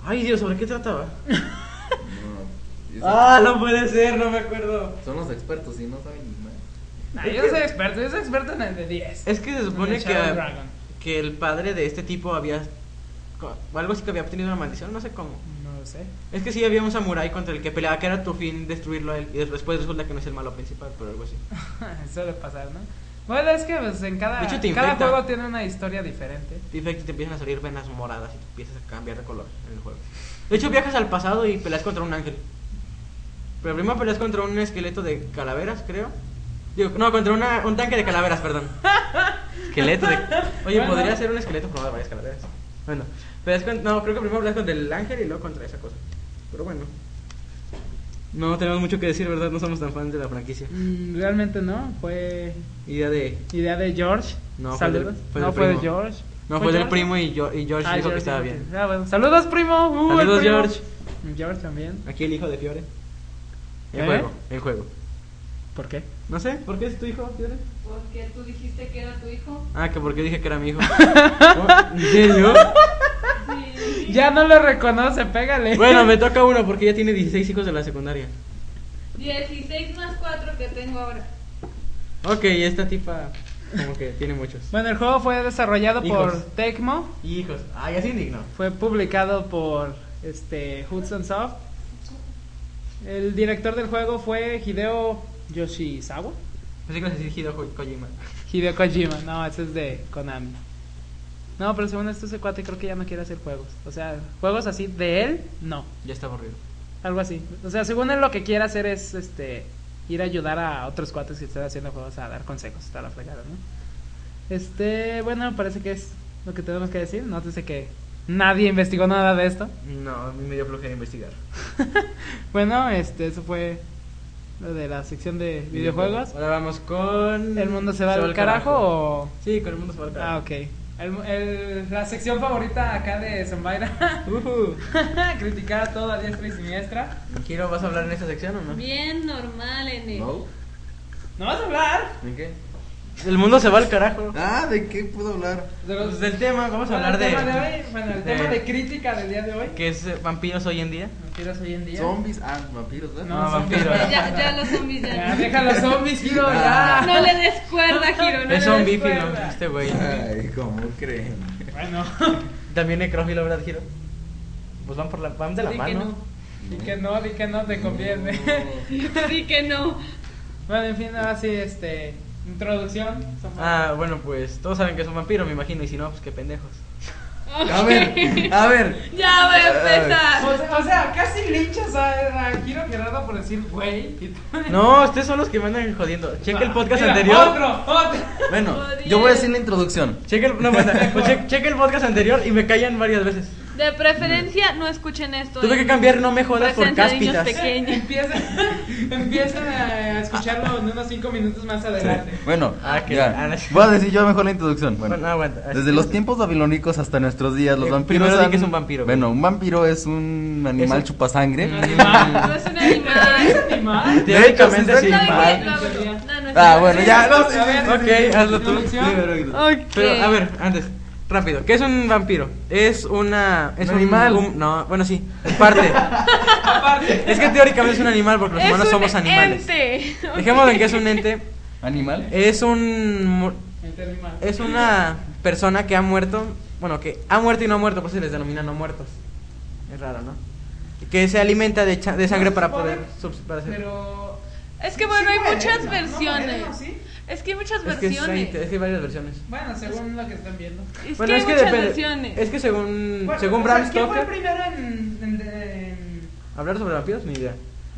Speaker 1: Ay Dios, ¿sobre qué trataba?
Speaker 3: No.
Speaker 1: Ah, no puede ser, no me acuerdo.
Speaker 3: Son los expertos y no saben ni más.
Speaker 2: Nah, yo soy experto, yo soy experto en el de 10.
Speaker 1: Es que se
Speaker 2: En
Speaker 1: supone
Speaker 2: el
Speaker 1: que,
Speaker 2: Shadow Dragon.
Speaker 1: que el padre de este tipo había. co- Algo así que había obtenido una maldición, no sé cómo.
Speaker 2: No lo sé.
Speaker 1: Es que sí había un samurái contra el que peleaba, que era tu fin destruirlo a él. Y después resulta que no es el malo principal, pero algo así.
Speaker 2: Suele pasar, ¿no? Bueno, es que pues, en cada,
Speaker 1: De hecho, te
Speaker 2: cada
Speaker 1: infecta.
Speaker 2: juego tiene una historia diferente.
Speaker 1: Y en efecto, te empiezan a salir venas moradas y te empiezas a cambiar de color en el juego. De hecho, viajas al pasado y peleas contra un ángel. Pero primero peleas contra un esqueleto de calaveras, creo. Digo, no, contra una- un tanque de calaveras, perdón. Esqueleto de. Oye,
Speaker 2: Bueno.
Speaker 1: podría ser un esqueleto formado de varias calaveras. Bueno, pero es con- no, creo que primero hablas contra el ángel y luego contra esa cosa. Pero bueno. No tenemos mucho que decir, ¿verdad? No somos tan fans de la franquicia.
Speaker 2: Mm, Realmente no, fue
Speaker 1: Idea de.
Speaker 2: idea de George.
Speaker 1: No, fue del-
Speaker 2: saludos.
Speaker 1: fue
Speaker 2: no
Speaker 1: del
Speaker 2: fue de
Speaker 1: primo.
Speaker 2: George.
Speaker 1: No, fue del
Speaker 2: George?
Speaker 1: primo y, Gio- y George
Speaker 2: Ah,
Speaker 1: dijo que
Speaker 2: George,
Speaker 1: estaba
Speaker 2: George.
Speaker 1: bien.
Speaker 2: Ah, bueno. Saludos, primo. Uh, el
Speaker 1: Saludos,
Speaker 2: primo.
Speaker 1: George.
Speaker 2: George también.
Speaker 1: Aquí el hijo de Fiore. El
Speaker 2: ¿Eh?
Speaker 1: juego, el juego.
Speaker 2: ¿Por qué?
Speaker 1: No sé, ¿por qué es tu hijo, Fiore?
Speaker 4: Porque tú dijiste que era tu hijo.
Speaker 1: Ah, que porque dije que era mi hijo. Oh, ¿En serio?
Speaker 4: Sí.
Speaker 2: Ya no lo reconoce, pégale.
Speaker 1: Bueno, me toca uno porque ya tiene 16 hijos de la secundaria.
Speaker 4: 16 más 4 que tengo ahora.
Speaker 1: Ok, esta tipa como que tiene muchos.
Speaker 2: Bueno, el juego fue desarrollado por
Speaker 1: Hijos.
Speaker 2: Tecmo.
Speaker 1: Hijos, ay, así indigno.
Speaker 2: Fue publicado por este Hudson Soft. El director del juego fue Hideo Yoshizawa.
Speaker 1: Así que vas a decir Hideo Ko- Kojima.
Speaker 2: Hideo Kojima, no, ese es de Konami. No, pero según esto ese cuate creo que ya no quiere hacer juegos. O sea, juegos así de él, no.
Speaker 1: Ya está aburrido.
Speaker 2: Algo así. O sea, según él lo que quiere hacer es este ir a ayudar a otros cuates que estén haciendo juegos a dar consejos, está la fregada, ¿no? Este, bueno, parece que es lo que tenemos que decir. Nótese que nadie investigó nada de esto.
Speaker 1: No, a mí me dio flojera investigar.
Speaker 2: Bueno, este, eso fue lo de la sección de videojuegos.
Speaker 1: Ahora vamos con.
Speaker 2: ¿El mundo se va al carajo o...?
Speaker 1: Sí, con el mundo se va al
Speaker 2: Ah,
Speaker 1: carajo.
Speaker 2: ok. El- el- la sección favorita acá de Zambaira.
Speaker 1: Ujú.
Speaker 2: Criticar a todo a diestra y siniestra.
Speaker 1: Kiro, ¿vas a hablar en esta sección
Speaker 2: Ah.
Speaker 1: o no?
Speaker 4: Bien normal, N.
Speaker 3: No.
Speaker 2: ¿No vas a hablar?
Speaker 3: ¿De qué?
Speaker 1: El mundo se va al carajo.
Speaker 3: Ah, ¿de qué puedo hablar?
Speaker 2: De los-
Speaker 1: Pues del tema, vamos a
Speaker 2: Bueno,
Speaker 1: hablar
Speaker 2: el tema de
Speaker 1: de.
Speaker 2: hoy, bueno, el
Speaker 1: de-
Speaker 2: tema de crítica del día de hoy.
Speaker 1: ¿Qué es eh, vampiros hoy en día?
Speaker 2: Vampiros hoy en día.
Speaker 3: Zombies, ah, vampiros, ¿verdad?
Speaker 1: No,
Speaker 2: son-
Speaker 1: vampiro.
Speaker 4: Ya, ya los zombies ya.
Speaker 2: Ya, deja los zombies, Giro,
Speaker 1: Ah.
Speaker 2: ya.
Speaker 4: No le des cuerda, Giro. No
Speaker 1: es
Speaker 4: le des
Speaker 1: zombífilo,
Speaker 4: cuerda.
Speaker 1: este güey.
Speaker 3: Ay, ¿cómo creen?
Speaker 2: Bueno,
Speaker 1: También necrófilo, ¿verdad, Giro? Pues van, por la, van de la
Speaker 2: Di que
Speaker 1: mano.
Speaker 2: no. di que no, di que no, te conviene.
Speaker 4: Sí que no.
Speaker 2: bueno, en fin, ahora sí, este. Introducción. Zambaira.
Speaker 1: Ah, bueno, pues todos saben que es un vampiro, me imagino, y si no, pues qué pendejos.
Speaker 3: A ver, a ver.
Speaker 4: Ya voy a
Speaker 2: O
Speaker 4: empezar.
Speaker 2: sea, Pues, o sea, casi linchas a, a Giro Gerardo por decir güey. y todo.
Speaker 1: No, ustedes son los que me andan jodiendo. Checa
Speaker 4: Ah,
Speaker 1: el podcast
Speaker 2: Mira,
Speaker 1: anterior.
Speaker 2: Otro, otro.
Speaker 3: Bueno, yo voy a hacer la introducción.
Speaker 1: Checa el, no, basta. Pues che- checa el podcast anterior y me callan varias veces.
Speaker 4: De preferencia, no escuchen esto.
Speaker 1: Tuve
Speaker 4: en
Speaker 1: que cambiar no me jodas por
Speaker 4: presencia de niños
Speaker 1: cáspitas.
Speaker 4: pequeños.
Speaker 2: Empiezan, empiezan a escucharlo en unos 5 minutos más adelante.
Speaker 3: Bueno,
Speaker 1: Ah, que-
Speaker 3: ya.
Speaker 1: ah, no.
Speaker 3: voy a decir yo mejor la introducción. Bueno,
Speaker 1: Bueno, aguanta.
Speaker 3: desde los tiempos babilónicos hasta nuestros días, los
Speaker 1: Eh,
Speaker 3: vampiros.
Speaker 1: primero di
Speaker 3: han-
Speaker 1: que es un vampiro, güey.
Speaker 3: Bueno, un vampiro es un animal
Speaker 1: Es un-
Speaker 3: chupasangre.
Speaker 4: No es un animal.
Speaker 2: Animal.
Speaker 1: Teóricamente
Speaker 3: Entonces,
Speaker 1: sí.
Speaker 4: ¿Saben
Speaker 3: animal.
Speaker 4: qué? Lo hago yo. No, no es
Speaker 3: Ah,
Speaker 4: animal.
Speaker 3: bueno, ya, no sé.
Speaker 2: A ver,
Speaker 1: Ok, hazlo tú. Ah.
Speaker 2: introducción.
Speaker 4: Ok.
Speaker 1: Pero a ver, antes, rápido, ¿qué es un vampiro? Es una es
Speaker 3: Un animal.
Speaker 1: un- no, bueno, sí, parte. Es que teóricamente es un animal porque los
Speaker 4: Es
Speaker 1: humanos
Speaker 4: un
Speaker 1: somos animales.
Speaker 4: ente.
Speaker 1: Dejémoslo en que es un ente,
Speaker 3: ¿Animal?
Speaker 1: es un mu- es una persona que ha muerto, bueno, que ha muerto y no ha muerto, por eso se les denomina no muertos. Es raro, ¿no? Que se alimenta de, cha- de sangre para poder subs- para hacer-
Speaker 2: Pero.
Speaker 4: Es que bueno,
Speaker 2: Sí,
Speaker 4: hay
Speaker 2: bueno,
Speaker 4: muchas
Speaker 2: no,
Speaker 4: versiones.
Speaker 2: bueno, sí.
Speaker 4: Es que hay muchas
Speaker 1: es que, es- hay,
Speaker 4: versiones.
Speaker 1: es que hay varias versiones.
Speaker 2: Bueno, según lo que están viendo.
Speaker 4: Es que
Speaker 1: Bueno,
Speaker 4: hay
Speaker 1: es que
Speaker 4: muchas
Speaker 1: depende. Es
Speaker 4: versiones.
Speaker 1: que según
Speaker 2: Bueno,
Speaker 1: Mm, según
Speaker 2: o sea,
Speaker 1: Bram
Speaker 2: ¿Quién fue
Speaker 1: Stoker
Speaker 2: el primero en. en- en-
Speaker 1: Hablar sobre vampiros, ni idea.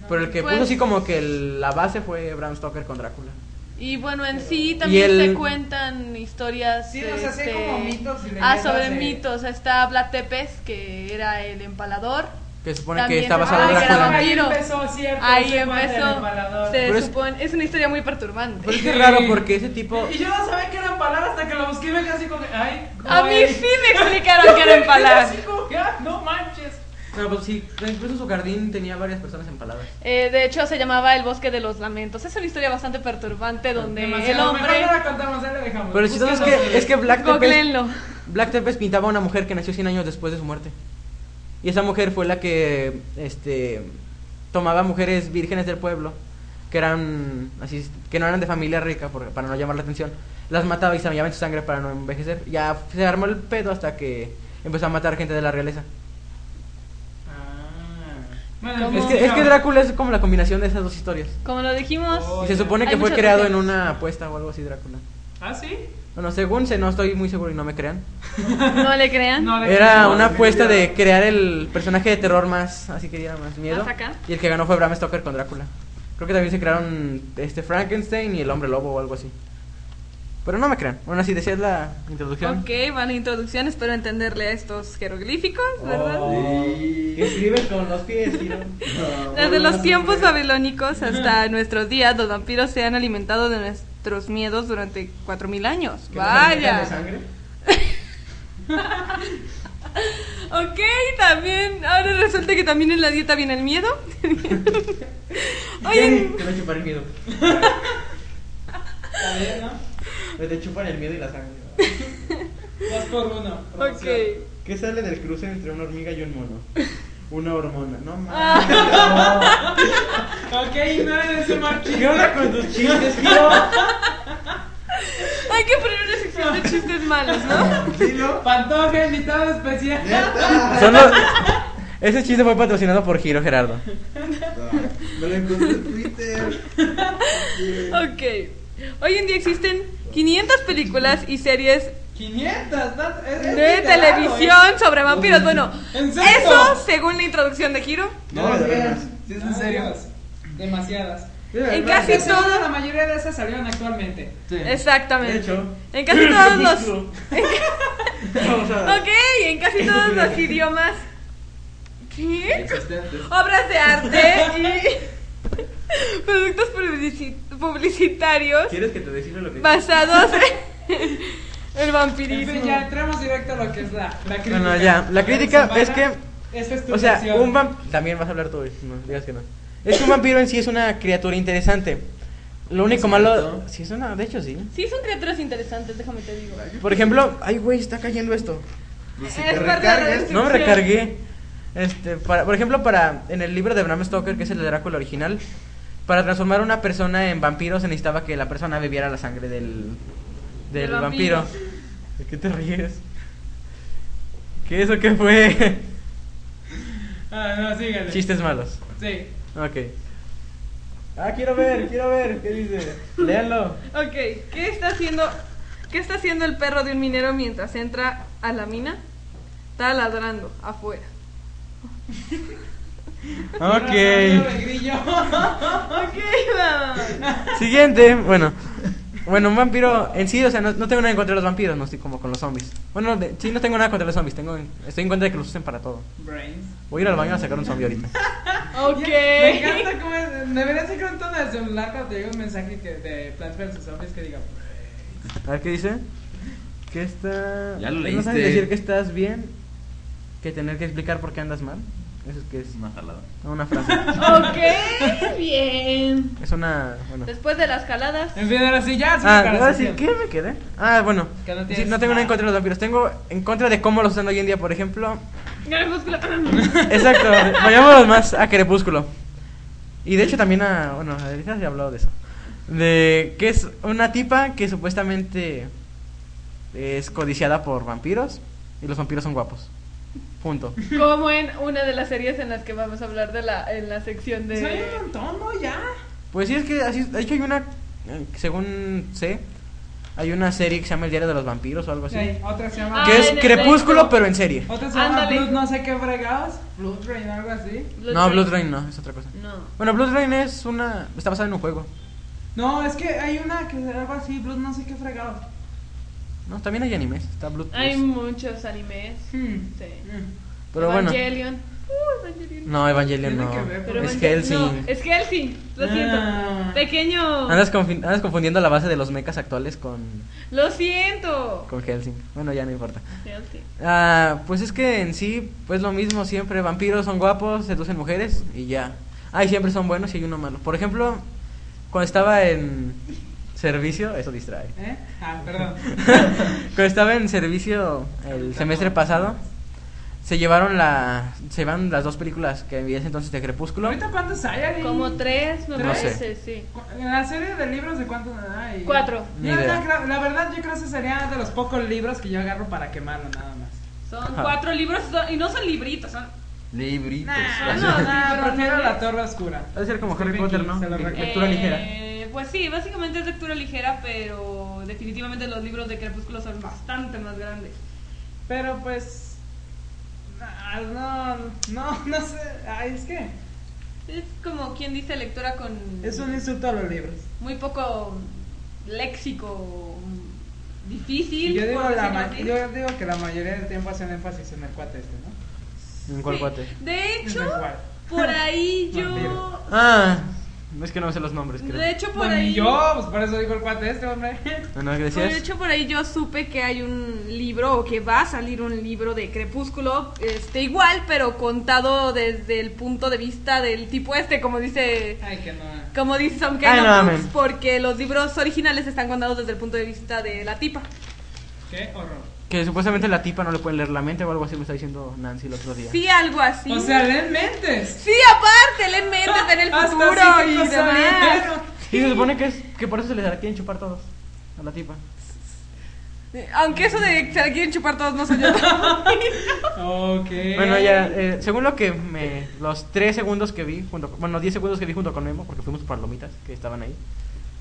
Speaker 1: Pero el que
Speaker 4: Pues-
Speaker 1: puso así como que el- la base fue Bram Stoker con Drácula.
Speaker 4: Y bueno, en sí también
Speaker 1: el-
Speaker 4: se cuentan historias
Speaker 2: Sí, o sea, sí hay
Speaker 4: este,
Speaker 2: como mitos y
Speaker 4: ah,
Speaker 2: leyendas
Speaker 4: sobre
Speaker 2: de-
Speaker 4: mitos. Está Blatepes, que era el empalador.
Speaker 1: Que se supone
Speaker 4: También
Speaker 1: que está
Speaker 4: se-
Speaker 1: basado en
Speaker 4: Ah, que era
Speaker 1: Drácula.
Speaker 4: vampiro.
Speaker 2: Ahí empezó, cierto.
Speaker 4: Ahí
Speaker 2: ese cuate del
Speaker 4: empezó.
Speaker 2: empalador.
Speaker 4: Se
Speaker 1: Pero es-
Speaker 4: supone. Es... una historia muy perturbante.
Speaker 1: Pero es que es raro porque ese tipo.
Speaker 2: Y yo no sabía que eran palabras hasta que lo busqué y me quedé así como. que, Ay,
Speaker 4: A mí
Speaker 2: güey.
Speaker 4: sí me explicaron que era empalar.
Speaker 2: Así como que, ah, No manches.
Speaker 1: No, pues sí, incluso su jardín tenía varias personas empaladas.
Speaker 4: Eh, de hecho, se llamaba El Bosque de los Lamentos. Es una historia bastante perturbante donde
Speaker 2: Demasiado.
Speaker 4: el hombre.
Speaker 2: Mejor no la contamos, ahí la dejamos.
Speaker 1: Pero si sabes que es que Black Tepes,
Speaker 4: Googleenlo.
Speaker 1: Black Tepes pintaba a una mujer que nació 100 años después de su muerte. Y esa mujer fue la que este tomaba mujeres vírgenes del pueblo que eran así que no eran de familia rica por- para no llamar la atención. Las mataba y se bañaba en su sangre para no envejecer. Ya se armó el pedo hasta que empezó a matar gente de la realeza.
Speaker 2: Ah. Bueno,
Speaker 4: ¿Cómo?
Speaker 1: Es que, es que Drácula es como la combinación de esas dos historias.
Speaker 4: Como lo dijimos.
Speaker 1: Y se supone que
Speaker 4: Hay
Speaker 1: fue
Speaker 4: muchas
Speaker 1: creado en
Speaker 4: versiones.
Speaker 1: una apuesta o algo así, Drácula.
Speaker 2: ¿Ah, sí?
Speaker 1: Bueno, según se, no estoy muy seguro y no me crean.
Speaker 4: No le crean.
Speaker 2: No, de-
Speaker 1: Era
Speaker 2: no,
Speaker 1: una
Speaker 2: de-
Speaker 1: apuesta de crear el personaje de terror más, así que diera más miedo.
Speaker 4: ¿Más acá?
Speaker 1: Y el que ganó fue Bram Stoker con Drácula. Creo que también se crearon este Frankenstein y el hombre lobo o algo así. Pero no me crean. Aún así, decías la introducción.
Speaker 4: Ok, van a introducción, espero entenderle a estos jeroglíficos, ¿verdad?
Speaker 1: Oh.
Speaker 5: Oh. Que escribes con los pies, tío.
Speaker 4: Desde los tiempos babilónicos hasta nuestros días, los vampiros se han alimentado de nuestros miedos durante 4.000 años.
Speaker 5: ¿Que no se metan de
Speaker 4: Vaya.
Speaker 5: sangre?
Speaker 4: Ok, también. Ahora resulta que también en la dieta viene el miedo. Oye,
Speaker 5: Te va a chupar el miedo. Está bien,
Speaker 1: Pues
Speaker 5: ¿no? Te chupan el miedo y la sangre. Dos por uno.
Speaker 4: ok.
Speaker 5: promoción. ¿Qué sale del cruce entre una hormiga y un mono? Una hormona. No mames.
Speaker 2: Ok, ignoren ese martillo.
Speaker 5: ¿Qué onda con tus chistes, tío?
Speaker 4: Hay que poner una sección de chistes malos, ¿no?
Speaker 2: Pantoja, invitado especial.
Speaker 1: Son los- Ese chiste fue patrocinado por Giro Gerardo.
Speaker 3: Me lo encontré en Twitter.
Speaker 4: Ok. Hoy en día existen 500 películas y series
Speaker 2: 500, ¿no? Es- es
Speaker 4: de
Speaker 2: literal,
Speaker 4: televisión sobre vampiros. Bueno,
Speaker 2: ¿En serio?
Speaker 4: eso según la introducción de Hiro.
Speaker 3: No, de veras.
Speaker 2: güey. Es en serio. Demasiadas.
Speaker 4: En casi
Speaker 2: Estoy seguro
Speaker 4: todos.
Speaker 2: la mayoría de esas salieron actualmente.
Speaker 4: Exactamente.
Speaker 5: De hecho.
Speaker 4: en casi todos los.
Speaker 5: Vamos a
Speaker 4: Ok, en casi todos los idiomas. ¿Qué?
Speaker 5: Existentes.
Speaker 4: Obras de arte y productos publici- publicitarios
Speaker 5: ¿Quieres que te decida lo que
Speaker 4: basados en el
Speaker 2: En
Speaker 4: vampirismo.
Speaker 2: fin, ya entremos directo a lo que es la, la crítica.
Speaker 1: no, ya. La crítica
Speaker 2: Semana,
Speaker 1: es que-
Speaker 2: Esta es tu
Speaker 1: O sea,
Speaker 2: sección.
Speaker 1: un vampiro. También vas a hablar tú, güey, no digas que no. Es que un vampiro en sí es una criatura interesante. Lo único malo. Sí, es una. De hecho, sí.
Speaker 4: Sí, son criaturas interesantes, déjame te digo.
Speaker 1: Por ejemplo, ay, güey, está cayendo esto.
Speaker 3: Pues si
Speaker 4: Es
Speaker 3: te
Speaker 4: parte de la
Speaker 3: recargas.
Speaker 4: restricción.
Speaker 1: No me recargué. Este, para, por ejemplo, para en el libro de Bram Stoker, que es el de Drácula original, para transformar a una persona en vampiro se necesitaba que la persona bebiera la sangre del del
Speaker 4: Del
Speaker 1: vampiro.
Speaker 4: vampiro.
Speaker 1: ¿De qué te ríes? ¿Qué eso qué fue?
Speaker 2: Ah, no, síguele.
Speaker 1: Chistes malos.
Speaker 2: Sí.
Speaker 1: Ok. Ah, quiero ver, quiero ver, ¿qué dice? Léanlo.
Speaker 4: Ok, ¿qué está haciendo? ¿Qué está haciendo el perro de un minero mientras entra a la mina? Está ladrando afuera.
Speaker 2: Razonando
Speaker 1: Ok.
Speaker 2: de grillo.
Speaker 4: Ok, vamos.
Speaker 1: Siguiente, bueno. Bueno, un vampiro en sí, o sea, no, no tengo nada en contra de los vampiros, no estoy como con los zombies. Bueno, de- sí, no tengo nada contra los zombies, tengo, estoy en contra de que los usen para todo.
Speaker 2: Brains.
Speaker 1: Voy a ir al baño a sacar un zombie ahorita.
Speaker 4: Ok.
Speaker 2: Me encanta cómo es. Deberías ir con todo el celular cuando te llega un mensaje que de Plants vs Zombies que diga.
Speaker 1: A ver qué dice. Que está.
Speaker 3: Ya lo
Speaker 1: ¿Es más fácil
Speaker 3: leíste.
Speaker 1: decir que estás bien que tener que explicar por qué andas mal? Eso es que es
Speaker 3: Es una jalada.
Speaker 1: una frase.
Speaker 4: Ok, bien.
Speaker 1: Es una. Bueno.
Speaker 4: Después de las caladas.
Speaker 2: En fin, ahora sí, ya. sí,
Speaker 1: Ah,
Speaker 2: para
Speaker 1: voy a
Speaker 2: la
Speaker 1: decir, ¿qué
Speaker 2: sección.
Speaker 1: me quedé? Ah, bueno.
Speaker 2: Que no
Speaker 1: Sí,
Speaker 2: tienes
Speaker 1: no tengo nada en
Speaker 2: nada.
Speaker 1: contra de los vampiros. Tengo en contra de cómo los usan hoy en día, por ejemplo.
Speaker 4: Crepúsculo.
Speaker 1: Exacto. Vayámonos más a Crepúsculo. Y de hecho también a... Bueno, ahorita se ha hablado de eso. De que es una tipa que supuestamente es codiciada por vampiros. Y los vampiros son guapos. Punto.
Speaker 4: Como en una de las series en las que vamos a hablar de la en la sección de
Speaker 2: Soy un montón, ¿no? Ya.
Speaker 1: Pues sí, es que así... De hecho hay una... eh, Según sé, hay una serie que se llama El Diario de los Vampiros o algo así.
Speaker 2: Sí, otra se llama.
Speaker 4: Ah,
Speaker 1: Que es
Speaker 4: en
Speaker 1: Crepúsculo,
Speaker 4: efecto.
Speaker 1: pero en serie.
Speaker 2: Otra se llama
Speaker 4: Ándale.
Speaker 2: Blood, no sé qué fregados. Blood Rain, algo así.
Speaker 1: No, Blood Rain no, es otra cosa.
Speaker 4: No.
Speaker 1: Bueno, Blood Rain es una... Está basada en un juego.
Speaker 2: No, es que hay una que es algo así, Blood, no sé qué fregados.
Speaker 1: No, también hay animes. Está Blood
Speaker 4: Hay
Speaker 1: Plus.
Speaker 4: muchos animes.
Speaker 2: Hmm.
Speaker 4: Sí.
Speaker 2: Mm.
Speaker 1: Pero bueno.
Speaker 4: Evangelion. Uh, Evangelion.
Speaker 1: No, Evangelion
Speaker 2: Tiene
Speaker 1: no.
Speaker 2: que ver,
Speaker 4: Pero
Speaker 1: es
Speaker 4: Evangel-
Speaker 1: Helsing.
Speaker 4: No, es Helsing. Lo siento.
Speaker 2: Ah.
Speaker 4: Pequeño.
Speaker 1: Andas, confin- andas confundiendo la base de los mechas actuales con,
Speaker 4: Lo siento.
Speaker 1: con Helsing. Bueno, ya no importa.
Speaker 4: Helsing.
Speaker 1: Ah, pues es que en sí, pues lo mismo siempre. Vampiros son guapos, seducen mujeres y ya. Ay, siempre son buenos y hay uno malo. Por ejemplo, cuando estaba en servicio, eso distrae.
Speaker 2: ¿Eh? Ah, perdón.
Speaker 1: Cuando estaba en servicio el semestre pasado, se llevaron la, se van las dos películas que había ese entonces de Crepúsculo.
Speaker 2: ¿Ahorita cuántos hay, Ali?
Speaker 4: Como tres, me
Speaker 1: No
Speaker 4: parece, sí.
Speaker 2: Cu- En la serie de libros de cuántos hay.
Speaker 4: Cuatro.
Speaker 1: Ni
Speaker 2: No, no,
Speaker 1: idea.
Speaker 2: creo- la verdad, yo creo que ese sería de los pocos libros que yo agarro para quemarlo, nada más.
Speaker 4: Son
Speaker 1: Ajá.
Speaker 4: cuatro libros son- y no son libritos, son.
Speaker 3: Libritos.
Speaker 4: Nah,
Speaker 2: no,
Speaker 4: sí, pero
Speaker 2: Pues, prefiero
Speaker 4: no
Speaker 2: la
Speaker 4: es-
Speaker 2: Torre Oscura.
Speaker 1: Ha de ser como Harry
Speaker 2: Stephen
Speaker 1: Potter,
Speaker 2: King,
Speaker 1: ¿no?
Speaker 2: se lo
Speaker 1: Que-
Speaker 2: recomiendo.
Speaker 1: Lectura ligera.
Speaker 4: Eh, Pues sí, básicamente es lectura ligera, pero definitivamente los libros de Crepúsculo son bastante más grandes.
Speaker 2: Pero pues. ah, No, no, no sé. Ay, es que
Speaker 4: Es como quien dice lectura con
Speaker 2: es un insulto a los libros.
Speaker 4: muy poco léxico, difícil.
Speaker 2: Yo digo,
Speaker 4: por
Speaker 2: la
Speaker 4: decirlo
Speaker 2: ma-
Speaker 4: así.
Speaker 2: yo digo que la mayoría del tiempo hacen énfasis en el cuate este, ¿no?
Speaker 1: ¿En cuál
Speaker 4: Sí,
Speaker 1: cuate?
Speaker 4: De
Speaker 2: En el
Speaker 4: hecho,
Speaker 2: cual.
Speaker 4: por ahí yo.
Speaker 2: Vampiro.
Speaker 1: Ah, es que no me sé los nombres, creo.
Speaker 4: De hecho, por
Speaker 2: Pues ni
Speaker 4: ahí.
Speaker 2: yo, pues por eso digo el cuate este, hombre.
Speaker 1: No, no,
Speaker 4: Por de
Speaker 1: gracias.
Speaker 4: hecho, por ahí yo supe que hay un libro, o que va a salir un libro de Crepúsculo, este igual, pero contado desde el punto de vista del tipo este, como dice
Speaker 2: Ay, que no.
Speaker 4: Como dice Sam
Speaker 1: Ay, no
Speaker 4: Kenna
Speaker 1: mames.
Speaker 4: porque los libros originales están contados desde el punto de vista de la tipa.
Speaker 2: Qué horror.
Speaker 1: Que supuestamente la tipa no le pueden leer la mente o algo así, me está diciendo Nancy el otro día.
Speaker 4: Sí, algo así.
Speaker 2: O sea, leen mentes.
Speaker 4: sí, aparte, le meten en el
Speaker 2: Hasta
Speaker 4: futuro y
Speaker 2: psíquicos son,
Speaker 4: demás.
Speaker 2: pero-
Speaker 1: Y se supone que, es, que por eso se les quieren chupar todos a la tipa.
Speaker 4: Aunque eso de que se la quieren chupar todos no soy yo.
Speaker 2: Ok.
Speaker 1: Bueno, ya, eh, según lo que me. Los 3 segundos que vi, junto, con- bueno, 10 segundos que vi junto con Memo, porque fuimos por palomitas que estaban ahí.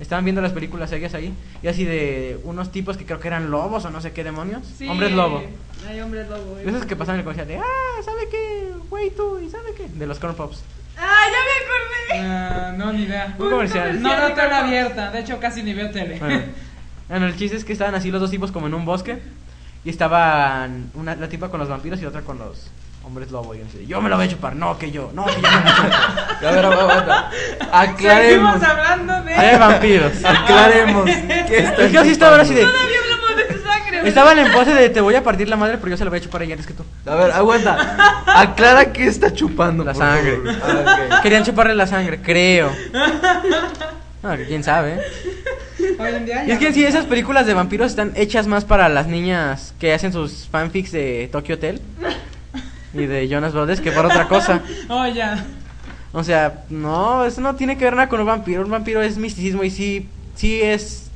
Speaker 1: Estaban viendo las películas seguidas ahí, y así de unos tipos que creo que eran lobos o no sé qué demonios. Hombres lobo.
Speaker 4: Hay hombres lobo.
Speaker 1: De esos que pasaban en el comercial de, ah, ¿sabe qué? Güey, tú, ¿y sabe qué? De los Corn Pops.
Speaker 4: Ah, ya me acordé.
Speaker 2: Ah, no, ni idea.
Speaker 1: Un comercial.
Speaker 2: No, no tan abierta. De hecho, casi ni veo tele.
Speaker 1: Bueno, bueno, el chiste es que estaban así los dos tipos como en un bosque. Y estaban una, la tipa con los vampiros y la otra con los hombres lobo. Y yo así, yo me la voy a chupar, no, que yo, no, que yo me la chupo.
Speaker 3: A ver, aguanta.
Speaker 2: Seguimos
Speaker 3: Aclaremos.
Speaker 2: hablando de.
Speaker 1: Hay vampiros.
Speaker 3: Aclaremos. ¿Qué está
Speaker 1: Es que así estaban así de.
Speaker 4: Todavía hablamos de tu sangre.
Speaker 1: Estaban en pose de te voy a partir la madre, pero yo se la voy a chupar a ella, es que tú.
Speaker 3: A ver, aguanta. Aclara qué está chupando.
Speaker 1: La
Speaker 3: por favor.
Speaker 1: sangre.
Speaker 3: Ah, ok.
Speaker 1: Querían chuparle la sangre, creo. Ah, que quién sabe. ¿eh?
Speaker 2: Hoy en día.
Speaker 1: Y es que en sí esas películas de vampiros están hechas más para las niñas que hacen sus fanfics de Tokyo Hotel y de Jonas Brothers que para otra cosa.
Speaker 2: Oh, ya.
Speaker 1: O sea, no, eso no tiene que ver nada con un vampiro. Un vampiro es misticismo y sí, sí es,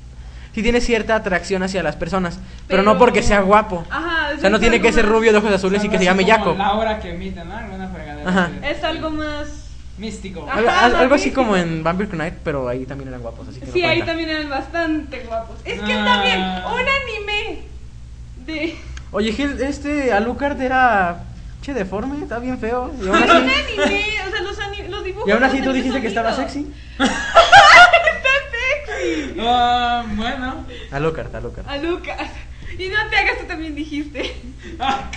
Speaker 1: sí tiene cierta atracción hacia las personas, pero, no
Speaker 4: Pero- Ah, pues
Speaker 1: porque sea guapo.
Speaker 4: Ajá.
Speaker 1: O sea, no tiene que ser rubio de ojos azules y que se llame Jacob.
Speaker 2: La hora que emiten, ¿no? Alguna fregadera.
Speaker 1: Ajá.
Speaker 2: así de-
Speaker 4: Es algo más.
Speaker 2: Místico.
Speaker 4: Ah.
Speaker 1: Algo,
Speaker 4: Ajá,
Speaker 1: al- algo así
Speaker 4: Martín.
Speaker 1: como en Vampire Knight, pero ahí también eran guapos, así que no
Speaker 4: Sí, ahí
Speaker 1: cuenta.
Speaker 4: también eran bastante guapos. Es que
Speaker 2: Ah.
Speaker 4: también, un anime de.
Speaker 1: Oye, Gil, este Alucard era che deforme, está bien feo. Y aún
Speaker 4: Un
Speaker 1: así,
Speaker 4: anime, o sea, los, ani- los dibujos.
Speaker 1: y aún así
Speaker 4: los
Speaker 1: tú dijiste
Speaker 4: dibujos
Speaker 1: que estaba
Speaker 4: bonitos.
Speaker 1: sexy.
Speaker 4: ¡Está sexy!
Speaker 2: Ah, bueno.
Speaker 1: Alucard, Alucard.
Speaker 4: A Lucas. Y no te hagas, tú también dijiste.
Speaker 2: Ah,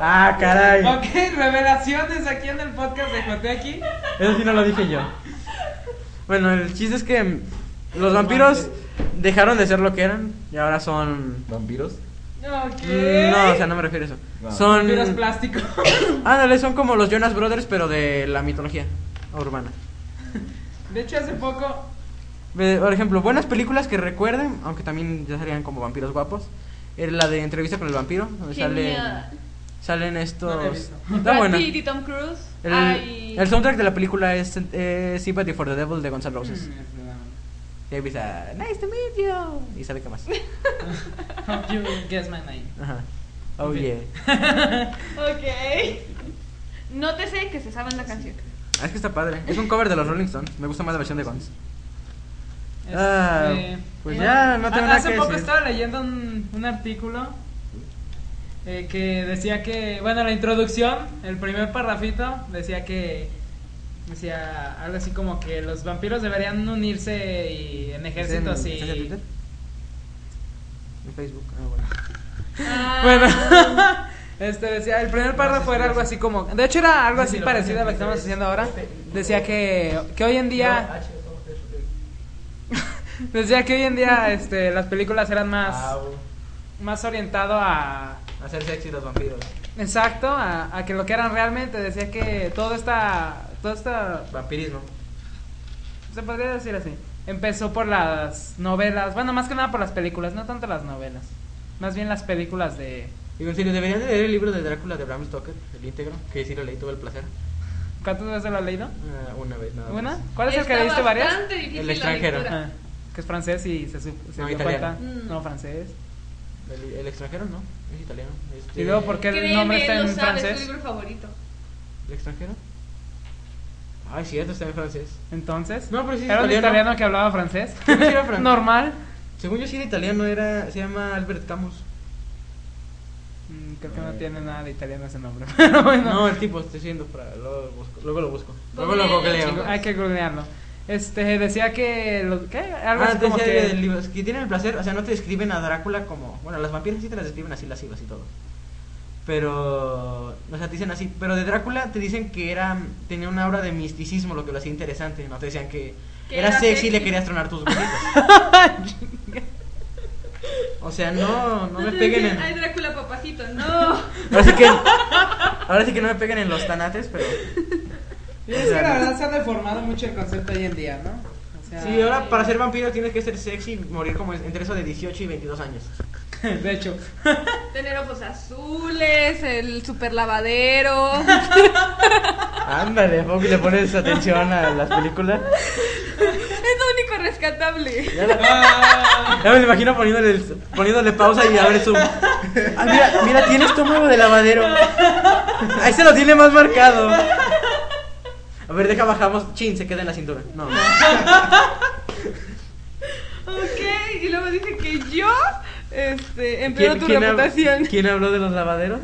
Speaker 1: Ah, caray.
Speaker 2: ok, revelaciones aquí en el podcast de Jotequi.
Speaker 1: Eso sí no lo dije yo. Bueno, el chiste es que mm, los vampiros dejaron de ser lo que eran y ahora son.
Speaker 3: ¿Vampiros?
Speaker 2: Ok.
Speaker 1: Mm, No, o sea, no me refiero a eso.
Speaker 3: No.
Speaker 1: Son.
Speaker 2: Vampiros plásticos.
Speaker 1: Ándale, son como los Jonas Brothers, pero de la mitología urbana.
Speaker 2: De hecho, hace poco.
Speaker 1: Ve, Por ejemplo, buenas películas que recuerden, aunque también ya salían como vampiros guapos. Era la de entrevista con el vampiro, donde
Speaker 2: Pues
Speaker 1: salen,
Speaker 4: Genial.
Speaker 1: salen
Speaker 2: No la he
Speaker 1: estos. Ah,
Speaker 2: visto.
Speaker 1: Está
Speaker 4: Brad
Speaker 1: buena.
Speaker 4: Pitt y Tom Cruise. Ay.
Speaker 1: El, el soundtrack de la película es eh, Sympathy for the Devil de Guns N'
Speaker 2: Mm,
Speaker 1: Roses.
Speaker 2: es verdad.
Speaker 1: Y ahí empieza, nice to meet you. Y sabe qué más.
Speaker 2: Hope you guess my name.
Speaker 1: Ajá. Oh
Speaker 2: Ok.
Speaker 1: yeah.
Speaker 4: Ok. Nótese que se saben la canción.
Speaker 1: Ah, Es que está padre. Es un cover de los Rolling Stones. Me gusta más la versión de Guns. Ah,
Speaker 2: Este,
Speaker 1: pues
Speaker 2: bueno,
Speaker 1: ya, no tengo
Speaker 2: ha-
Speaker 1: nada
Speaker 2: Hace
Speaker 1: que
Speaker 2: poco
Speaker 1: decir.
Speaker 2: estaba leyendo un, un artículo eh, que decía que, bueno, la introducción, el primer parrafito, decía que, decía algo así como que los vampiros deberían unirse y, en ejércitos
Speaker 1: ¿Estás en- estás en
Speaker 2: y...
Speaker 1: Twitter? En Facebook. Ah, bueno.
Speaker 4: Ah,
Speaker 2: Bueno, este decía, el primer párrafo era algo así como, de hecho era algo así parecido a lo que estamos haciendo ahora. Decía que, que hoy en día, decía que hoy en día este, las películas eran más, más orientado a,
Speaker 1: Hacer sexy los vampiros.
Speaker 2: exacto, a, a que lo que eran realmente. Decía que todo esta, todo esta,
Speaker 1: Vampirismo.
Speaker 2: se podría decir así, empezó por las novelas, bueno, más que nada por las películas, no tanto las novelas, más bien las películas de...
Speaker 1: Digo, en serio, deberían de leer el libro de Drácula de Bram Stoker, el íntegro, que sí lo leí, tuve el placer.
Speaker 2: ¿Cuántas veces lo has leído?
Speaker 1: Ah, una vez, nada más.
Speaker 2: ¿Una? ¿Cuál es el que
Speaker 4: está
Speaker 2: leíste varias?
Speaker 4: bastante difícil
Speaker 1: El
Speaker 4: la
Speaker 1: extranjero.
Speaker 2: Ah,
Speaker 4: lectura.
Speaker 2: que es francés y se, sup- se
Speaker 1: No,
Speaker 2: dio
Speaker 1: italiano.
Speaker 2: cuenta.
Speaker 4: Mm.
Speaker 2: No, francés.
Speaker 1: El, el extranjero no, es italiano. Este-
Speaker 2: Y luego, ¿por qué el
Speaker 4: Créeme,
Speaker 2: nombre está en
Speaker 4: lo sabes, es tu
Speaker 2: francés?
Speaker 4: libro favorito.
Speaker 1: ¿El extranjero? Ay, cierto, está en francés.
Speaker 2: Entonces,
Speaker 1: No, pero sí es
Speaker 2: ¿era un
Speaker 1: italiano.
Speaker 2: italiano que hablaba francés?
Speaker 1: Creo que era francés.
Speaker 2: Normal.
Speaker 1: Según yo sí en italiano era, se llama Albert Camus.
Speaker 2: Mm, Creo que no
Speaker 1: Eh.
Speaker 2: tiene nada de italiano ese nombre. Pero bueno,
Speaker 1: No, el tipo, estoy diciendo para, luego lo busco, luego lo busco. Luego lo
Speaker 4: Googlea,
Speaker 1: googleo.
Speaker 4: chicos.
Speaker 2: hay que googlearlo. Este, decía que. lo- ¿Qué? Algo
Speaker 5: Ah,
Speaker 2: así como
Speaker 5: decía
Speaker 2: que.
Speaker 5: de libros, que tienen el placer, o sea, no te describen a Drácula como, bueno, las vampiras sí te las describen así las y todo. Pero, o sea, te dicen así, pero de Drácula te dicen que era tenía una aura de misticismo, lo que lo hacía interesante, no te decían que
Speaker 4: Que
Speaker 5: era
Speaker 4: era
Speaker 5: sexy y le
Speaker 4: sexy.
Speaker 5: querías tronar tus huevitos. o sea, no, no me
Speaker 4: te
Speaker 5: peguen
Speaker 4: decían, Ay,
Speaker 5: en
Speaker 4: Drácula, papacito, no.
Speaker 1: Ahora sí que, ahora sí que no me pegan en los tanates, pero.
Speaker 2: Es que la verdad se ha deformado mucho el concepto hoy en día, ¿no? O sea,
Speaker 5: Sí, ahora para ser vampiro tienes que ser sexy y morir como entre eso de 18 y 22 años.
Speaker 2: De hecho,
Speaker 4: Tener ojos azules, el super lavadero.
Speaker 1: Ándale, poco le pones atención a las películas.
Speaker 4: es lo único rescatable.
Speaker 1: Ya me lo imagino poniéndole, poniéndole pausa y abre su. Ah, mira, mira, tiene estómago de lavadero. Ahí se lo tiene más marcado. A ver, deja bajamos. Chin, se queda en la cintura. No, no.
Speaker 4: Ok, y luego dice que yo este, empeoro
Speaker 1: ¿Quién-
Speaker 4: tu
Speaker 1: quién hab-
Speaker 4: reputación.
Speaker 1: ¿Quién habló de los lavaderos?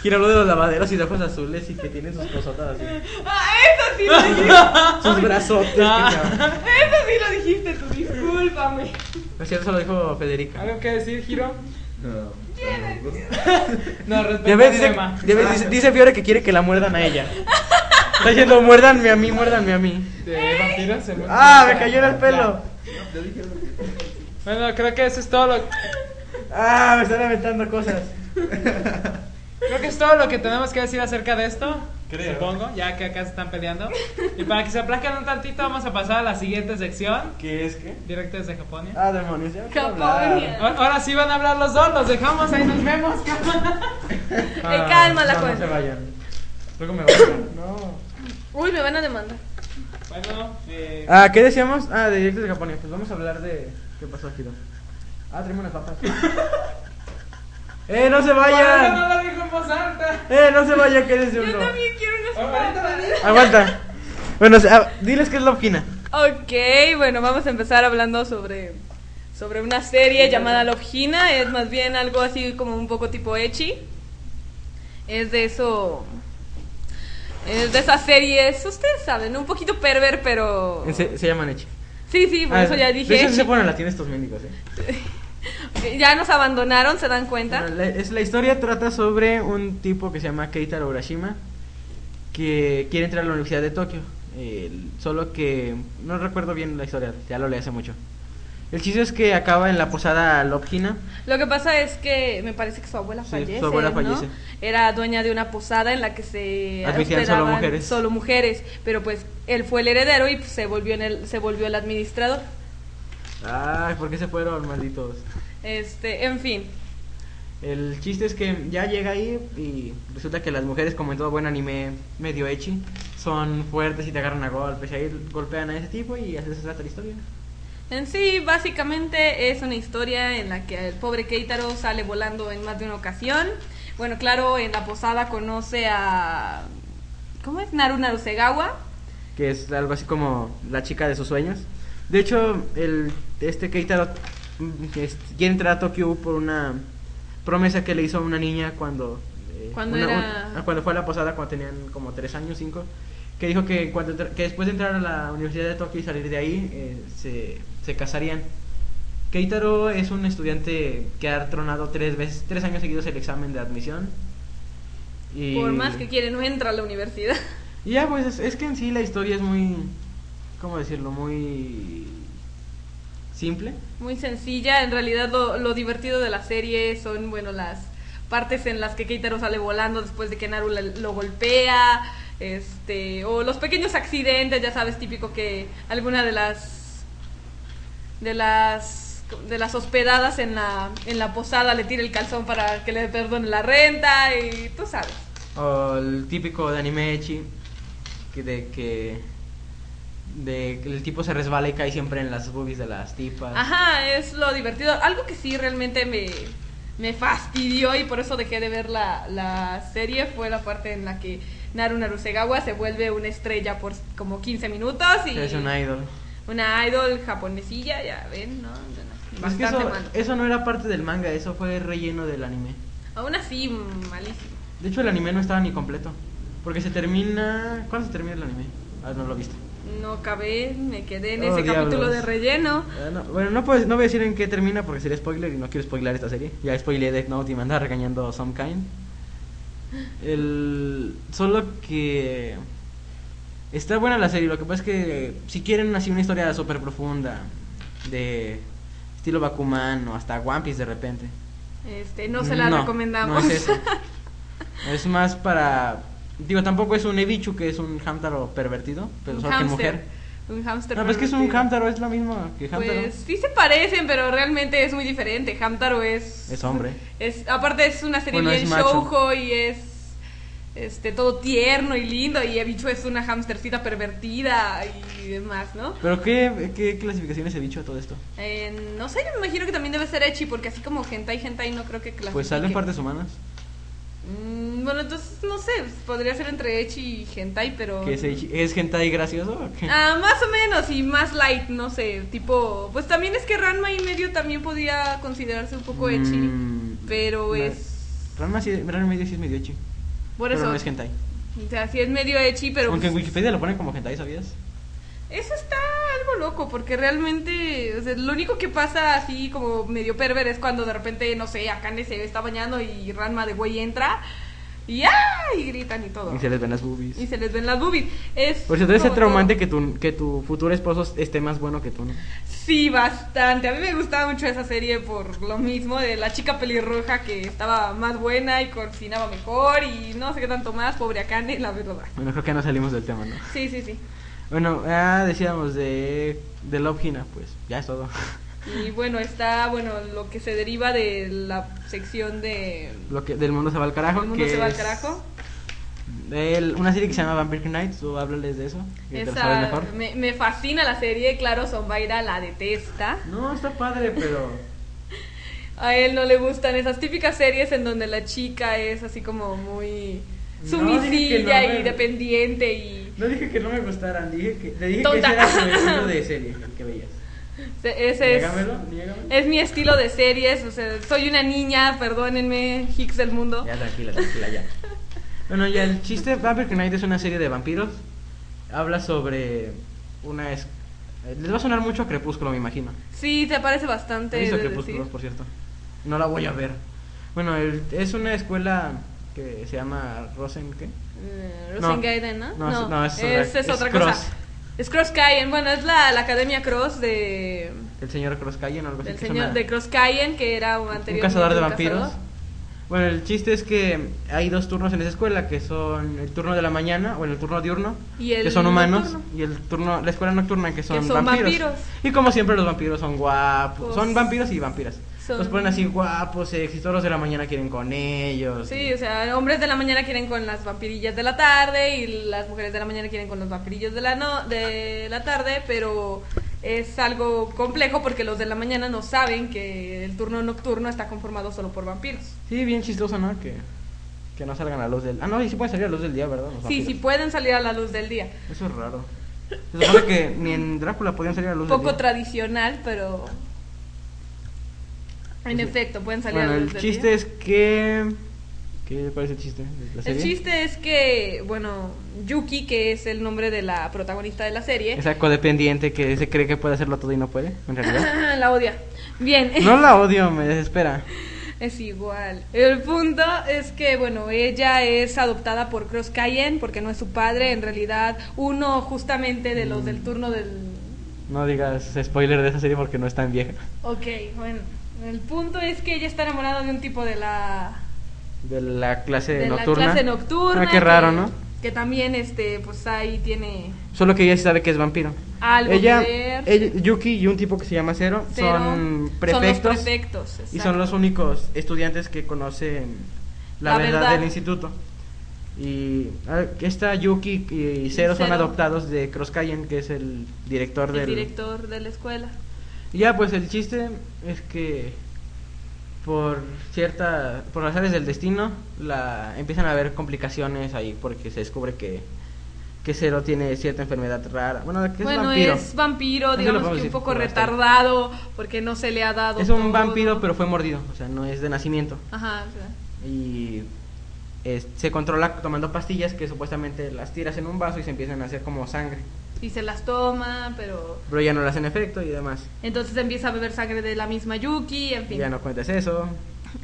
Speaker 1: ¿Quién habló de los lavaderos y de ojos azules y que tienen sus cosotas así?
Speaker 4: Ah, eso sí lo dijiste.
Speaker 1: Sus brazotes. No.
Speaker 4: Eso sí lo dijiste, tú discúlpame.
Speaker 1: Por cierto, eso lo dijo Federica.
Speaker 2: ¿algo que decir, Giro?
Speaker 3: No, no, no.
Speaker 2: No, respecto
Speaker 1: Ya ves,
Speaker 2: al
Speaker 1: dice,
Speaker 2: tema.
Speaker 1: ya ves, dice, dice Fiore que quiere que la muerdan a ella. Está diciendo, muérdanme a mí, muérdanme a mí.
Speaker 2: De vampiros, según-
Speaker 1: ¡Ah, me cayó en el pelo!
Speaker 2: Bueno, creo que eso es todo lo
Speaker 1: ¡Ah, me están aventando cosas!
Speaker 2: Creo que es todo lo que tenemos que decir acerca de esto. Supongo, ya que acá se están peleando. Y para que se aplacan un tantito, vamos a pasar a la siguiente sección.
Speaker 1: ¿Qué es qué?
Speaker 2: Directo desde Japón.
Speaker 1: Ah, demonios, ya me quiero hablar.
Speaker 4: Caponia.
Speaker 2: Ahora ahora sí van a hablar los dos, los dejamos, ahí nos vemos.
Speaker 4: Eh, calma la
Speaker 1: no, no
Speaker 4: cuenta.
Speaker 1: se vayan. Luego me vayan. No.
Speaker 4: Uy, me van a demandar.
Speaker 2: Bueno, eh,
Speaker 1: Ah, ¿qué decíamos? Ah, de directos de Japón. Pues vamos a hablar de. ¿Qué pasó aquí? Ah, traemos unas papas. ¡Eh, no se
Speaker 2: Ahora no
Speaker 1: vayan!
Speaker 2: la dejo en voz alta.
Speaker 1: ¡Eh, no se vayan! que eres de
Speaker 4: Yo
Speaker 1: uno?
Speaker 4: también quiero unas
Speaker 1: Ah,
Speaker 2: Ahorita
Speaker 4: papas.
Speaker 2: la
Speaker 1: Aguanta. Bueno, o sea, ah, diles que es la opina.
Speaker 4: Ok, bueno, vamos a empezar hablando sobre, sobre una serie llamada Lobgina. Es más bien algo así como un poco tipo Echi. Es de eso. Es de esas series, ustedes saben, un poquito perver, pero.
Speaker 1: Se, se llaman Echi.
Speaker 4: Sí, sí, por
Speaker 1: Ah,
Speaker 4: eso ya
Speaker 1: De
Speaker 4: dije.
Speaker 1: hecho, sí se
Speaker 4: ecchi.
Speaker 1: ponen latín estos mendigos, eh.
Speaker 4: Ya nos abandonaron, ¿se dan cuenta?
Speaker 1: Bueno, la, es, la historia trata sobre un tipo que se llama Keitaro Urashima que quiere entrar a la Universidad de Tokio. El- solo que no recuerdo bien la historia, ya lo leí hace mucho. El chiste es que acaba en la posada Lobjina.
Speaker 4: Lo que pasa es que me parece que su abuela
Speaker 1: Sí,
Speaker 4: fallece.
Speaker 1: su abuela
Speaker 4: ¿no?
Speaker 1: fallece.
Speaker 4: Era dueña de una posada en la que se
Speaker 1: Admitían solo
Speaker 4: hospedaban
Speaker 1: mujeres.
Speaker 4: solo mujeres, pero pues él fue el heredero y pues, se volvió en el, se volvió el administrador.
Speaker 1: Ay, ¿por qué se fueron, malditos?
Speaker 4: Este, en fin.
Speaker 1: El chiste es que ya llega ahí y resulta que las mujeres, como en todo buen anime medio echi, son fuertes y te agarran a golpes. Y ahí golpean a ese tipo y así se trata la historia.
Speaker 4: En sí, básicamente es una historia en la que el pobre Keitaro sale volando en más de una ocasión. Bueno, claro, en la posada conoce a ¿cómo es? Naru Narusegawa.
Speaker 1: que es algo así como la chica de sus sueños. De hecho, el, este Keitaro mm, es- quiere entrar a Tokio por una promesa que le hizo a una niña cuando, eh,
Speaker 4: Cuando
Speaker 1: una-
Speaker 4: era-
Speaker 1: un- ah, cuando fue a la posada, cuando tenían como tres años, cinco, que dijo que, cuando, entra- que después de entrar a la Universidad de Tokio y salir de ahí, eh, se, se casarían. Keitaro es un estudiante que ha tronado tres, veces, tres años seguidos el examen de admisión. Y...
Speaker 4: Por más que quiere no entra a la universidad.
Speaker 1: Y ya, pues es, es que en sí la historia es muy. ¿Cómo decirlo? Muy. simple.
Speaker 4: Muy sencilla, en realidad lo, lo divertido de la serie son, bueno, las partes en las que Keitaro sale volando después de que Naru la- lo golpea, este, o los pequeños accidentes, ya sabes, típico que alguna de las de las de las hospedadas en la en la posada le tira el calzón para que le perdone la renta y tú sabes.
Speaker 1: O el típico de anime echi. Que de que. De que el tipo se resbala y cae siempre en las boobies de las tipas.
Speaker 4: Ajá, es lo divertido. Algo que sí realmente me, me fastidió y por eso dejé de ver la, la serie fue la parte en la que Naru Narusegawa se vuelve una estrella por como 15 minutos y
Speaker 1: Es un idol.
Speaker 4: una idol japonesilla, ya ven, ¿no? No, no,
Speaker 1: Es que
Speaker 4: Bastante
Speaker 1: eso,
Speaker 4: malo.
Speaker 1: eso no era parte del manga, eso fue relleno del anime.
Speaker 4: Aún así, malísimo.
Speaker 1: De hecho, el anime no estaba ni completo. Porque se termina. ¿Cuándo se termina el anime? Ah, no lo he visto.
Speaker 4: No acabé, me quedé en
Speaker 1: Oh,
Speaker 4: ese capítulo
Speaker 1: diablos.
Speaker 4: de relleno.
Speaker 1: Eh, no, bueno, no, puedes, no voy a decir en qué termina porque sería spoiler y no quiero spoiler esta serie. Ya spoileé Death Note y me andaba regañando Some Kind. El, solo que. Está buena la serie. Lo que pasa es que si quieren así una historia súper profunda, de estilo Bakuman o hasta One Piece de repente.
Speaker 4: Este, no se la recomendamos.
Speaker 1: No es eso. es más para. Digo, tampoco es un Ebichu que es un Hamtaro pervertido, pero
Speaker 4: un
Speaker 1: solo que mujer.
Speaker 4: hámster. Un hámster.
Speaker 1: No, pero es que es un
Speaker 4: pervertido.
Speaker 1: Hamtaro, es lo mismo que Hamtaro.
Speaker 4: Pues sí se parecen, pero realmente es muy diferente. Hamtaro es.
Speaker 1: Es hombre.
Speaker 4: es- aparte, es una serie
Speaker 1: Bueno,
Speaker 4: bien
Speaker 1: es macho.
Speaker 4: shoujo y es. Este, todo tierno y lindo. Y Ebichu es una hamstercita pervertida y demás, ¿no?
Speaker 1: ¿Pero qué, qué clasificación es bicho a todo esto?
Speaker 4: Eh, no sé, yo me imagino que también debe ser Echi, porque así como hentai, hentai no creo que clasifique.
Speaker 1: Pues salen partes humanas.
Speaker 4: Mm, bueno, entonces no sé, podría ser entre Echi y hentai, pero.
Speaker 1: ¿Qué es, ¿Es hentai gracioso o qué?
Speaker 4: Ah, más o menos, y más light, no sé, tipo, pues también es que Ranma y medio también podía considerarse un poco ecchi,
Speaker 1: Mm,
Speaker 4: pero
Speaker 1: no.
Speaker 4: es,
Speaker 1: Ranma sí, Ranma medio sí es medio echi.
Speaker 4: pues por
Speaker 1: Pero
Speaker 4: eso,
Speaker 1: no es hentai.
Speaker 4: o sea, sí es medio ecchi, pero
Speaker 1: Aunque en
Speaker 4: pues,
Speaker 1: Wikipedia lo ponen como hentai, ¿sabías?
Speaker 4: eso está algo loco, porque realmente, o sea, lo único que pasa así como medio perver es cuando de repente, no sé, Akane se está bañando y Ranma de güey entra, y ¡ah! y gritan y todo,
Speaker 1: Y se les ven las boobies.
Speaker 4: y se les ven las boobies, es...
Speaker 1: Por cierto, debe ser
Speaker 4: como todo.
Speaker 1: traumante que tu, que tu futuro esposo esté más bueno que tú, ¿no?
Speaker 4: Sí, bastante. A mí me gustaba mucho esa serie por lo mismo de la chica pelirroja que estaba más buena y cocinaba mejor y no sé qué tanto más, pobre Akane, la verdad.
Speaker 1: Bueno, creo que no salimos del tema, ¿no?
Speaker 4: Sí, sí, sí.
Speaker 1: Bueno, ah, decíamos de, de Love Hina, pues ya es todo.
Speaker 4: Y bueno, está, bueno, lo que se deriva de la sección de...
Speaker 1: Lo que, del mundo se va al carajo.
Speaker 4: El mundo
Speaker 1: que
Speaker 4: se va al
Speaker 1: es
Speaker 4: carajo.
Speaker 1: del- una serie que se llama Vampire Knights, tú háblales de eso. Que te lo sabes
Speaker 4: Esa,
Speaker 1: mejor.
Speaker 4: me, me fascina la serie, claro, Zombaira la detesta.
Speaker 1: No, está padre, pero.
Speaker 4: A él no le gustan esas típicas series en donde la chica es así como muy
Speaker 1: No, dije que no, a
Speaker 4: sumisilla y
Speaker 1: ver.
Speaker 4: dependiente y...
Speaker 1: No dije que no me gustaran, dije que. Te dije
Speaker 4: Tonta.
Speaker 1: que ese era tu estilo de serie que veías.
Speaker 4: Se- Ese es,
Speaker 1: Niégamelo, niégamelo.
Speaker 4: es mi estilo de series. O sea, soy una niña, perdónenme, Hicks del mundo.
Speaker 1: Ya, tranquila, tranquila, ya. bueno, ya el chiste de Vampire Knight es una serie de vampiros. Habla sobre una. Es... eh, Les va a sonar mucho a Crepúsculo, me imagino.
Speaker 4: Sí, te parece bastante.
Speaker 1: He visto
Speaker 4: de
Speaker 1: Crepúsculo,
Speaker 4: decir.
Speaker 1: por cierto. No la voy a ver. Bueno, el- es una escuela que se llama Rosen, ¿qué?
Speaker 4: Eh,
Speaker 1: No.
Speaker 4: Rosen Gaiden, ¿no?
Speaker 1: No, es- no, es otra-
Speaker 4: esa es,
Speaker 1: es
Speaker 4: otra
Speaker 1: Cross.
Speaker 4: cosa. Es Cross Cayenne. Bueno, es la, la Academia Cross de,
Speaker 1: El señor Cross Cayen o algo así.
Speaker 4: del
Speaker 1: que Pues es
Speaker 4: señor
Speaker 1: una-
Speaker 4: de Cross Cayenne, que era un anterior.
Speaker 1: un cazador de
Speaker 4: un
Speaker 1: vampiros.
Speaker 4: cazador.
Speaker 1: Bueno, el chiste es que hay dos turnos en esa escuela, que son el turno de la mañana, bueno, el turno diurno,
Speaker 4: Y el
Speaker 1: que son humanos,
Speaker 4: nocturno.
Speaker 1: y el turno, la escuela nocturna, que son,
Speaker 4: son
Speaker 1: vampiros.
Speaker 4: vampiros.
Speaker 1: Y como siempre los vampiros son guapos,
Speaker 4: Pues,
Speaker 1: son vampiros y vampiras.
Speaker 4: son-
Speaker 1: Los ponen así guapos, sexy, todos los de la mañana quieren con ellos.
Speaker 4: Sí, o sea, hombres de la mañana quieren con las vampirillas de la tarde y las mujeres de la mañana quieren con los vampirillos de la no de la tarde, pero es algo complejo porque los de la mañana no saben que el turno nocturno está conformado solo por vampiros.
Speaker 1: Sí, bien chistoso, ¿no? Que, que no salgan a luz del... Ah, no, y sí pueden salir a luz del día, ¿verdad? Los
Speaker 4: Sí,
Speaker 1: vampiros.
Speaker 4: sí pueden salir a la luz del día.
Speaker 1: Eso es raro. Se supone que ni en Drácula podían salir a luz
Speaker 4: Poco
Speaker 1: del día.
Speaker 4: tradicional, pero en
Speaker 1: Pues sí.
Speaker 4: efecto pueden salir
Speaker 1: Bueno,
Speaker 4: a la luz
Speaker 1: el
Speaker 4: del
Speaker 1: chiste
Speaker 4: día.
Speaker 1: es que... ¿Qué parece el chiste? de la
Speaker 4: El
Speaker 1: serie?
Speaker 4: chiste es que, bueno, Yuki, que es el nombre de la protagonista de la serie,
Speaker 1: Esa codependiente que se cree que puede hacerlo todo y no puede, en realidad.
Speaker 4: la odia. Bien.
Speaker 1: No la odio, me desespera.
Speaker 4: Es igual. El punto es que, bueno, ella es adoptada por Cross Cayenne porque no es su padre. En realidad, uno justamente de los del turno del.
Speaker 1: No digas spoiler de esa serie porque no es tan vieja.
Speaker 4: Ok, bueno. El punto es que ella está enamorada de un tipo de la.
Speaker 1: De la clase
Speaker 4: de
Speaker 1: nocturna.
Speaker 4: la clase nocturna.
Speaker 1: Ah, qué
Speaker 4: que-
Speaker 1: raro, ¿no?
Speaker 4: Que también, este, pues ahí tiene.
Speaker 1: Solo que ella sí sabe que es vampiro.
Speaker 4: Algo que
Speaker 1: ella,
Speaker 4: ver.
Speaker 1: ella- Yuki y un tipo que se llama Cero,
Speaker 4: cero.
Speaker 1: son
Speaker 4: Son
Speaker 1: prefectos.
Speaker 4: los prefectos.
Speaker 1: y son los
Speaker 4: exacto.
Speaker 1: únicos estudiantes que conocen la,
Speaker 4: La
Speaker 1: verdad,
Speaker 4: verdad.
Speaker 1: del instituto. Y ah, esta Yuki y Cero, son
Speaker 4: Cero.
Speaker 1: adoptados de Cross Cayenne, que es el director
Speaker 4: El
Speaker 1: del
Speaker 4: director de la escuela.
Speaker 1: Y Ya, pues el chiste es que por cierta, por razones del destino, la empiezan a haber complicaciones ahí porque se descubre que que Cero tiene cierta enfermedad rara. Bueno, que es
Speaker 4: bueno,
Speaker 1: vampiro.
Speaker 4: es vampiro,
Speaker 1: Eso lo
Speaker 4: digamos
Speaker 1: podemos
Speaker 4: que un
Speaker 1: decir,
Speaker 4: poco
Speaker 1: pero hasta ahí.
Speaker 4: retardado porque no se le ha dado.
Speaker 1: Es un
Speaker 4: todo.
Speaker 1: vampiro, pero fue mordido, o sea, no es de nacimiento
Speaker 4: Ajá, o sea.
Speaker 1: y es- se controla tomando pastillas que supuestamente las tiras en un vaso y se empiezan a hacer como sangre.
Speaker 4: y se las toma, pero
Speaker 5: Pero ya no le hacen efecto y demás.
Speaker 4: entonces empieza a beber sangre de la misma Yuki, en
Speaker 5: Y
Speaker 4: fin.
Speaker 5: ya no cuentes eso.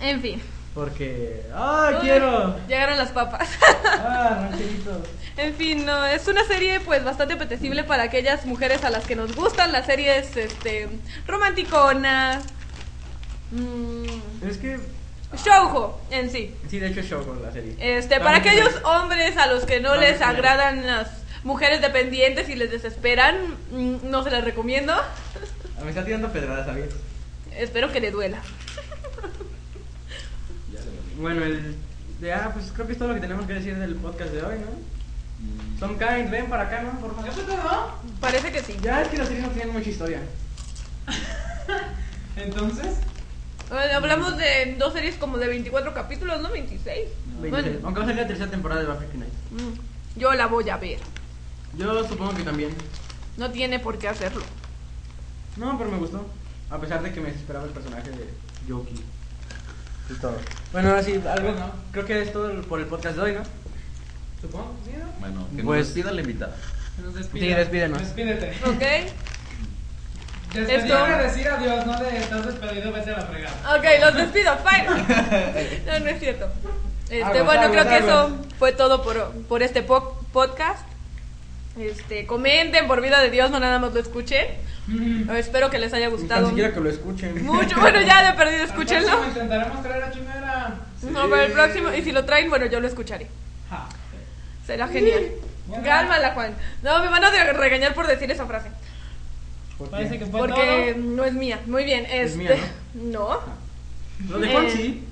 Speaker 4: En fin.
Speaker 5: Porque. ¡Ay,
Speaker 4: Uy,
Speaker 5: quiero!
Speaker 4: Llegaron las papas.
Speaker 5: ¡Ah, rancherito!
Speaker 4: En fin, no, es una serie pues bastante apetecible para aquellas mujeres a las que nos gustan las series este romanticonas. Mm,
Speaker 5: Es que.
Speaker 4: shoujo en sí.
Speaker 5: Sí, de hecho, es show con la serie.
Speaker 4: Este, para
Speaker 5: También
Speaker 4: aquellos hombres a los que no
Speaker 5: Vamos
Speaker 4: les
Speaker 5: a ver.
Speaker 4: agradan las mujeres dependientes y les desesperan, mm, no se las recomiendo.
Speaker 5: Ah, Me está tirando pedradas, ¿sabes?
Speaker 4: Espero que le duela.
Speaker 5: Bueno, el. de- ah, pues creo que es todo lo que tenemos que decir del podcast de hoy, ¿no? Tom Kind, ven para acá, ¿no? Por favor.
Speaker 4: Parece que sí.
Speaker 5: Ya es que las series no tienen mucha historia.
Speaker 2: Entonces,
Speaker 4: Bueno, Eh, hablamos de dos series como de 24 capítulos, ¿no? 26. Bueno.
Speaker 5: Aunque va a salir la tercera temporada de Buffy Knight.
Speaker 4: Mm, Yo la voy a ver.
Speaker 5: Yo supongo que también.
Speaker 4: No tiene por qué hacerlo.
Speaker 5: No, pero me gustó. A pesar de que me desesperaba el personaje de Yoki.
Speaker 9: Es todo.
Speaker 5: Bueno, ahora sí, algo, ¿no? Creo que es todo por el podcast de hoy, ¿no?
Speaker 2: supongo, ¿sí? no?
Speaker 3: Bueno, Ah, que
Speaker 5: Pues-
Speaker 3: nos despida la invitada.
Speaker 2: Que Nos despida.
Speaker 5: Sí, despídenos.
Speaker 2: Despídete.
Speaker 4: ¿Ok?
Speaker 2: Despedida
Speaker 4: Esto-
Speaker 2: de decir adiós, no de estás despedido, vete a la fregada.
Speaker 4: Ok, los despido, fine. No, no es cierto. Este,
Speaker 5: Aguas,
Speaker 4: bueno,
Speaker 5: aguas,
Speaker 4: creo que
Speaker 5: aguas.
Speaker 4: eso fue todo por, por este po- podcast. Este, comenten, por vida de Dios, no nada más lo escuchen. Espero que les haya
Speaker 5: Ni tan
Speaker 4: gustado
Speaker 5: siquiera que lo escuchen.
Speaker 4: mucho. Bueno, ya de perdido,
Speaker 2: Al próximo
Speaker 4: escúchenlo.
Speaker 2: Intentaremos traer a Chimera.
Speaker 4: No, para el próximo, y si lo traen, bueno, yo lo escucharé.
Speaker 2: Ja.
Speaker 4: Será genial.
Speaker 2: Bueno.
Speaker 4: Cálmala, Juan. No, me van a de- regañar por decir esa frase.
Speaker 5: ¿Por
Speaker 2: Parece
Speaker 5: qué?
Speaker 2: que fue
Speaker 4: Porque no es mía. Muy bien. Este,
Speaker 5: Es mía,
Speaker 4: ¿no?
Speaker 5: Lo de Juan
Speaker 4: Eh,
Speaker 5: sí.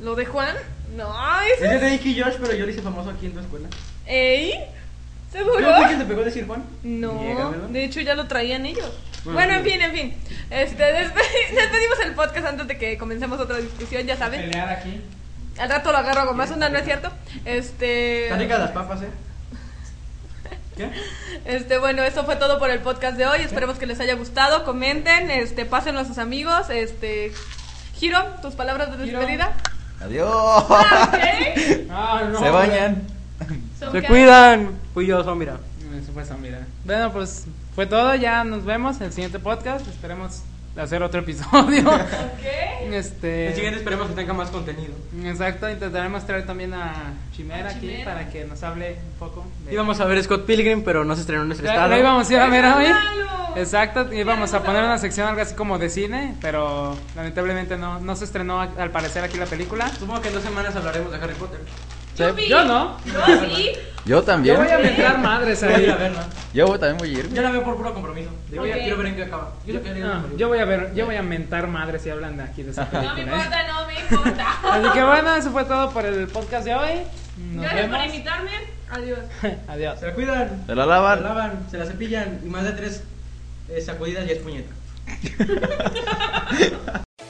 Speaker 4: ¿Lo de Juan? No, eso
Speaker 5: Ese es de Nicky Josh, pero yo lo hice famoso aquí en tu escuela.
Speaker 4: ¿Ey?
Speaker 5: ¿Tú
Speaker 4: ¿Seguro?
Speaker 5: fue quien te pegó decir Juan?
Speaker 4: No,
Speaker 5: Niégamelo.
Speaker 4: de hecho ya lo traían ellos.
Speaker 5: Bueno,
Speaker 4: Bueno, en
Speaker 5: sí.
Speaker 4: fin, en fin. Este, despe- despedimos el podcast antes de que comencemos otra discusión, ya
Speaker 2: todo.
Speaker 4: saben.
Speaker 2: Pelear aquí.
Speaker 4: Al rato lo agarro con más onda, ¿no es cierto? Este,
Speaker 5: Están ricas las papas, ¿eh? ¿Qué?
Speaker 4: este, bueno, eso fue todo por el podcast de hoy. Esperemos que les haya gustado. Comenten, este, pásenlo a sus amigos. Este, Giro, tus palabras de
Speaker 2: Giro.
Speaker 4: despedida.
Speaker 3: Adiós.
Speaker 4: Ok.
Speaker 2: Ah, no.
Speaker 3: Se bañan.
Speaker 4: So
Speaker 1: Se
Speaker 4: can-
Speaker 1: cuidan. Fui yo, son, mira.
Speaker 2: Eso fue Samira. Bueno, pues fue todo. Ya nos vemos en el siguiente podcast. Esperemos hacer otro episodio.
Speaker 4: Ok.
Speaker 2: este.
Speaker 1: El siguiente esperemos que tenga más contenido.
Speaker 2: Exacto, intentaremos traer también a Chimera
Speaker 4: A
Speaker 2: aquí
Speaker 4: Chimera.
Speaker 2: para que nos hable un poco. de-
Speaker 1: Íbamos a ver Scott Pilgrim, pero no se estrenó en nuestro
Speaker 2: Ya-
Speaker 1: estado.
Speaker 2: lo íbamos a ir a ver hoy.
Speaker 4: ¡Malo!
Speaker 2: Exacto, íbamos a
Speaker 4: Íbamos a
Speaker 2: poner
Speaker 4: ver.
Speaker 2: una sección algo así como de cine, pero lamentablemente no, no se estrenó a- al parecer aquí la película.
Speaker 1: Supongo que en dos semanas hablaremos de Harry Potter.
Speaker 4: Yo,
Speaker 3: Sí.
Speaker 4: vi.
Speaker 2: Yo no.
Speaker 4: Yo sí.
Speaker 3: Yo también.
Speaker 2: Yo voy a meter madres ahí.
Speaker 3: Yo voy- también voy a ir.
Speaker 1: Yo la veo por puro compromiso. Digo,
Speaker 4: Ok.
Speaker 1: ya quiero ver en qué acaba. Ah, Yo, lo que haría
Speaker 2: No,
Speaker 1: es-
Speaker 2: Ah, yo voy a ver, yo voy a mentar madres si hablan de aquí de esa
Speaker 4: No me
Speaker 2: película. ¿eh?
Speaker 4: importa, no me importa.
Speaker 2: Así que bueno, eso fue todo por el podcast de hoy. Nos
Speaker 4: Gracias por
Speaker 2: vemos.
Speaker 4: invitarme. Adiós.
Speaker 2: Adiós.
Speaker 5: Se la cuidan,
Speaker 3: Se la
Speaker 5: se la
Speaker 3: lavan.
Speaker 5: lavan, se la cepillan y más de tres eh, sacudidas y es puñeta.